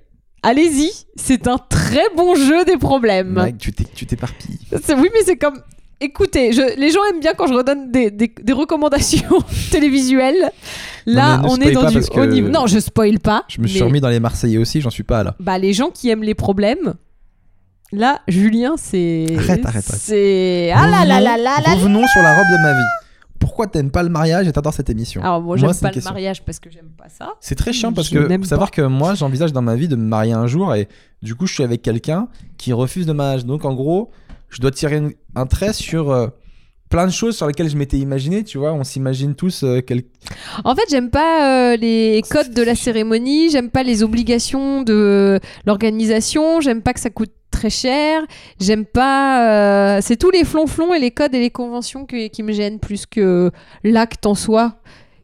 Speaker 2: Allez-y, c'est un très bon jeu des problèmes.
Speaker 1: Mag, tu t'es- tu t'éparpilles.
Speaker 2: C'est- Oui, mais c'est comme. Écoutez, je- les gens aiment bien quand je redonne des, des- des recommandations télévisuelles. Là,
Speaker 1: Non, mais ne
Speaker 2: on est
Speaker 1: spoil
Speaker 2: dans
Speaker 1: pas
Speaker 2: du
Speaker 1: parce que-
Speaker 2: haut niveau. Non, je spoil pas.
Speaker 1: Je me suis
Speaker 2: mais-
Speaker 1: remis dans les Marseillais aussi, j'en suis pas là.
Speaker 2: bah, les gens qui aiment les problèmes. Là, Julien, c'est.
Speaker 1: Arrête, arrête, arrête.
Speaker 2: C'est. Ah là là là là là
Speaker 1: Revenons sur la robe de ma vie. Pourquoi t'aimes pas le mariage et t'adores cette émission
Speaker 2: Alors, moi,
Speaker 1: Moi,
Speaker 2: j'aime
Speaker 1: c'est
Speaker 2: pas
Speaker 1: une
Speaker 2: le
Speaker 1: question.
Speaker 2: mariage parce que j'aime pas ça.
Speaker 1: C'est très chiant parce
Speaker 2: Je
Speaker 1: que
Speaker 2: n'aime
Speaker 1: faut savoir que moi j'envisage dans ma vie de me marier un jour et du coup je suis avec quelqu'un qui refuse de mariage. Donc en gros, je dois tirer une- un trait sur euh, plein de choses sur lesquelles je m'étais imaginé, tu vois, on s'imagine tous euh, quel-
Speaker 2: En fait, j'aime pas euh, les
Speaker 1: Oh,
Speaker 2: codes de la cérémonie, j'aime pas les obligations de l'organisation, j'aime pas que ça coûte très cher, j'aime pas. euh, C'est tous les flonflons et les codes et les conventions que- qui me gênent plus que l'acte en soi,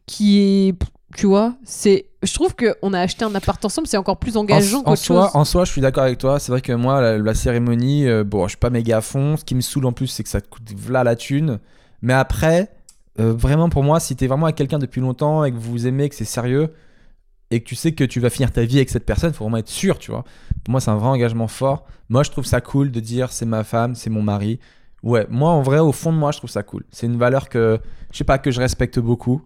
Speaker 2: qui est. Tu vois, c'est. Je trouve que on a acheté un appart ensemble, c'est encore plus engageant
Speaker 1: en, en
Speaker 2: qu'autre chose.
Speaker 1: soi, en soi, je suis d'accord avec toi. C'est vrai que moi, la, la cérémonie, euh, bon, je suis pas méga à fond. Ce qui me saoule en plus, c'est que ça te coûte v'là la thune. Mais après, euh, vraiment pour moi, si t'es vraiment avec quelqu'un depuis longtemps et que vous vous aimez, que c'est sérieux et que tu sais que tu vas finir ta vie avec cette personne, faut vraiment être sûr, tu vois. Pour moi, c'est un vrai engagement fort. Moi, je trouve ça cool de dire c'est ma femme, c'est mon mari. Ouais, moi en vrai, au fond de moi, je trouve ça cool. C'est une valeur que je sais pas que je respecte beaucoup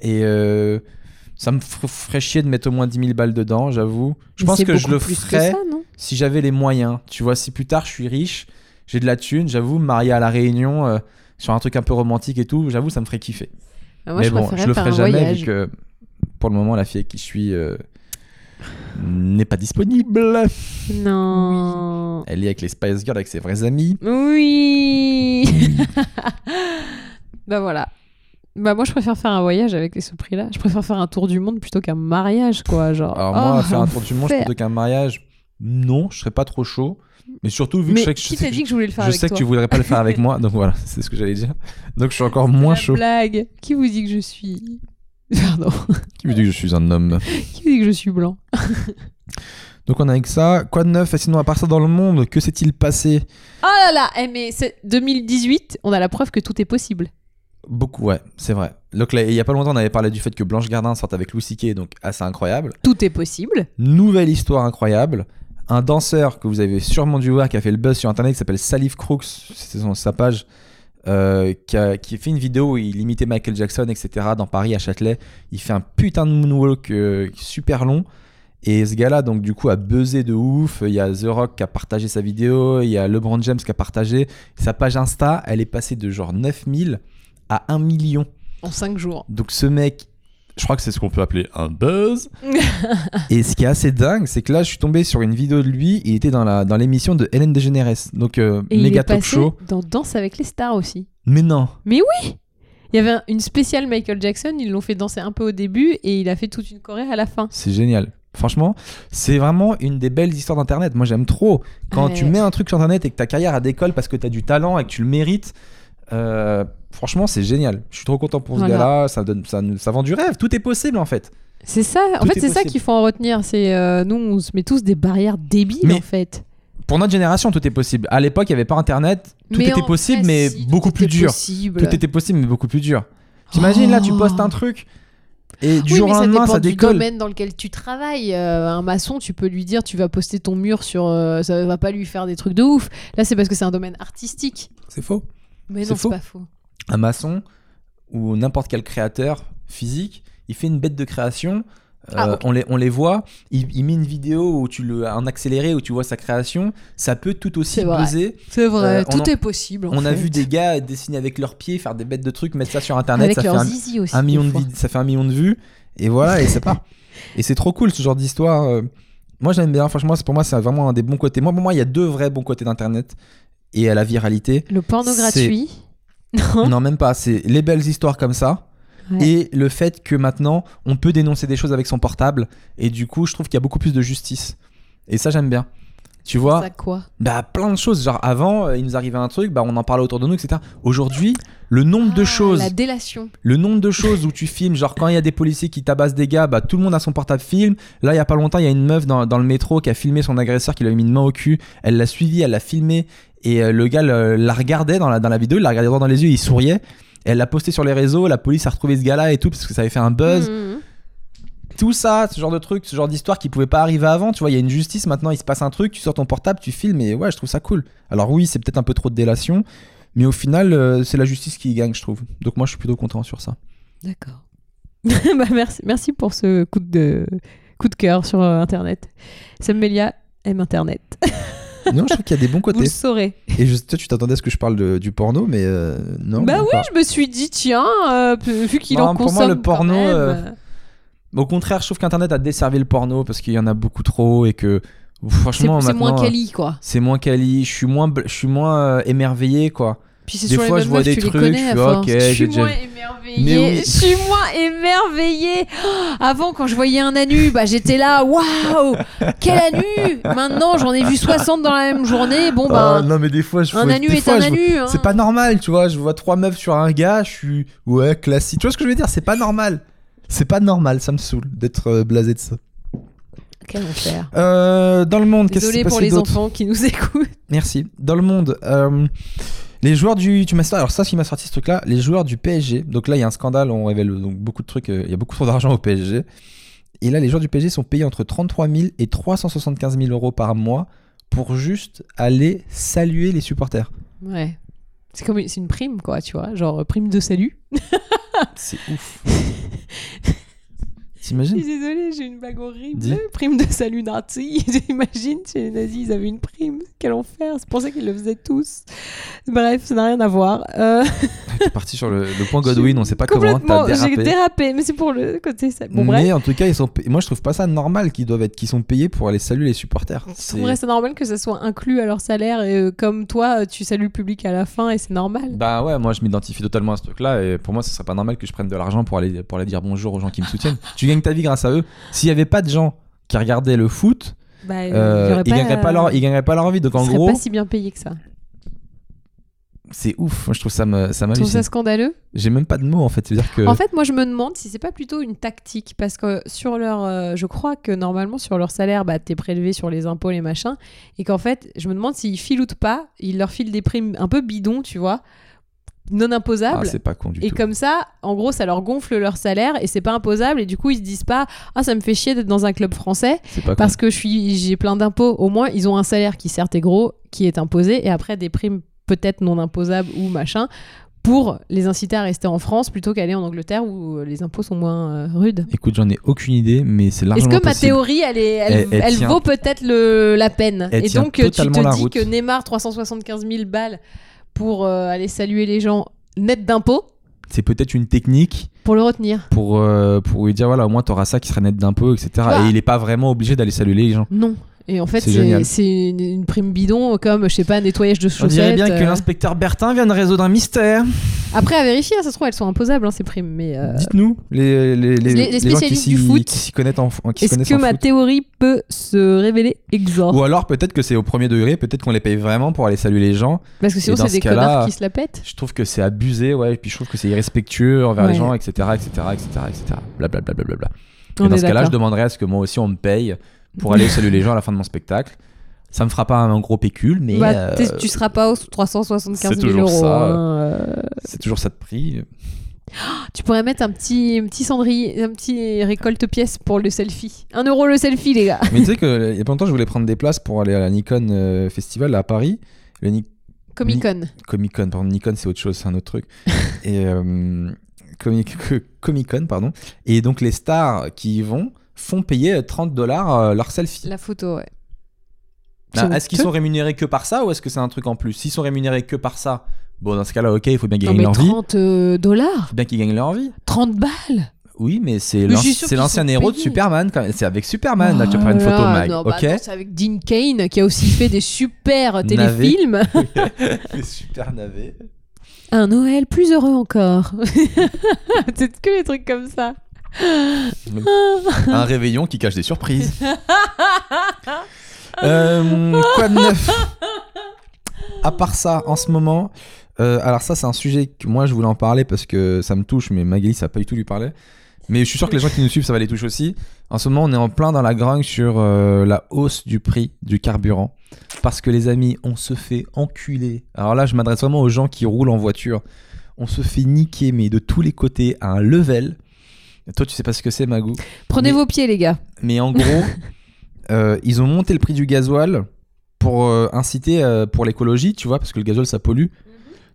Speaker 1: et euh, ça me f- ferait chier de mettre au moins 10 000 balles dedans, j'avoue. Je
Speaker 2: Mais
Speaker 1: pense
Speaker 2: c'est
Speaker 1: que je
Speaker 2: beaucoup
Speaker 1: le
Speaker 2: plus que
Speaker 1: ferais
Speaker 2: ça, non
Speaker 1: si j'avais les moyens. Tu vois, si plus tard je suis riche, j'ai de la thune, j'avoue, me marier à La Réunion euh, sur un truc un peu romantique et tout, j'avoue, ça me ferait kiffer.
Speaker 2: Bah, moi,
Speaker 1: Mais
Speaker 2: je
Speaker 1: bon,
Speaker 2: préférais
Speaker 1: je le
Speaker 2: faire
Speaker 1: ferai
Speaker 2: un
Speaker 1: jamais
Speaker 2: voyage.
Speaker 1: vu que pour le moment, la fille avec qui je suis euh, n'est pas disponible.
Speaker 2: Non.
Speaker 1: Elle est avec les Spice Girls, avec ses vrais amis.
Speaker 2: Oui. bah voilà. Bah moi je préfère faire un voyage avec ce prix-là. Je préfère faire un tour du monde plutôt qu'un mariage quoi, genre.
Speaker 1: Alors moi,
Speaker 2: oh,
Speaker 1: faire un tour du monde
Speaker 2: l'enfer.
Speaker 1: plutôt qu'un mariage, non, je serais pas trop chaud. Mais surtout, vu
Speaker 2: Mais
Speaker 1: que je sais que, je
Speaker 2: qui
Speaker 1: sais
Speaker 2: t'a
Speaker 1: que
Speaker 2: dit que je voulais le faire
Speaker 1: je
Speaker 2: avec
Speaker 1: sais que
Speaker 2: toi
Speaker 1: tu voudrais pas le faire avec moi, donc voilà, c'est ce que j'allais dire. Donc je suis encore moins
Speaker 2: La
Speaker 1: chaud.
Speaker 2: blague. Qui vous dit que je suis Pardon.
Speaker 1: Qui me dit que je suis un homme
Speaker 2: Qui vous dit que je suis blanc
Speaker 1: Donc on a avec ça. Quoi de neuf Et sinon, à part ça dans le monde, que s'est-il passé
Speaker 2: Oh là là, eh, mais c'est 2018, on a la preuve que tout est possible.
Speaker 1: Beaucoup, ouais, c'est vrai. Donc là, il y a pas longtemps, on avait parlé du fait que Blanche Gardin sorte avec Louis C.K., donc assez incroyable.
Speaker 2: Tout est possible.
Speaker 1: Nouvelle histoire incroyable. Un danseur que vous avez sûrement dû voir, qui a fait le buzz sur internet, qui s'appelle Salif Crooks, c'est son, sa page, euh, qui, a, qui fait une vidéo où il imitait Michael Jackson, etc., dans Paris, à Châtelet. Il fait un putain de moonwalk euh, super long. Et ce gars-là, donc, du coup, a buzzé de ouf. Il y a The Rock qui a partagé sa vidéo, il y a LeBron James qui a partagé. Sa page Insta, elle est passée de genre 9000 à 1 million.
Speaker 2: En 5 jours.
Speaker 1: Donc ce mec, je crois que c'est ce qu'on peut appeler un buzz. et ce qui est assez dingue, c'est que là, je suis tombé sur une vidéo de lui. Il était dans la dans l'émission de Hélène DeGeneres, donc euh,
Speaker 2: Et il
Speaker 1: méga
Speaker 2: est
Speaker 1: talk
Speaker 2: passé
Speaker 1: show.
Speaker 2: dans Danse avec les stars aussi.
Speaker 1: Mais non,
Speaker 2: Il y avait un- une spéciale Michael Jackson, ils l'ont fait danser un peu au début et il a fait toute une choré à la fin.
Speaker 1: c'est génial. Franchement, c'est vraiment une des belles histoires d'Internet. Moi, j'aime trop quand
Speaker 2: Ouais.
Speaker 1: tu mets un truc sur Internet et que ta carrière a décolle parce que t'as du talent et que tu le mérites. euh, franchement, c'est génial. Je suis trop content pour ce
Speaker 2: Voilà.
Speaker 1: gars-là. Ça donne, ça, nous- ça vend du rêve. Tout est possible en fait.
Speaker 2: C'est ça, en
Speaker 1: Tout
Speaker 2: fait
Speaker 1: est
Speaker 2: c'est ça
Speaker 1: possible.
Speaker 2: qu'il faut en retenir, c'est euh, nous on se met tous des barrières débiles
Speaker 1: Mais
Speaker 2: en fait.
Speaker 1: Pour notre génération, tout est possible. À l'époque, il y avait pas Internet. Tout
Speaker 2: Mais
Speaker 1: était
Speaker 2: en
Speaker 1: possible,
Speaker 2: vrai,
Speaker 1: mais
Speaker 2: si,
Speaker 1: beaucoup
Speaker 2: tout
Speaker 1: plus
Speaker 2: était
Speaker 1: dur.
Speaker 2: possible.
Speaker 1: Tout était possible, mais beaucoup plus dur. T'imagines, là, tu postes un truc et du
Speaker 2: Oh. Oui,
Speaker 1: jour
Speaker 2: mais
Speaker 1: au
Speaker 2: ça
Speaker 1: lendemain,
Speaker 2: dépend
Speaker 1: ça
Speaker 2: du
Speaker 1: décolle.
Speaker 2: domaine dans lequel tu travailles. Euh, un maçon, tu peux lui dire tu vas poster ton mur sur euh, ça va pas lui faire des trucs de ouf. Là, c'est parce que c'est un domaine artistique.
Speaker 1: C'est faux.
Speaker 2: Mais
Speaker 1: C'est
Speaker 2: non, c'est
Speaker 1: faux.
Speaker 2: pas faux.
Speaker 1: Un maçon ou n'importe quel créateur physique, il fait une bête de création. euh,
Speaker 2: Ah, ok.
Speaker 1: on, les, on les voit, il, il met une vidéo où tu le, en accéléré où tu vois sa création, ça peut tout aussi
Speaker 2: C'est vrai.
Speaker 1: buzzer.
Speaker 2: C'est vrai,
Speaker 1: Euh, on
Speaker 2: tout
Speaker 1: en-
Speaker 2: est possible. en
Speaker 1: On a
Speaker 2: fait.
Speaker 1: vu des gars dessiner avec leurs pieds, faire des bêtes de trucs, mettre ça sur internet,
Speaker 2: avec
Speaker 1: ça fait
Speaker 2: leurs
Speaker 1: un,
Speaker 2: zizi aussi.
Speaker 1: un
Speaker 2: des
Speaker 1: million de
Speaker 2: fois.
Speaker 1: vid- ça fait un million de vues et voilà et ça part et c'est trop cool ce genre d'histoire euh, moi j'aime bien franchement c'est pour moi c'est vraiment un des bons côtés moi pour moi il y a deux vrais bons côtés d'internet et à la viralité
Speaker 2: Le porno
Speaker 1: C'est-
Speaker 2: gratuit.
Speaker 1: non même pas c'est les belles histoires comme ça
Speaker 2: Hein? Ouais.
Speaker 1: et le fait que maintenant on peut dénoncer des choses avec son portable et du coup je trouve qu'il y a beaucoup plus de justice et ça j'aime bien tu vois
Speaker 2: Ça quoi
Speaker 1: bah plein de choses genre avant euh, il nous arrivait un truc bah on en parlait autour de nous etc aujourd'hui le nombre de
Speaker 2: Ah,
Speaker 1: choses
Speaker 2: La délation.
Speaker 1: le nombre de choses où tu filmes, genre quand il y a des policiers qui tabassent des gars, bah tout le monde a son portable film. Là, il y a pas longtemps, il y a une meuf dans, dans le métro qui a filmé son agresseur qui lui a mis une main au cul. Elle l'a suivi, elle l'a filmé et euh, le gars le- la regardait dans la, dans la vidéo, il la regardait droit dans les yeux, il souriait. Elle l'a posté sur les réseaux, la police a retrouvé ce gars-là et tout parce que ça avait fait un buzz.
Speaker 2: Mhm.
Speaker 1: Tout ça, ce genre de truc, ce genre d'histoire qui pouvait pas arriver avant, tu vois, il y a une justice maintenant, il se passe un truc, tu sors ton portable, tu filmes et ouais, je trouve ça cool. Alors oui, c'est peut-être un peu trop de délation, mais au final, euh, c'est la justice qui gagne, je trouve. Donc moi, je suis plutôt content sur ça.
Speaker 2: D'accord. Bah, merci, merci pour ce coup de, coup de cœur sur euh, Internet. Sam Melia aime Internet.
Speaker 1: Non, je trouve qu'il y a des bons
Speaker 2: Vous
Speaker 1: côtés.
Speaker 2: le saurez.
Speaker 1: Et je- toi, tu t'attendais à ce que je parle de- du porno, mais euh, non.
Speaker 2: bah
Speaker 1: même
Speaker 2: oui,
Speaker 1: pas.
Speaker 2: je me suis dit, tiens, euh, p- vu qu'il
Speaker 1: Non,
Speaker 2: en
Speaker 1: Bah, pour
Speaker 2: consomme
Speaker 1: moi, le
Speaker 2: quand
Speaker 1: porno,
Speaker 2: même,
Speaker 1: euh,
Speaker 2: euh,
Speaker 1: Au contraire, je trouve qu'Internet a desservi le porno parce qu'il y en a beaucoup trop et que pff,
Speaker 2: c'est
Speaker 1: franchement,
Speaker 2: c'est moins
Speaker 1: maintenant, euh,
Speaker 2: quali, quoi.
Speaker 1: C'est moins quali. Je suis moins, bl- je suis moins euh, émerveillé, quoi.
Speaker 2: Puis c'est
Speaker 1: des
Speaker 2: sur les
Speaker 1: fois, je
Speaker 2: mêmes
Speaker 1: vois
Speaker 2: meufs,
Speaker 1: des
Speaker 2: tu les
Speaker 1: trucs,
Speaker 2: connais,
Speaker 1: je
Speaker 2: à
Speaker 1: fais,
Speaker 2: force.
Speaker 1: ok,
Speaker 2: je
Speaker 1: j'ai
Speaker 2: suis
Speaker 1: déjà
Speaker 2: moins
Speaker 1: vu.
Speaker 2: émerveillée.
Speaker 1: Mais oui.
Speaker 2: Je suis moins émerveillée. Oh, avant, quand je voyais un anu, bah, j'étais là, waouh, quel anu Maintenant, j'en ai vu 60 dans la même journée. Bon,
Speaker 1: Ah,
Speaker 2: bah,
Speaker 1: non, mais des fois, je
Speaker 2: un
Speaker 1: vois-
Speaker 2: anu
Speaker 1: des
Speaker 2: est
Speaker 1: fois,
Speaker 2: un
Speaker 1: je vois-
Speaker 2: anu. hein.
Speaker 1: C'est pas normal, tu vois. Je vois trois meufs sur un gars, je suis ouais classique. Tu vois ce que je veux dire C'est pas normal. C'est pas normal. Ça me saoule d'être euh, blasé de ça.
Speaker 2: Quel enfer.
Speaker 1: Euh, dans le monde, qu'est-ce qui s'est
Speaker 2: Désolé
Speaker 1: passé
Speaker 2: pour les
Speaker 1: d'autre
Speaker 2: enfants qui nous écoutent.
Speaker 1: Merci. Dans le monde, euh, les joueurs du. Tu m'as sorti- alors ça, ce qui m'a sorti ce truc-là, les joueurs du PSG. Donc là, il y a un scandale, on révèle donc beaucoup de trucs, euh, il y a beaucoup trop d'argent au PSG. Et là, les joueurs du PSG sont payés entre 33 000 et 375 000 euros par mois pour juste aller saluer les supporters.
Speaker 2: Ouais. C'est comme une, c'est une prime, euh, quoi, tu vois. Genre, prime de salut.
Speaker 1: C'est ouf.
Speaker 2: Je
Speaker 1: t'imagines
Speaker 2: suis désolée, j'ai une blague horrible.
Speaker 1: Mm. Dis.
Speaker 2: Prime de salut nazi. J'imagine chez les nazis, ils avaient une prime. Quel enfer. C'est pour ça qu'ils le faisaient tous. Bref, ça n'a rien à voir. Euh,
Speaker 1: T'es parti sur le, le point Oh, Godwin, on sait pas comment, t'as
Speaker 2: complètement, j'ai
Speaker 1: dérapé.
Speaker 2: dérapé. Mais c'est pour le côté ça. Bon, bref.
Speaker 1: mais en tout cas, ils sont pay- moi je trouve pas ça normal qu'ils doivent être, qu'ils sont payés pour aller saluer les supporters.
Speaker 2: Je trouverais ça normal que ça soit inclus à leur salaire et euh, comme toi, euh, tu salues le public à la fin et c'est normal.
Speaker 1: Bah ouais, moi je m'identifie totalement à ce truc-là et pour moi ce serait pas normal que je prenne de l'argent pour aller, pour aller dire bonjour aux gens qui me soutiennent. tu gagnes ta vie grâce à eux. S'il y avait pas de gens qui regardaient le foot,
Speaker 2: Bah, euh, il y
Speaker 1: euh,
Speaker 2: aurait
Speaker 1: ils, gagneraient pas leur, ils gagneraient pas leur vie. Donc en
Speaker 2: ils seraient
Speaker 1: gros,
Speaker 2: pas si bien payé que ça.
Speaker 1: c'est ouf. Moi je trouve ça me, ça
Speaker 2: Tu trouves
Speaker 1: m'hallucine.
Speaker 2: ça scandaleux
Speaker 1: J'ai même pas de mots en fait. C'est-à-dire que
Speaker 2: En fait, moi, je me demande si c'est pas plutôt une tactique, parce que sur leur, euh, je crois que normalement sur leur salaire, bah, t'es prélevé sur les impôts, les machins, et qu'en fait, je me demande s'ils filoutent pas, ils leur filent des primes un peu bidons, tu vois, non
Speaker 1: ah,
Speaker 2: imposables.
Speaker 1: c'est pas con du
Speaker 2: et
Speaker 1: tout.
Speaker 2: comme ça, en gros, ça leur gonfle leur salaire et c'est pas imposable. Et du coup, ils se disent pas Ah, ça me fait chier d'être dans un club français
Speaker 1: C'est pas con.
Speaker 2: parce que je suis- j'ai plein d'impôts. Au moins, ils ont un salaire qui, certes, est gros, qui est imposé, et après des primes peut-être non imposables ou machin, pour les inciter à rester en France plutôt qu'aller en Angleterre où les impôts sont moins euh, rudes.
Speaker 1: Écoute, j'en ai aucune idée, mais c'est
Speaker 2: Est-ce
Speaker 1: largement
Speaker 2: que ma
Speaker 1: possible.
Speaker 2: théorie, elle, est, elle,
Speaker 1: Elle- elle
Speaker 2: elle
Speaker 1: tient-
Speaker 2: vaut peut-être le- la peine
Speaker 1: Elle
Speaker 2: Et
Speaker 1: tient
Speaker 2: donc, tu te
Speaker 1: totalement la
Speaker 2: dis
Speaker 1: route.
Speaker 2: que Neymar, 375 000 balles pour euh, aller saluer les gens net d'impôts,
Speaker 1: C'est peut-être une technique
Speaker 2: pour le retenir
Speaker 1: pour, euh, pour lui dire voilà, au moins t'auras ça qui sera net d'impôts, etc.
Speaker 2: vois.
Speaker 1: Et il est pas vraiment obligé d'aller saluer les gens.
Speaker 2: Non. Et en fait,
Speaker 1: C'est
Speaker 2: c'est
Speaker 1: génial.
Speaker 2: c'est une, une prime bidon, comme, je sais pas, nettoyage de chaussettes.
Speaker 1: On dirait bien que
Speaker 2: euh.
Speaker 1: l'inspecteur Bertin vient de résoudre un mystère.
Speaker 2: Après, à vérifier, hein, ça se trouve, elles sont imposables, hein, ces primes. Mais euh,
Speaker 1: Dites-nous, les, les, les,
Speaker 2: les
Speaker 1: les gens qui
Speaker 2: spécialistes
Speaker 1: s'y-
Speaker 2: du foot,
Speaker 1: qui s'y connaissent en, qui se
Speaker 2: est-ce
Speaker 1: connaissent
Speaker 2: que
Speaker 1: en
Speaker 2: ma
Speaker 1: foot.
Speaker 2: théorie peut se révéler exor
Speaker 1: Ou alors peut-être que c'est au premier degré, peut-être qu'on les paye vraiment pour aller saluer les gens.
Speaker 2: Parce que sinon,
Speaker 1: et dans
Speaker 2: c'est
Speaker 1: ce
Speaker 2: des
Speaker 1: cas-là-
Speaker 2: connards qui se la pètent.
Speaker 1: Je trouve que c'est abusé, ouais, et puis je trouve que c'est irrespectueux envers
Speaker 2: Ouais.
Speaker 1: les gens, etc., etc., etc., etc. Blablabla. Bla, bla, bla.
Speaker 2: On
Speaker 1: Et dans
Speaker 2: est
Speaker 1: ce cas-là, je
Speaker 2: d'accord.
Speaker 1: demanderais à ce que moi aussi on me paye pour aller saluer les gens à la fin de mon spectacle. Ça me fera pas un gros pécule, mais
Speaker 2: Bah,
Speaker 1: euh,
Speaker 2: t'es- tu seras pas au 375
Speaker 1: c'est
Speaker 2: 000
Speaker 1: toujours
Speaker 2: euros.
Speaker 1: ça.
Speaker 2: hein, euh.
Speaker 1: c'est toujours ça de prix.
Speaker 2: Tu pourrais mettre un petit, un petit cendrier, un petit récolte-pièce pour le selfie. Un euro le selfie, les gars.
Speaker 1: mais tu sais que euh, il y a pas longtemps, je voulais prendre des places pour aller à la Nikon euh, Festival là, à Paris. Le Ni-
Speaker 2: Comic Con.
Speaker 1: Comic Con, pardon, Nikon c'est autre chose, c'est un autre truc. et euh, Comic Con, pardon. Et donc les stars qui y vont font payer 30 dollars euh, leur selfie.
Speaker 2: La photo, ouais.
Speaker 1: Ah,
Speaker 2: c'est
Speaker 1: est-ce qu'ils
Speaker 2: honteux.
Speaker 1: sont rémunérés que par ça ou est-ce que c'est un truc en plus S'ils sont rémunérés que par ça, bon dans ce cas-là, ok, il faut bien qu'ils
Speaker 2: Non,
Speaker 1: gagnent
Speaker 2: mais
Speaker 1: leur vie.
Speaker 2: 30 euh, dollars
Speaker 1: Faut bien qu'ils gagnent leur vie.
Speaker 2: 30 balles
Speaker 1: Oui, mais c'est
Speaker 2: Mais
Speaker 1: l'an-
Speaker 2: je suis sûre
Speaker 1: c'est
Speaker 2: qu'ils
Speaker 1: l'ancien
Speaker 2: sont
Speaker 1: héros de
Speaker 2: payés.
Speaker 1: Superman quand même. C'est avec Superman là, que tu
Speaker 2: Oh
Speaker 1: prends une
Speaker 2: là
Speaker 1: photo,
Speaker 2: là,
Speaker 1: Mike.
Speaker 2: non, bah
Speaker 1: ok
Speaker 2: non, C'est avec Dean Kane qui a aussi fait des super téléfilms.
Speaker 1: C'est super navet.
Speaker 2: Un Noël plus heureux encore. C'est que les trucs comme ça.
Speaker 1: Un réveillon qui cache des surprises. Euh, quoi de neuf À part ça, en ce moment, euh, alors ça c'est un sujet que moi je voulais en parler parce que ça me touche, mais Magali ça va pas du tout lui parler. Mais je suis sûr que les gens qui nous suivent ça va les toucher aussi. En ce moment, on est en plein dans la grogne sur euh, la hausse du prix du carburant parce que les amis, on se fait enculer. Alors là, je m'adresse vraiment aux gens qui roulent en voiture. On se fait niquer, mais de tous les côtés, à un level. Toi, tu sais pas ce que c'est, Magou
Speaker 2: Prenez
Speaker 1: Mais-
Speaker 2: vos pieds, les gars.
Speaker 1: mais en gros, euh, ils ont monté le prix du gasoil pour euh, inciter euh, pour l'écologie, tu vois, parce que le gasoil ça
Speaker 2: Mhm.
Speaker 1: pollue.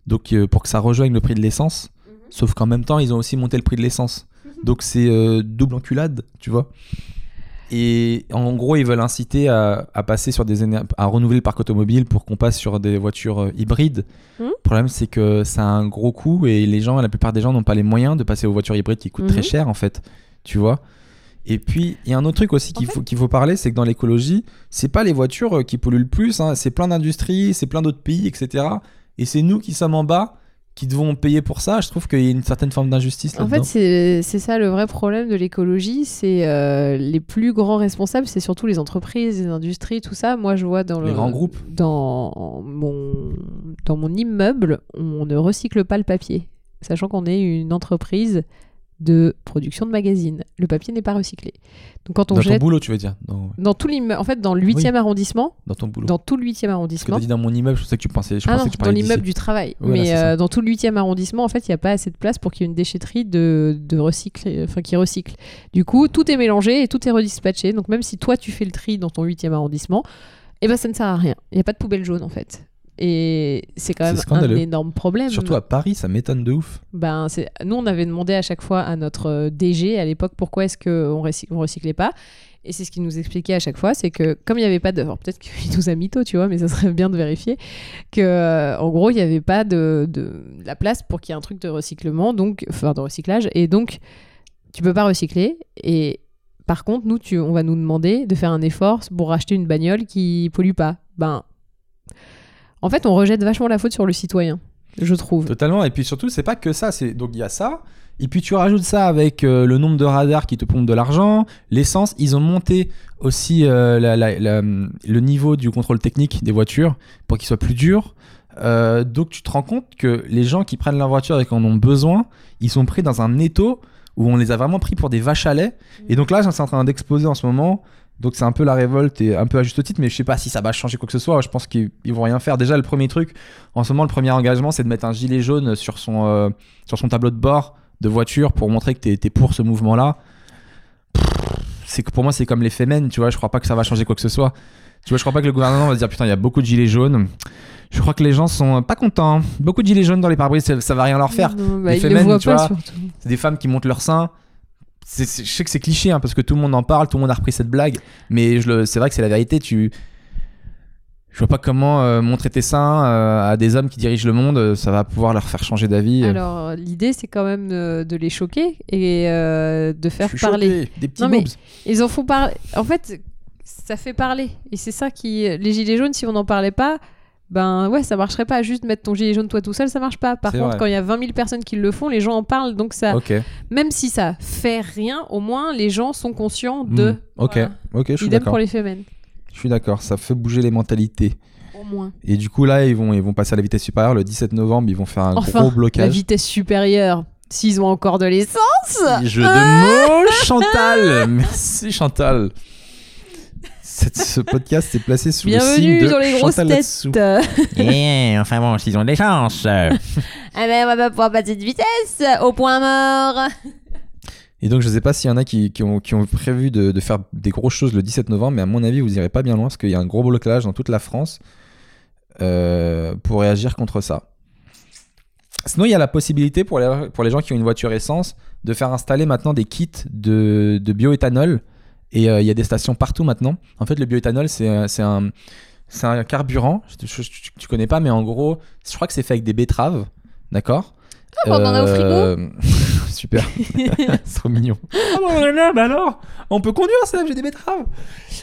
Speaker 1: Donc euh, pour que ça rejoigne le prix de l'essence. Sauf qu'en même temps, ils ont aussi monté le prix de l'essence.
Speaker 2: Mhm.
Speaker 1: Donc c'est euh, double enculade, tu vois. Et en gros, ils veulent inciter à, à passer sur des éner- à renouveler le parc automobile pour qu'on passe sur des voitures euh, hybrides.
Speaker 2: Mhm.
Speaker 1: Le problème, c'est que ça a un gros coût et les gens, la plupart des gens, n'ont pas les moyens de passer aux voitures hybrides qui coûtent
Speaker 2: Mhm.
Speaker 1: très cher, en fait. Tu vois. Et puis, il y a un autre truc aussi
Speaker 2: En
Speaker 1: qu'il
Speaker 2: fait-
Speaker 1: faut, qu'il faut parler, c'est que dans l'écologie, c'est pas les voitures euh, qui polluent le plus, hein, c'est plein d'industries, c'est plein d'autres pays, etc. Et c'est nous qui sommes en bas qui devons payer pour ça. Je trouve qu'il y a une certaine forme d'injustice
Speaker 2: En
Speaker 1: là-dedans.
Speaker 2: fait, c'est c'est ça le vrai problème de l'écologie. C'est euh, les plus grands responsables, c'est surtout les entreprises, les industries, tout ça. Moi, je vois dans
Speaker 1: Les
Speaker 2: le-
Speaker 1: grands groupes.
Speaker 2: Dans mon, dans mon immeuble, on ne recycle pas le papier, sachant qu'on est une entreprise de production de magazines. Le papier n'est pas recyclé. Donc, quand on
Speaker 1: dans ton
Speaker 2: jette.
Speaker 1: boulot, tu veux dire. Dans,
Speaker 2: Dans tout l'immeuble, en fait, dans le 8e arrondissement,
Speaker 1: dans ton boulot.
Speaker 2: dans tout le 8e
Speaker 1: Parce que
Speaker 2: arrondissement,
Speaker 1: t'as dit dans mon immeuble, je pensais que tu pensais. Je
Speaker 2: ah
Speaker 1: pensais
Speaker 2: non,
Speaker 1: que tu
Speaker 2: dans
Speaker 1: parlais
Speaker 2: l'immeuble
Speaker 1: d'ici.
Speaker 2: du travail.
Speaker 1: Voilà,
Speaker 2: mais
Speaker 1: c'est ça.
Speaker 2: euh, dans tout le 8e arrondissement, en fait, il n'y a pas assez de place pour qu'il y ait une déchetterie de, de recycler, enfin, qui recycle. Du coup, tout est mélangé et tout est redispatché. Donc, même si toi, tu fais le tri dans ton 8e arrondissement, eh ben, ça ne sert à rien. Il n'y a pas de poubelle jaune, en fait. Et c'est quand
Speaker 1: C'est
Speaker 2: même un
Speaker 1: scandaleux.
Speaker 2: énorme problème.
Speaker 1: Surtout à Paris, ça m'étonne de ouf.
Speaker 2: Ben, c'est- nous, on avait demandé à chaque fois à notre euh, DG à l'époque pourquoi est-ce qu'on ne recyclait pas. Et c'est ce qu'il nous expliquait à chaque fois, c'est que comme il n'y avait pas de... alors, peut-être qu'il nous a mytho, tu vois, mais ça serait bien de vérifier. Que, euh, en gros, il n'y avait pas de, de- de la place pour qu'il y ait un truc de recyclement, donc, enfin de recyclage. Et donc, tu peux pas recycler. Et par contre, nous, tu, on va nous demander de faire un effort pour racheter une bagnole qui pollue pas. Ben, en fait, on rejette vachement la faute sur le citoyen, je trouve.
Speaker 1: Totalement. Et puis surtout, c'est pas que ça. C'est donc il y a ça. Et puis tu rajoutes ça avec euh, le nombre de radars qui te pompent de l'argent, l'essence. Ils ont monté aussi euh, la- la- la- le niveau du contrôle technique des voitures pour qu'il soit plus dur. Euh, donc tu te rends compte que les gens qui prennent leur voiture et qui en ont besoin, ils sont pris dans un étau où on les a vraiment pris pour des vaches à lait. Et donc là, c'est en train d'exploser en ce moment. Donc c'est un peu la révolte et un peu à juste titre, mais je sais pas si ça va changer quoi que ce soit. Je pense qu'ils ils vont rien faire. Déjà, le premier truc, en ce moment, le premier engagement, c'est de mettre un gilet jaune sur son, euh, sur son tableau de bord de voiture pour montrer que t'es es pour ce mouvement-là. Pff, C'est que pour moi, c'est comme les Femen, tu vois. Je crois pas que ça va changer quoi que ce soit. Tu vois, je crois pas que le gouvernement va se dire putain, il y a beaucoup de gilets jaunes. Je crois que les gens sont pas contents. Beaucoup de gilets jaunes dans les pare-brises, ça, ça va rien leur faire.
Speaker 2: Non, bah,
Speaker 1: Les
Speaker 2: il le
Speaker 1: femmes,
Speaker 2: voit
Speaker 1: tu
Speaker 2: pas
Speaker 1: vois.
Speaker 2: surtout.
Speaker 1: C'est des femmes qui montent leur sein. C'est- c'est- je sais que c'est cliché hein, parce que tout le monde en parle, tout le monde a repris cette blague, mais je le- c'est vrai que c'est la vérité. Tu, je vois pas comment euh, montrer tes seins euh, à des hommes qui dirigent le monde, euh, ça va pouvoir leur faire changer d'avis. euh.
Speaker 2: Alors l'idée c'est quand même euh, de les choquer et euh, de faire
Speaker 1: Je suis
Speaker 2: parler.
Speaker 1: choqué, des petits
Speaker 2: Non, mais-
Speaker 1: boobs.
Speaker 2: Ils en font parler. En fait, ça fait parler et c'est ça qui les gilets jaunes si on n'en parlait pas. Ben ouais, ça marcherait pas. Juste mettre ton gilet jaune toi tout seul, ça marche pas. Par
Speaker 1: C'est
Speaker 2: contre,
Speaker 1: vrai.
Speaker 2: quand il y a 20 000 personnes qui le font, les gens en parlent. Donc ça,
Speaker 1: Ok,
Speaker 2: même si ça fait rien, au moins les gens sont conscients de.
Speaker 1: Mm. ok,
Speaker 2: Voilà.
Speaker 1: ok, je suis
Speaker 2: Idem
Speaker 1: d'accord.
Speaker 2: pour les femmes.
Speaker 1: Je suis d'accord, ça fait bouger les mentalités.
Speaker 2: Au moins.
Speaker 1: Et du coup là, ils vont, ils vont passer à la vitesse supérieure. Le 17 novembre, ils vont faire un
Speaker 2: Enfin,
Speaker 1: gros
Speaker 2: La
Speaker 1: blocage.
Speaker 2: vitesse supérieure. S'ils ont encore de l'essence.
Speaker 1: Jeu de mots, Chantal. Merci Chantal. Cette- ce podcast s'est placé sous le
Speaker 2: Bienvenue
Speaker 1: signe de
Speaker 2: dans les grosses
Speaker 1: Chantal Latsou.
Speaker 2: têtes. euh.
Speaker 4: Eh, enfin bon, s'ils ont des chances.
Speaker 2: Ah ben on va pas pouvoir passer de vitesse au point mort.
Speaker 1: Et donc je sais pas s'il y en a qui, qui ont, qui ont prévu de, de faire des grosses choses le 17 novembre, mais à mon avis vous irez pas bien loin parce qu'il y a un gros blocage dans toute la France euh, pour réagir contre ça. Sinon il y a la possibilité pour les, pour les gens qui ont une voiture essence de faire installer maintenant des kits de, de bioéthanol. Et euh, il y a des stations partout maintenant. En fait le bioéthanol c'est un- c'est un, c'est un carburant, je, je- tu- tu connais pas mais en gros je crois que c'est fait avec des betteraves, d'accord
Speaker 2: Ah, bah, on en a au
Speaker 1: frigo Super c'est trop mignon. Oh non, non, non, bah alors On peut conduire, ça, j'ai des betteraves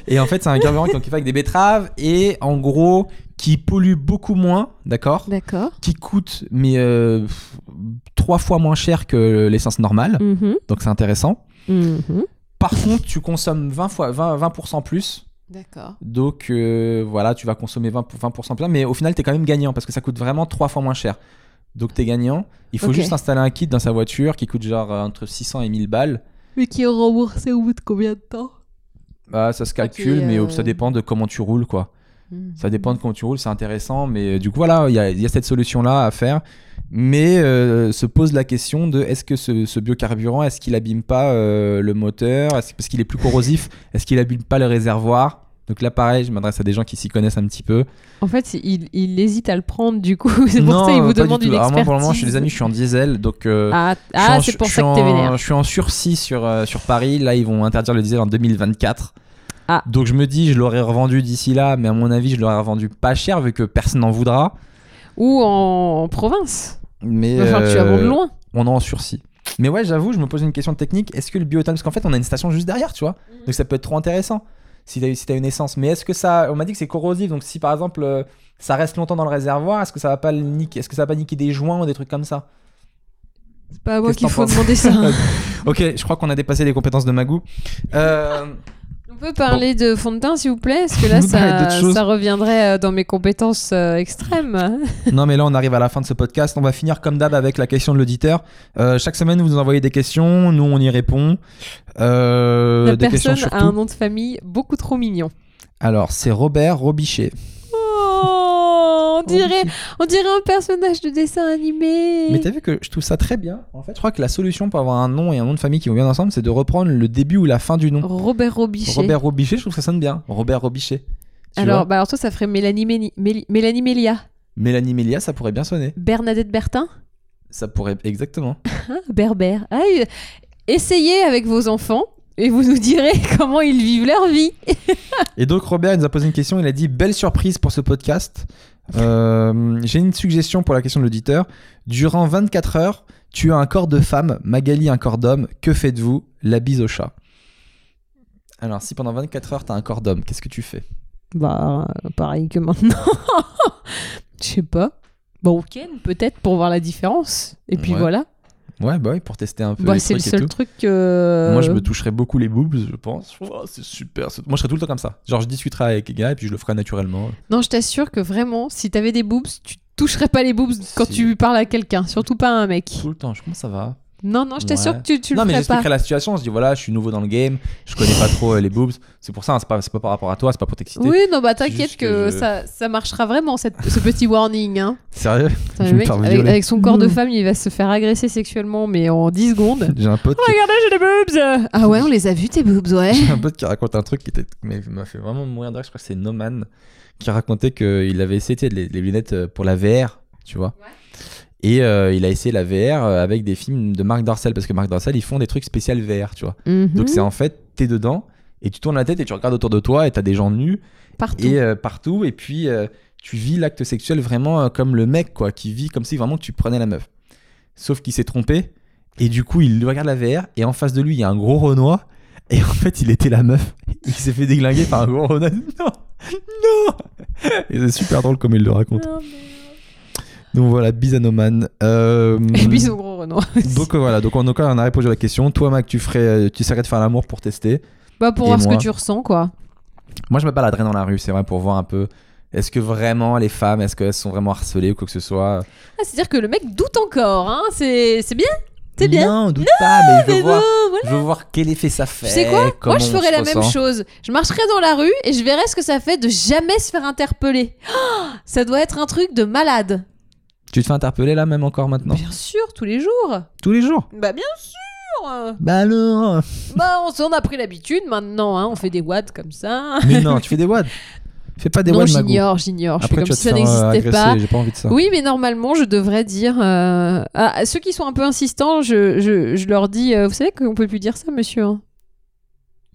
Speaker 1: Et en fait, c'est un carburant qui est fait avec des betteraves et en gros, qui pollue beaucoup moins, d'accord
Speaker 2: D'accord.
Speaker 1: Qui coûte, mais euh, pff, trois fois moins cher que l'essence normale,
Speaker 2: Mhm,
Speaker 1: donc c'est intéressant. Par contre, tu consommes 20 fois 20, 20% plus,
Speaker 2: D'accord.
Speaker 1: donc euh, voilà, tu vas consommer 20, 20% plein, mais au final, t'es quand même gagnant parce que ça coûte vraiment trois fois moins cher. Donc t'es gagnant. Il faut
Speaker 2: Ok.
Speaker 1: juste installer un kit dans sa voiture qui coûte genre euh, entre 600 et 1000 balles.
Speaker 2: Mais qui est remboursé au bout de combien de temps
Speaker 1: Bah, ça se calcule,
Speaker 2: Ok,
Speaker 1: mais
Speaker 2: euh,
Speaker 1: ça dépend de comment tu roules, quoi. Ça dépend de comment tu roules, c'est intéressant, mais euh, du coup, voilà, il y a, il y a cette solution-là à faire. Mais euh, se pose la question de est-ce que ce, ce biocarburant, est-ce qu'il abîme pas euh, le moteur Est-ce- Parce qu'il est plus corrosif, est-ce qu'il abîme pas le réservoir Donc là, pareil, je m'adresse à des gens qui s'y connaissent un petit peu.
Speaker 2: En fait, c'est- il, il hésite à le prendre du coup. C'est pour
Speaker 1: Non,
Speaker 2: ça qu'il vous
Speaker 1: pas du
Speaker 2: demande
Speaker 1: tout.
Speaker 2: une
Speaker 1: Alors,
Speaker 2: expertise.
Speaker 1: moi, pour le moment, je suis les amis, je suis en diesel, donc. euh,
Speaker 2: Ah,
Speaker 1: je suis
Speaker 2: ah,
Speaker 1: en-
Speaker 2: c'est pour
Speaker 1: je
Speaker 2: ça que
Speaker 1: suis
Speaker 2: t'es
Speaker 1: en-
Speaker 2: vénère.
Speaker 1: Je suis en sursis sur, euh, sur Paris. Là, ils vont interdire le diesel en 2024.
Speaker 2: Ah.
Speaker 1: Donc je me dis, je l'aurais revendu d'ici là, mais à mon avis, je l'aurais revendu pas cher vu que personne n'en voudra.
Speaker 2: Ou en province.
Speaker 1: Mais
Speaker 2: Il va falloir que tu
Speaker 1: euh,
Speaker 2: abondes loin.
Speaker 1: on est en sursis. Mais ouais, j'avoue, je me pose une question technique. Est-ce que le bioéthanol, parce qu'en fait, on a une station juste derrière, tu vois, donc ça peut être trop intéressant si t'as si t'as une essence. Mais est-ce que ça, on m'a dit que c'est corrosif, donc si par exemple euh, ça reste longtemps dans le réservoir, est-ce que ça va pas le niquer, est-ce que ça va pas niquer des joints ou des trucs comme ça
Speaker 2: C'est pas à moi
Speaker 1: qu'est-ce
Speaker 2: qu'il
Speaker 1: t'en
Speaker 2: faut
Speaker 1: penses
Speaker 2: demander ça.
Speaker 1: Ok, je crois qu'on a dépassé les compétences de Magou. Euh...
Speaker 2: On peut parler de fond de teint, s'il vous plaît, parce que là,
Speaker 1: On peut parler
Speaker 2: ça,
Speaker 1: d'autres choses.
Speaker 2: ça reviendrait euh, dans mes compétences euh, extrêmes.
Speaker 1: Non, mais là, on arrive à la fin de ce podcast. On va finir comme d'hab avec la question de l'auditeur. Euh, chaque semaine, vous nous envoyez des questions. Nous, on y répond. Euh,
Speaker 2: La
Speaker 1: des questions
Speaker 2: personne
Speaker 1: surtout.
Speaker 2: a un nom de famille beaucoup trop mignon.
Speaker 1: Alors, c'est Robert Robichet.
Speaker 2: Oh, on dirait, on dirait un personnage de dessin animé.
Speaker 1: Mais t'as vu que je trouve ça très bien. En fait, je crois que la solution pour avoir un nom et un nom de famille qui vont bien ensemble, c'est de reprendre le début ou la fin du nom.
Speaker 2: Robert Robichet.
Speaker 1: hein. Robert Robichet, je trouve que ça sonne bien. Robert Robichet. Tu
Speaker 2: alors,
Speaker 1: vois
Speaker 2: bah alors toi, ça ferait Mélanie, Méni- Méli- Mélanie Mélia.
Speaker 1: Mélanie Mélia, ça pourrait bien sonner.
Speaker 2: Bernadette Bertin
Speaker 1: Ça pourrait, exactement.
Speaker 2: Hein, Berbère. Ah, euh, essayez avec vos enfants et vous nous direz comment ils vivent leur vie.
Speaker 1: Et donc Robert il nous a posé une question, il a dit belle surprise pour ce podcast. Euh, J'ai une suggestion pour la question de l'auditeur. Durant 24 heures, tu as un corps de femme, Magali un corps d'homme, que faites-vous La bise au chat. Alors si pendant 24 heures t'as un corps d'homme, qu'est-ce que tu fais
Speaker 2: Bah, euh, pareil que maintenant. Je sais pas. Bon, week-end peut-être pour voir la différence. Et puis
Speaker 1: Ouais.
Speaker 2: voilà.
Speaker 1: Ouais bah oui pour tester un peu
Speaker 2: Bah,
Speaker 1: les
Speaker 2: c'est le
Speaker 1: trucs et
Speaker 2: seul
Speaker 1: tout.
Speaker 2: truc euh, que.
Speaker 1: Moi je me toucherais beaucoup les boobs je pense. Oh, c'est super. c'est- Moi je serais tout le temps comme ça. Genre je discuterais avec les gars et puis je le ferais naturellement.
Speaker 2: Non, je t'assure que vraiment, si t'avais des boobs, tu toucherais pas les boobs quand
Speaker 1: Si.
Speaker 2: tu parles à quelqu'un, surtout pas à un mec.
Speaker 1: Tout le temps, je pense que ça va.
Speaker 2: Non, non, je t'assure
Speaker 1: Ouais.
Speaker 2: que tu, tu
Speaker 1: non,
Speaker 2: le
Speaker 1: mais
Speaker 2: ferais pas.
Speaker 1: j'expliquerai la situation. Je dis voilà, je suis nouveau dans le game, je connais pas trop euh, les boobs. C'est pour ça, hein, c'est pas, c'est pas par rapport à toi, c'est pas pour t'exciter.
Speaker 2: Oui, non, bah
Speaker 1: C'est juste
Speaker 2: t'inquiète
Speaker 1: que
Speaker 2: que,
Speaker 1: je-
Speaker 2: ça, ça marchera vraiment, cette- ce petit warning. Hein.
Speaker 1: Sérieux Je
Speaker 2: Putain, le
Speaker 1: vais me
Speaker 2: mec,
Speaker 1: faire
Speaker 2: avec,
Speaker 1: violer. Hmm.
Speaker 2: avec son corps de femme, il va se faire agresser sexuellement, mais en 10 secondes.
Speaker 1: J'ai un pote,
Speaker 2: Oh,
Speaker 1: qui,
Speaker 2: regardez, j'ai des boobs Ah ouais, on les a vus, tes boobs, ouais.
Speaker 1: j'ai un pote qui raconte un truc qui était- mais m'a fait vraiment mourir de rire. Je crois que c'est Noman qui racontait qu'il avait essayé tu sais, les, les lunettes euh, pour la VR, tu vois. Et euh, il a essayé la VR euh, avec des films de Marc Dorcel parce que Marc Dorcel ils font des trucs spécial VR, tu vois.
Speaker 2: Mhm.
Speaker 1: Donc c'est en fait t'es dedans et tu tournes la tête et tu regardes autour de toi et t'as des gens nus
Speaker 2: Partout.
Speaker 1: et euh, partout et puis euh, tu vis l'acte sexuel vraiment euh, comme le mec quoi qui vit comme si vraiment tu prenais la meuf sauf qu'il s'est trompé et du coup il regarde la VR et en face de lui il y a un gros Renoir et en fait il était la meuf il s'est fait déglinguer par un gros Renoir non non et c'est super drôle comme il le raconte donc voilà bisanoman euh,
Speaker 2: Et puis son gros Renoir.
Speaker 1: donc euh, voilà donc en aucun cas on a répondu à la question toi Mac tu ferais euh, tu essaierais de faire l'amour pour tester
Speaker 2: Bah, pour
Speaker 1: Et
Speaker 2: voir ce
Speaker 1: moi
Speaker 2: que tu ressens, quoi.
Speaker 1: Moi, je me baladerais dans la rue, c'est vrai, pour voir un peu. Est-ce que vraiment les femmes, est-ce qu'elles sont vraiment harcelées ou quoi que ce soit
Speaker 2: Ah, c'est-à-dire que le mec doute encore, hein. C'est c'est bien C'est bien
Speaker 1: Non, doute pas, mais je veux
Speaker 2: Mais
Speaker 1: voir,
Speaker 2: non, voilà.
Speaker 1: je veux voir quel effet ça fait.
Speaker 2: Tu sais quoi Moi,
Speaker 1: comment
Speaker 2: je
Speaker 1: on
Speaker 2: ferais
Speaker 1: se
Speaker 2: la même
Speaker 1: ressent.
Speaker 2: chose. Je marcherais dans la rue et je verrais ce que ça fait de jamais se faire interpeller. Ah, ça doit être un truc de malade.
Speaker 1: Tu te fais interpeller là, même encore maintenant
Speaker 2: Bien sûr, tous les jours.
Speaker 1: Tous les jours
Speaker 2: Bah, bien sûr
Speaker 1: Bah alors
Speaker 2: Bah, on s'en a pris l'habitude maintenant, hein. On fait des wads comme ça.
Speaker 1: Mais non, tu fais des wads. Fais pas des
Speaker 2: non,
Speaker 1: wads, Magou.
Speaker 2: j'ignore, j'ignore. Je fais
Speaker 1: Après,
Speaker 2: comme
Speaker 1: tu vas
Speaker 2: si
Speaker 1: te
Speaker 2: ça
Speaker 1: faire euh,
Speaker 2: n'existait
Speaker 1: agresser,
Speaker 2: pas.
Speaker 1: j'ai pas envie de ça.
Speaker 2: Oui, mais normalement, je devrais dire. euh, à ceux qui sont un peu insistants, je, je- je leur dis euh, Vous savez qu'on peut plus dire ça, monsieur hein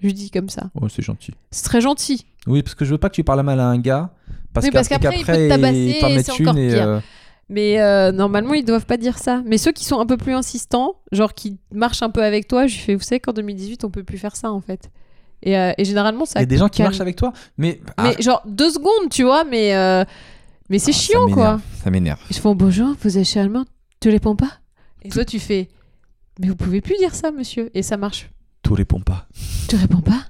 Speaker 2: Je dis comme ça.
Speaker 1: Oh, c'est gentil.
Speaker 2: C'est très gentil.
Speaker 1: Oui, parce que je veux pas que tu parles mal à un gars. Parce
Speaker 2: Oui,
Speaker 1: qu'ap-
Speaker 2: parce qu'après, il peut te
Speaker 1: qu'après,
Speaker 2: tabasser
Speaker 1: t'en
Speaker 2: et
Speaker 1: met
Speaker 2: c'est
Speaker 1: une
Speaker 2: encore
Speaker 1: et,
Speaker 2: pire.
Speaker 1: euh,
Speaker 2: Mais euh, normalement, ils doivent pas dire ça. Mais ceux qui sont un peu plus insistants, genre qui marchent un peu avec toi, je lui fais Vous savez qu'en 2018, on peut plus faire ça, en fait. Et, euh, et généralement, ça.
Speaker 1: Il y a des gens qui
Speaker 2: calme.
Speaker 1: marchent avec toi. Mais, Ah,
Speaker 2: Mais genre deux secondes, tu vois, mais, euh, mais c'est
Speaker 1: ah, ça
Speaker 2: chiant, quoi.
Speaker 1: m'énerve, Ça m'énerve.
Speaker 2: Ils font bonjour, vous êtes chez Allemand, tu les prends pas Et toi tu fais mais vous pouvez plus dire ça monsieur et ça marche.
Speaker 1: Tous les pompas.
Speaker 2: Tu réponds pas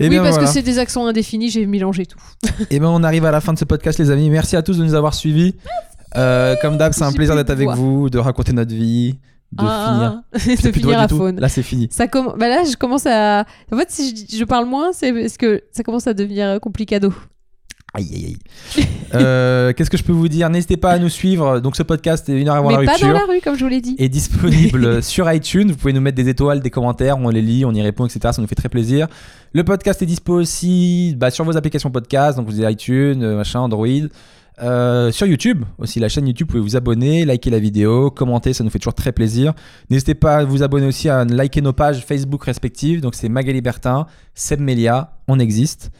Speaker 1: Et
Speaker 2: Oui parce que c'est des accents indéfinis, j'ai mélangé tout.
Speaker 1: Et ben on arrive à la fin de ce podcast les amis. Merci à tous de nous avoir suivis. Euh, comme d'hab, c'est un
Speaker 2: J'ai
Speaker 1: plaisir
Speaker 2: plus
Speaker 1: d'être
Speaker 2: de
Speaker 1: avec
Speaker 2: voix.
Speaker 1: vous, de raconter notre vie, de finir.
Speaker 2: Ah,
Speaker 1: Je sais
Speaker 2: de
Speaker 1: plus droit
Speaker 2: finir
Speaker 1: du
Speaker 2: à
Speaker 1: tout.
Speaker 2: faune.
Speaker 1: Là c'est fini.
Speaker 2: Ça comm- bah là je commence à en fait si je, dis- je parle moins c'est parce que ça commence à devenir euh, complicado.
Speaker 1: Aïe aïe aïe. Euh, Qu'est-ce que je peux vous dire N'hésitez pas à nous suivre. Donc ce podcast est une heure avant
Speaker 2: Mais
Speaker 1: la
Speaker 2: pas
Speaker 1: rupture.
Speaker 2: dans la rue comme je vous l'ai dit.
Speaker 1: est disponible sur iTunes. Vous pouvez nous mettre des étoiles, des commentaires, on les lit, on y répond, etc. Ça nous fait très plaisir. Le podcast est dispo aussi bah, sur vos applications podcast, donc vous avez iTunes, euh, machin, Android. Euh, sur YouTube aussi, la chaîne YouTube, vous pouvez vous abonner, liker la vidéo, commenter, ça nous fait toujours très plaisir. N'hésitez pas à vous abonner aussi à liker nos pages Facebook respectives. Donc c'est Magali Bertin, Seb Melia, on existe.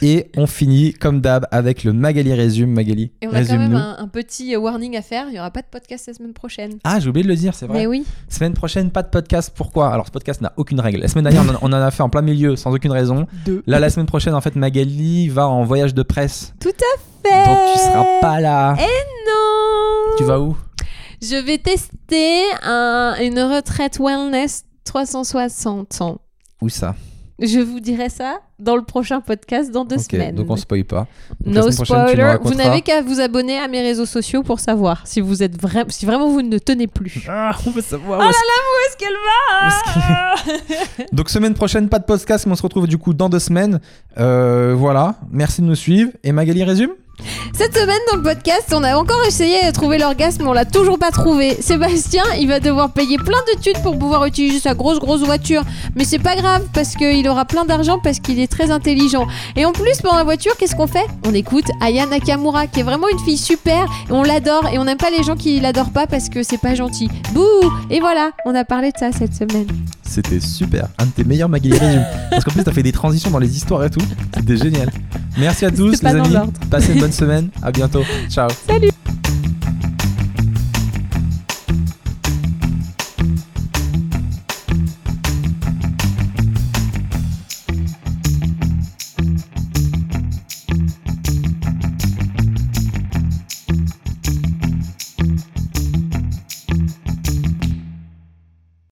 Speaker 1: Et on finit comme d'hab avec le Magali résume. Magali,
Speaker 2: Et on a quand même
Speaker 1: résume-nous.
Speaker 2: un, un petit euh, warning à faire, il n'y aura pas de podcast la semaine prochaine.
Speaker 1: Ah, j'ai oublié de le dire, c'est vrai.
Speaker 2: Mais oui.
Speaker 1: Semaine prochaine, pas de podcast. Pourquoi Alors, ce podcast n'a aucune règle. La semaine dernière, on en- on en a fait en plein milieu, sans aucune raison.
Speaker 2: Deux.
Speaker 1: Là, la semaine prochaine, en fait, Magali va en voyage de presse.
Speaker 2: Tout à fait.
Speaker 1: Donc, tu seras pas là.
Speaker 2: Non.
Speaker 1: Tu vas où
Speaker 2: Je vais tester un- une retraite wellness 360 ans.
Speaker 1: Où ça
Speaker 2: Je vous dirai ça dans le prochain podcast dans deux
Speaker 1: Ok,
Speaker 2: semaines.
Speaker 1: donc on spoil pas. Donc, la
Speaker 2: no
Speaker 1: semaine prochaine, tu nous
Speaker 2: spoiler. Vous
Speaker 1: raconteras.
Speaker 2: n'avez qu'à vous abonner à mes réseaux sociaux pour savoir si vous êtes vra- si vraiment vous ne tenez plus.
Speaker 1: Ah, on veut savoir.
Speaker 2: Oh
Speaker 1: où est-ce
Speaker 2: Où est-ce qu'elle va
Speaker 1: que- Donc, semaine prochaine, pas de podcast, mais on se retrouve du coup dans deux semaines. Euh, voilà. Merci de nous suivre. Et Magali résume
Speaker 2: Cette semaine dans le podcast, on a encore essayé de trouver l'orgasme, on l'a toujours pas trouvé. Sébastien, il va devoir payer plein de thunes pour pouvoir utiliser sa grosse grosse voiture. Mais c'est pas grave parce qu'il aura plein d'argent parce qu'il est très intelligent. Et en plus, pendant la voiture, qu'est-ce qu'on fait On écoute Aya Nakamura qui est vraiment une fille super et on l'adore et on n'aime pas les gens qui l'adorent pas parce que c'est pas gentil. Bouh Et voilà, on a parlé de ça cette semaine.
Speaker 1: C'était super. Un de tes meilleurs Magali résume. Parce qu'en plus, t'as fait des transitions dans les histoires et tout. C'était génial. Merci à tous,
Speaker 2: C'était pas
Speaker 1: les
Speaker 2: dans
Speaker 1: amis.
Speaker 2: l'ordre.
Speaker 1: Passez une bonne semaine. À bientôt. Ciao.
Speaker 2: Salut